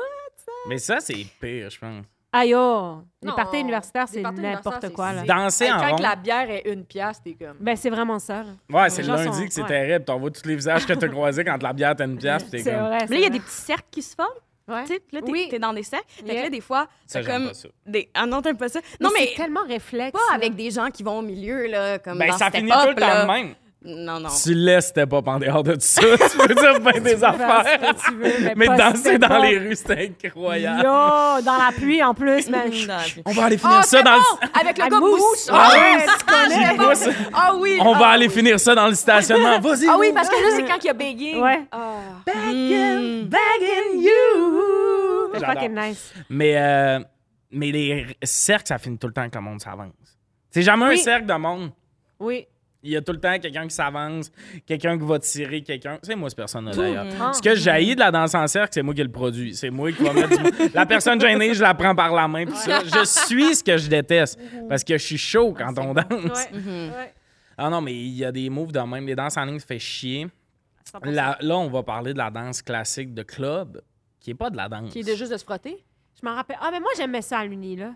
Mais ça, c'est pire, je pense. Aïe, oh, les Non, parties universitaires, les c'est parties n'importe universitaires, quoi, c'est- là. c'est- Danser Hey, en quand rond. que la bière est une pièce, t'es comme. Ben, c'est vraiment ça, là. Ouais, c'est le Les gens lundi sont- que c'est ouais. terrible. T'en vois tous les visages que t'as croisés quand la bière t'as une pièce, pis t'es C'est comme... vrai. Puis Là, il y a des petits cercles qui se forment. Ouais. Tu sais, là, t'es Oui. t'es dans des cercles. Fait que Yeah. là, des fois, Ça, c'est j'aime comme. pas ça. Des... Ah non, t'aimes pas ça. Non, mais. c'est tellement réflexe. Pas là. avec des gens qui vont au milieu, là, comme Ben, dans ça Step finit tout le Up, temps là. de même. Non, non. Tu laisses tes pop en dehors de tout ça. tu peux dire ben des Tu peux faire ce affaires. que tu veux, Mais pas danser ce dans pas. les rues, c'est incroyable. Yo, dans la pluie en plus, man. Ben, Non, On va aller Ah, finir ça c'est dans bon! le... Avec le À gars mousse. mousse. Ah ouais, ouais, tu connais. J'y vois ça. Ah oui. On va ah aller finir ça dans le stationnement. Vas-y. Ah oui, parce que là, c'est quand il y a Begging. Ouais. Ah. Hmm. Bagging you. C'est J'adore. fucking nice. Mais, euh, mais les r- cercles, ça finit tout le temps que le monde s'avance. C'est jamais Oui. un cercle de monde. Oui. Il y a tout le temps quelqu'un qui s'avance, quelqu'un qui va tirer quelqu'un. C'est moi, cette personne-là, d'ailleurs. le temps. Ce que j'ai de la danse en cercle, c'est moi qui le produis. C'est moi qui va mettre du... La personne gênée, je la prends par la main. puis ça, je suis ce que je déteste parce que je suis chaud Ah, quand on danse. Mhm. Ouais. Ouais. Ah non, mais il y a des moves de même. Les danses en ligne, ça fait chier. 100%. Là, là, on va parler de la danse classique de club, qui est pas de la danse. Qui est de juste de se frotter. Je m'en rappelle. Ah, mais moi, j'aimais ça à l'uni, là.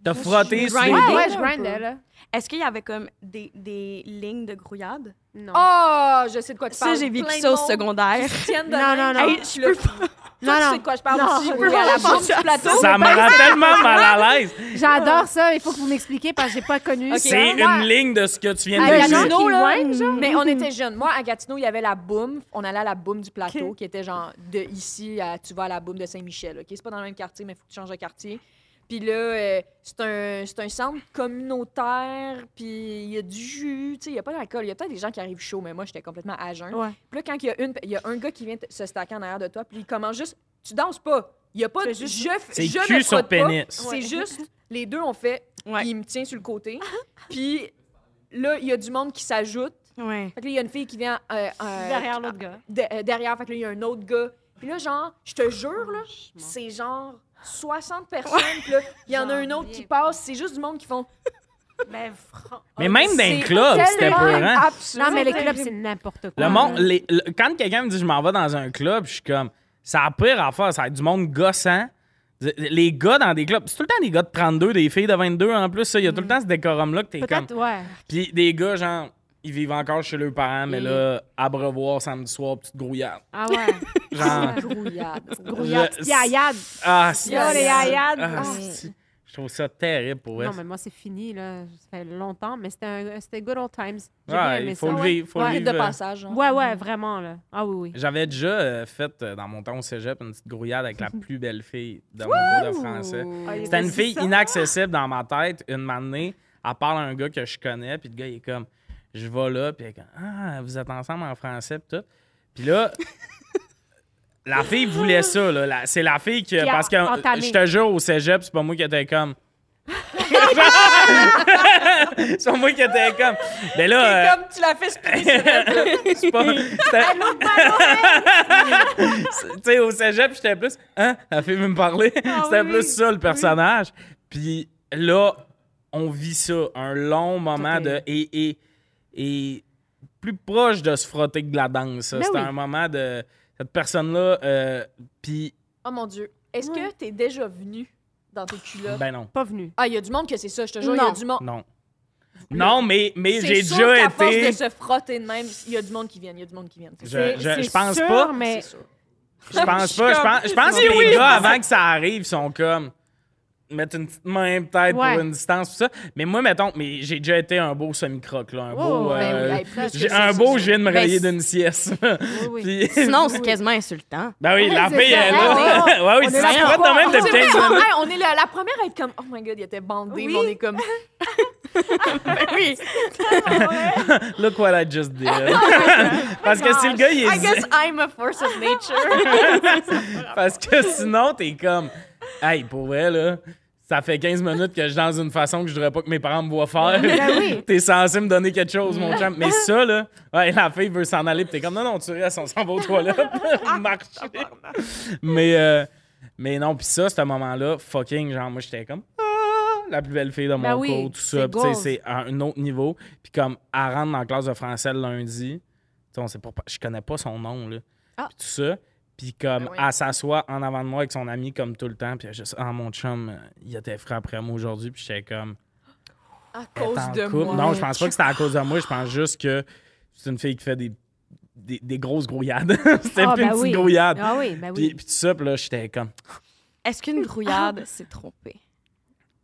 T'as frotté sur les Ouais, grindé. doigts. ouais, je un grindais, peu. là. Est-ce qu'il y avait comme des, des lignes de grouillade? Non. Oh, je sais de quoi tu Ça, parles. j'ai vécu Plein ça au de monde secondaire. qui se tiennent de Non, main. non, non. Hey, je peux pas. Non, Tu non. sais de quoi je parle Non. aussi. Je oui, peux à pas la penser bombe à du plateau. Ça me rend tellement mal à l'aise. J'adore ça. Il faut que vous m'expliquiez parce que j'ai pas connu Ok. ça. C'est Moi, une ligne de ce que tu viens Ah, de il y À a dire. non. Gatineau, qui là, Mm-hmm. whine, genre. mais on était jeunes. Moi, à Gatineau, il y avait la boum. On allait à la boum du plateau, Ok. qui était genre de ici à tu vas à la boum de Saint-Michel. ok? C'est pas dans le même quartier, mais il faut que tu changes de quartier. Puis là, euh, c'est un, c'est un centre communautaire, puis il y a du jus, tu sais, il n'y a pas d'alcool. Il y a peut-être des gens qui arrivent chaud, mais moi, j'étais complètement à jeun. Ouais. Puis là, quand il y, a une, il y a un gars qui vient te- se stacker en arrière de toi, puis il commence juste Tu danses pas. Il n'y a pas de. C'est juste- je f- C'est je cul ne sur frotte pas. pénis. C'est juste, les deux ont fait Ouais. puis il me tient sur le côté. Puis là, il y a du monde qui s'ajoute. Ouais. Fait que là, il y a une fille qui vient euh, euh, Derrière l'autre gars. de- euh, derrière. Fait que là, il y a un autre gars. Puis là, genre, je te jure, là, c'est genre 60 personnes. Puis là, il y en a un autre qui passe. C'est juste du monde qui font. Oh, Mais franc. Mais même dans les C'est clubs, c'était tellement peurant. absurde. Non, mais les clubs, c'est n'importe quoi. Le monde, là. les- le- quand quelqu'un me dit je m'en vais dans un club, je suis comme ça a pire à faire, ça va être du monde gossant. Les gars dans des clubs, c'est tout le temps des gars de 32, des filles de 22 en plus, ça, il y a Mm. tout le temps ce décorum là que t'es comme Peut-être, ouais. puis des gars genre ils vivent encore chez leurs parents mais Mhm. là à brevoir samedi soir petite grouillade. Ah ouais. Genre Grouillade. Grouillade. Je- Petite yayade. ah c'est Yo, les yayades. ah, Ah. c'est- je trouve ça terrible pour elle. Non, mais moi, c'est fini, là. Ça fait longtemps, mais c'était un- c'était good old times. J'ai Ouais, bien aimé il faut ça. le vivre, faut le Ouais. vivre. de passage. genre. Ouais, ouais, vraiment, là. Ah oui, oui. J'avais déjà euh, fait euh, dans mon temps au cégep une petite grouillade avec Mhm. la plus belle fille de mon cours de français. Ben, C'était une fille inaccessible dans ma tête, une matinée. Elle parle à un gars que je connais, puis le gars, il est comme, je vais là, puis elle est comme, ah, vous êtes ensemble en français, puis tout. Puis là, la fille voulait ça, là. La- c'est la fille que. Qui a parce que entamé. je te jure, au cégep, c'est pas moi qui étais comme. c'est pas moi qui étais comme. Mais là. euh, Comme tu l'as fait spinner sur elle, là. c'est pas. c'était- C'est- Tu sais, au cégep, j'étais plus. Hein? La fille veut me parler. C'était oui, plus ça, le personnage. Puis là, on vit ça. Un long moment Ok. de. Et, et, et plus proche de se frotter que de la danse. ça. Ben C'était oui. un moment de. Cette personne-là. euh, puis. Oh mon Dieu. Est-ce que t'es déjà venu dans tes culottes? Ben non. Pas venu. Ah, il y a du monde que c'est ça, je te jure. Il y Non. a du monde. Non. Non, mais, mais C'est j'ai sûr déjà qu'à force été. de se frotter de même, il y a du monde qui vient, il y a du monde qui vient. Je, C'est- je, c'est je pense sûr, pas. Mais... C'est sûr. Je pense pas. Je pense, je pense Oui, que les oui, je gars, pense- avant que ça arrive, sont comme. Mettre une petite main peut-être Ouais. pour une distance, tout ça. Mais moi, mettons, mais j'ai déjà été un beau semi-croc, là. Un beau. ben euh, oui, hey, plus que j'ai- ça, un ça, beau, ça. je viens de me Ben, rayer c'est- d'une sieste. oui. Puis- Sinon, c'est quasiment insultant. ben oui, Ouais, la c'est paix ça. est Ah, là. Ouais, oui, on si est tu là frottes de même C'est depuis vrai, 15 on, minutes. hey, on est la, la première à être comme Oh my god, il était bandé, Oui. mais on est comme Ben oui. Look what I just did. Parce que si le gars, il I est. guess I'm a force of nature. Parce que sinon, t'es comme. Hey, pour vrai, là. Ça fait 15 minutes que je suis dans une façon que je voudrais pas que mes parents me voient faire. Ben oui. Mm. t'es censé me donner quelque chose, mon champ. Mais ça, là, ouais, la fille veut s'en aller, puis t'es comme, non, non, tu restes, on s'en va aux toilettes. Marcher. mais, euh, mais non, puis ça, ce moment-là, fucking, genre, moi, j'étais comme, ah, la plus belle fille de mon Ben oui, cours, tout c'est ça. Puis, tu sais, goals. c'est un, un autre niveau. Puis, comme, elle rentre dans la classe de français le lundi. Tu sais, on sait pas, je connais pas son nom, là. Ah. Puis, tout ça. Puis comme, Ben oui. elle s'assoit en avant de moi avec son ami comme tout le temps. Puis elle juste, ah, mon chum, euh, il était frais après moi aujourd'hui. Puis j'étais comme, À elle est cause en de couple. moi. Non, je pense pas que c'était à cause de moi. Je pense juste que c'est une fille qui fait des, des, des grosses grouillades. C'était Ah, plus une ben petite oui. grouillade. Ah oui, ben Puis, oui. puis tout ça, puis là, j'étais comme... Est-ce qu'une grouillade s'est trompée?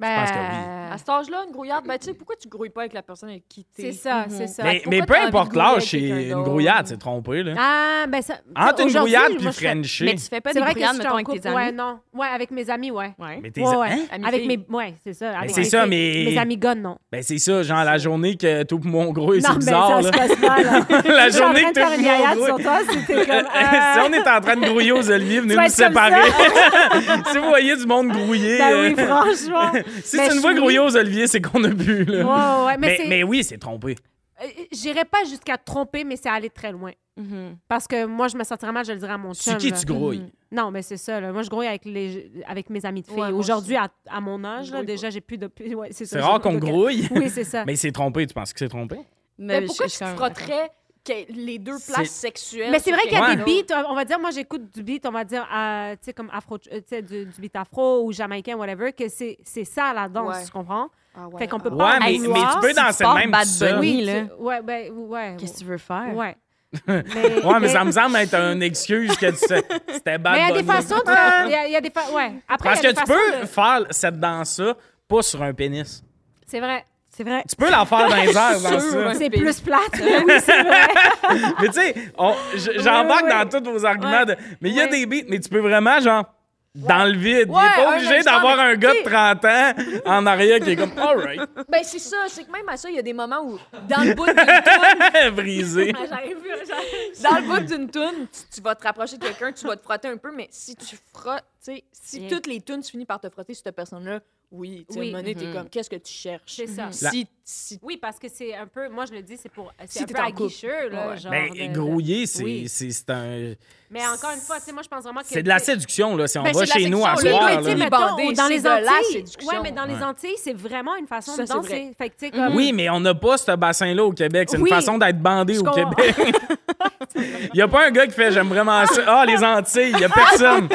Ben, pense que oui. À cet âge-là, une grouillarde, ben tu sais, pourquoi tu grouilles pas avec la personne avec qui t'es? Mhm. C'est ça, c'est ça. mais pourquoi mais t'as peu envie de importe grouiller l'âge, avec c'est quelqu'un une d'autre? grouillade, c'est trompé, là. Ah, ben ça. Entre une aujourd'hui, grouillade moi, puis je serais- Frenchie. Mais tu fais pas C'est des vrai que grouillades, si je mettons, suis en avec tes couple, amis. Ouais, non. Ouais, avec mes amis, ouais. Ouais. Mais t'es... Ouais, ouais. hein? Amis Avec filles. mes. Ouais, c'est ça. avec c'est mes ça, filles. mais- Mes amis gonnes, non. Ben c'est ça, genre la journée que tout pour mon gros, non, c'est bizarre, mais ça là. se passe pas, là. La Je suis en journée train que de faire tout une le gaillade monde sur grouille. toi, c'était comme. Eh, si euh, on est en train de grouiller aux oliviers, venez vas nous être comme séparer. si vous voyez du monde grouiller, Ben oui, euh, franchement. si Mais tu je nous vois suis- grouiller aux oliviers, c'est qu'on a bu, là. Ouais, ouais, ouais. mais, Mais, c'est- mais oui, c'est trompé. euh, J'irais pas jusqu'à te tromper, mais c'est aller très loin. Mhm. Parce que moi, je me sentirais mal, je le dirais à mon chum. C'est qui là. Mm. tu grouilles? Non, mais c'est ça. Là. Moi, je grouille avec, les, avec mes amis de filles. Ouais, moi Aujourd'hui, à, à mon âge, Je là, grouille déjà, j'ai plus de. plus- ouais, c'est ça, C'est j'ai rare plus qu'on de- grouille. Oui, c'est ça. Ben, Mais c'est trompé, tu penses que c'est trompé? Mais pourquoi tu te frotterais que- les deux C'est- places sexuelles. Mais c'est vrai sur qu'il y a Ouais. des beats, euh, on va dire, moi j'écoute du beat, on va dire, euh, tu sais, comme afro, euh, tu sais, du, du beat afro ou jamaïcain, whatever, que c'est c'est ça la danse, Ouais. tu comprends? Ah ouais, Fait qu'on peut Ouais, pas en mais, mais vouloir. tu peux Si tu danser pars de même Bad tout seul. Bunny, tu- là. Ouais, ben, ouais. Qu'est-ce que tu veux faire? Ouais. Ouais, mais ça me semble être une excuse que tu C'était bad Mais il y a des Bunny. façons de faire. Il y a, il y a des fa- Ouais. Après, Parce il y que a tu des façons peux de- faire cette danse-là pas sur un pénis. C'est vrai. C'est vrai. Tu peux la faire dans les airs, dans Sur ça. un C'est pays. plus plate. mais oui, c'est vrai. Mais tu sais, on- je- j'embarque Ouais, ouais. dans tous vos arguments. de- mais il y a Ouais. des beats, mais tu peux vraiment, genre, dans le vide. Il Ouais, est pas un obligé instant, d'avoir mais un gars de tu sais- 30 ans en arrière qui est comme, alright, Ben, c'est ça, c'est que même à ça, il y a des moments où, dans le bout d'une toune, Ah, brisé. dans le bout d'une toune, tu, tu vas te rapprocher de quelqu'un, tu vas te frotter un peu, mais si tu frottes, tu sais, si Yeah. toutes les tunes, tu finis par te frotter sur cette personne-là, oui, tu sais, Oui. à Mm-hmm. un moment donné, t'es Mhm. comme, qu'est-ce que tu cherches? C'est ça. La- Si, si, Oui, parce que c'est un peu. Moi, je le dis, c'est pour. C'est Si un t'es peu en aguicheux, là. couple. Ouais. Genre Ben, de- de- grouiller, c'est Oui. c'est- c'est un. Mais encore une fois, tu sais, moi, je pense vraiment que. C'est de la séduction, là. Si on Ben, va c'est de la chez nous à séduction, Oui, là. soir, mais là. tu sais, là. mettons, Bandé, dans c'est les de la Antilles. séduction. Ouais, mais dans les Ouais. Antilles, c'est Mhm. vraiment une façon Ça, de c'est danser. vrai. Fait que, tu sais, comme. Oui, mais on n'a pas cette bassin-là au Québec. C'est euh, Oui. une façon d'être bandé Je au comprends. Québec. Il n'y a pas un gars qui fait j'aime vraiment ça. Ah, les Antilles, il n'y a personne.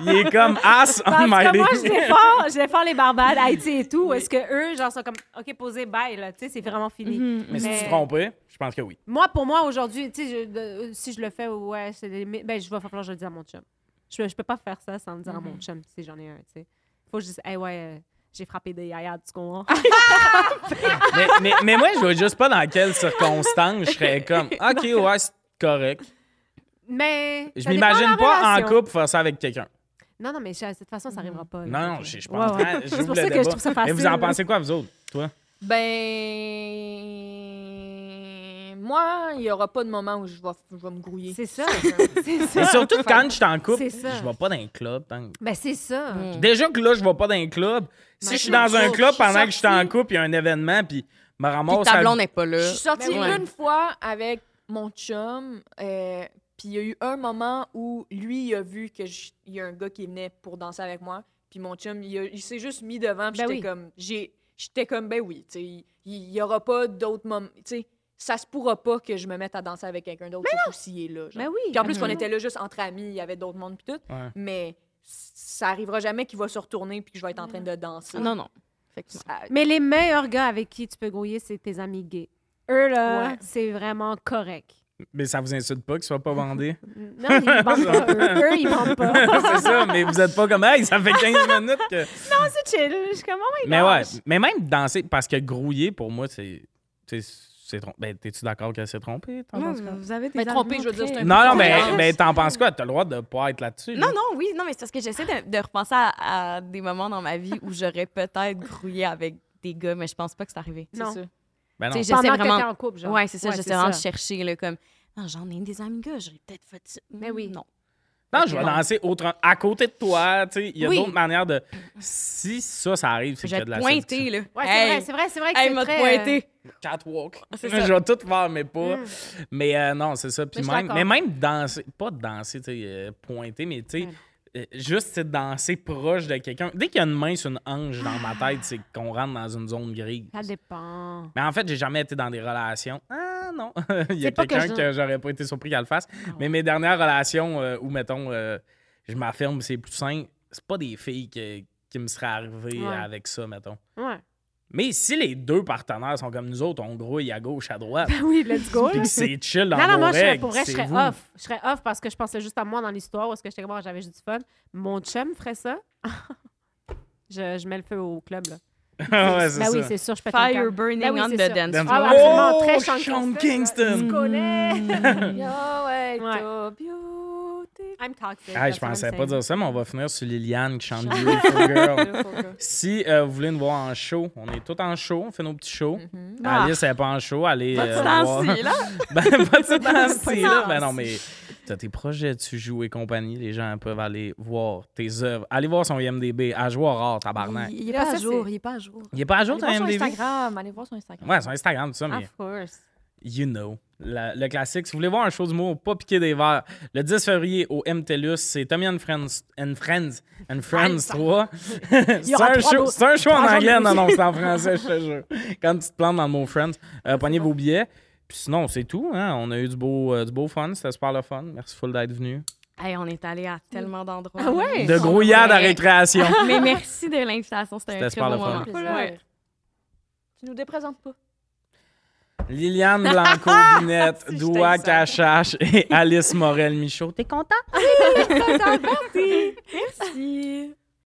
Il est comme As Parce on my que moi, Ah, je défends, je défends les Barbades, Haïti et tout. Est-ce que eux, genre, sont comme, OK, posez, bye, là, tu sais, c'est vraiment fini. Mais si tu Mais- te trompes, je pense que oui. Moi, pour moi, aujourd'hui, tu sais, je- de- si je le fais, ouais, c'est des limites. Ben, je vais falloir que je le dise à mon chum. Je, peux- je peux pas faire ça sans le dire à Mm-hmm. mon chum, si j'en ai un, tu sais. Faut juste, hey, ouais, euh, j'ai frappé des yayas, tu comprends? Ah. Mais, mais, mais moi, je vois juste pas dans quelles circonstances je serais comme OK, ouais, c'est correct. Mais. Je ça dépend de la m'imagine pas en relation. couple faire ça avec quelqu'un. Non, non, mais de cette façon, ça arrivera pas. là. Non, non, Ok. je, je Ouais, pense ouais. pas. C'est pour ça que je trouve ça Mais vous en facile. pensez quoi, vous autres? Toi? Ben. Moi, il n'y aura pas de moment où je vais, je vais me grouiller. C'est ça. c'est Et ça. surtout quand je suis en couple, C'est je ça. vais pas dans un club. tant que- Ben, c'est ça. Déjà que là, je vais pas dans un club. Si je suis dans un je club suis pendant que je suis en sortie. couple, il y a un événement, puis me Puis ramasse ta à- blonde n'est pas Je là. suis sortie Ben ouais. une fois avec mon chum, euh, puis il y a eu un moment où lui, il a vu que je- il y a un gars qui venait pour danser avec moi, puis mon chum, il, a- il s'est juste mis devant, puis j'étais Ben oui. comme, j'ai, j'étais comme, ben oui, tu sais, il- il n'y aura pas d'autres moments, tu sais, ça se pourra pas que je me mette à danser avec quelqu'un d'autre, surtout s'il est là. genre. Ben oui. Puis en plus, qu'on absolument. était là juste entre amis, il y avait d'autres mondes, puis tout, Ouais. mais ça arrivera jamais qu'il va se retourner, puis que je vais être en train de danser. Non, non. Effectivement. Ah, Mais les meilleurs gars avec qui tu peux grouiller, c'est tes amis gays. Eux, là, Ouais. c'est vraiment correct. Mais ça vous insulte pas qu'ils soient pas vendés? Non, ils vendent pas. Eux, eux, ils vendent pas. c'est ça, mais vous êtes pas comme, hey, ça fait 15 minutes que. c'est chill. Je suis comme, oh my Mais ouais, gosh. mais même danser, parce que grouiller, pour moi, c'est. tu sais, c'est trom- Ben, t'es-tu d'accord qu'elle s'est trompée? Ah, T'en Non, penses quoi? vous avez des Mais tromper, arguments je veux dire, très- c'est un- Non, non, mais Violence. mais t'en penses quoi? T'as le droit de pas être là-dessus. Non, là. non, oui, non, mais c'est parce que j'essaie de, de repenser à, à des moments dans ma vie où j'aurais peut-être grouillé avec des gars, mais je pense pas que c'est arrivé. c'est Non. ça. Ben non. Tu sais, Pendant j'essaie que t'es vraiment. en couple, genre. Ouais, c'est ça, j'essaie c'est vraiment de ça. chercher, là, comme. Non, j'en ai des amis gars, j'aurais peut-être fait ça. Mais oui. Non. Non, je vais Non. danser autre... à côté de toi. tu sais, Il y a Oui. d'autres manières de. Si ça, ça arrive, c'est Je qu'il y vais a de la te séduction. pointer, là. Ouais, Hey, c'est vrai, c'est vrai, c'est vrai que Hey, c'est m'a très... euh, pointé. Catwalk. C'est ça. je vais tout faire, mais pas. Mm. Mais euh, non, c'est ça. Puis Mais je suis même, d'accord. mais même danser, pas danser, tu sais, euh, pointer, mais tu sais, euh, juste tu sais, danser proche de quelqu'un. Dès qu'il y a une main sur une hanche dans ma tête, c'est qu'on rentre dans une zone grise. Ça dépend. Mais en fait, j'ai jamais été dans des relations. Ah non! Il y a C'est pas que quelqu'un je- que j'aurais pas été surpris qu'elle le fasse. Mais mes dernières relations euh, où, mettons, euh, je m'affirme, c'est plus sain, c'est pas des filles que- qui me seraient arrivées Ouais. avec ça, mettons. Ouais. Mais si les deux partenaires sont comme nous autres, on grouille à gauche, à droite, Ben oui, let's go. puis que c'est chill dans Non, non, vos moi, je serais, règles, pour vrai, je c'est serais vous. off. Je serais off parce que je pensais juste à moi dans l'histoire parce que j'étais comme, oh, j'avais juste du fun. Mon chum ferait ça. je, je mets le feu au club, là. Ah ouais, c'est ben oui, ça. c'est sûr, je pète un Fire câble. burning Ben oui, on c'est the ça. dance Dance floor. Mm. Ah, floor. absolument, Oh, très Sean Sean Kingston. Kingston. Tu connais. Yo, ouais, Ouais. t'as beauty. I'm Ah, je toxic. that's what pensais I'm pas saying. dire ça, mais on va finir sur Liliane qui chante Beautiful Girl. Mhm. Si euh, vous voulez nous voir en show, on est tous en show, on fait nos petits shows. Ah. Alice, elle n'est pas en show, allez. Pas de euh, voir. danser, là. Ben, pas de danser, là. danse. Ben non, mais t'as tes projets, tu joues et compagnie, les gens peuvent aller voir tes œuvres. Allez voir son IMDB, à joueur rare, tabarnak. Il, il est Là, pas à Ah, c'est- jour, il est pas à jour. Il est pas à jour, Allez ton voir son IMDB? Instagram, allez voir son Instagram. Ouais, son Instagram, tout ça, mais Of course. you know. La- le classique. Si vous voulez voir un show d'humour, pas piquer des verres, le 10 février au MTLUS, c'est Tommy and Friends, and Friends, and Friends 3. c'est aura un, trois show- beaux- c'est un show en trois anglais, journées. non, non, c'est en français, je te jure. Quand tu te plantes dans le mot Friends, euh, pognez vos billets. Puis Puis sinon, c'est tout. hein. On a eu du beau, euh, du beau fun. C'était super le fun. Merci full d'être venu. Hey, on est allé à tellement d'endroits. Ah ouais? De grouillade à Ouais. récréation. Mais merci de l'invitation. C'était C'était un très super beau le fun. moment. Ouais. Tu nous déprésentes pas. Liliane Blanco, Ah! Binette, Si, je Doua t'exagère. Cachache et Alice Morel-Michaud. T'es content? Merci.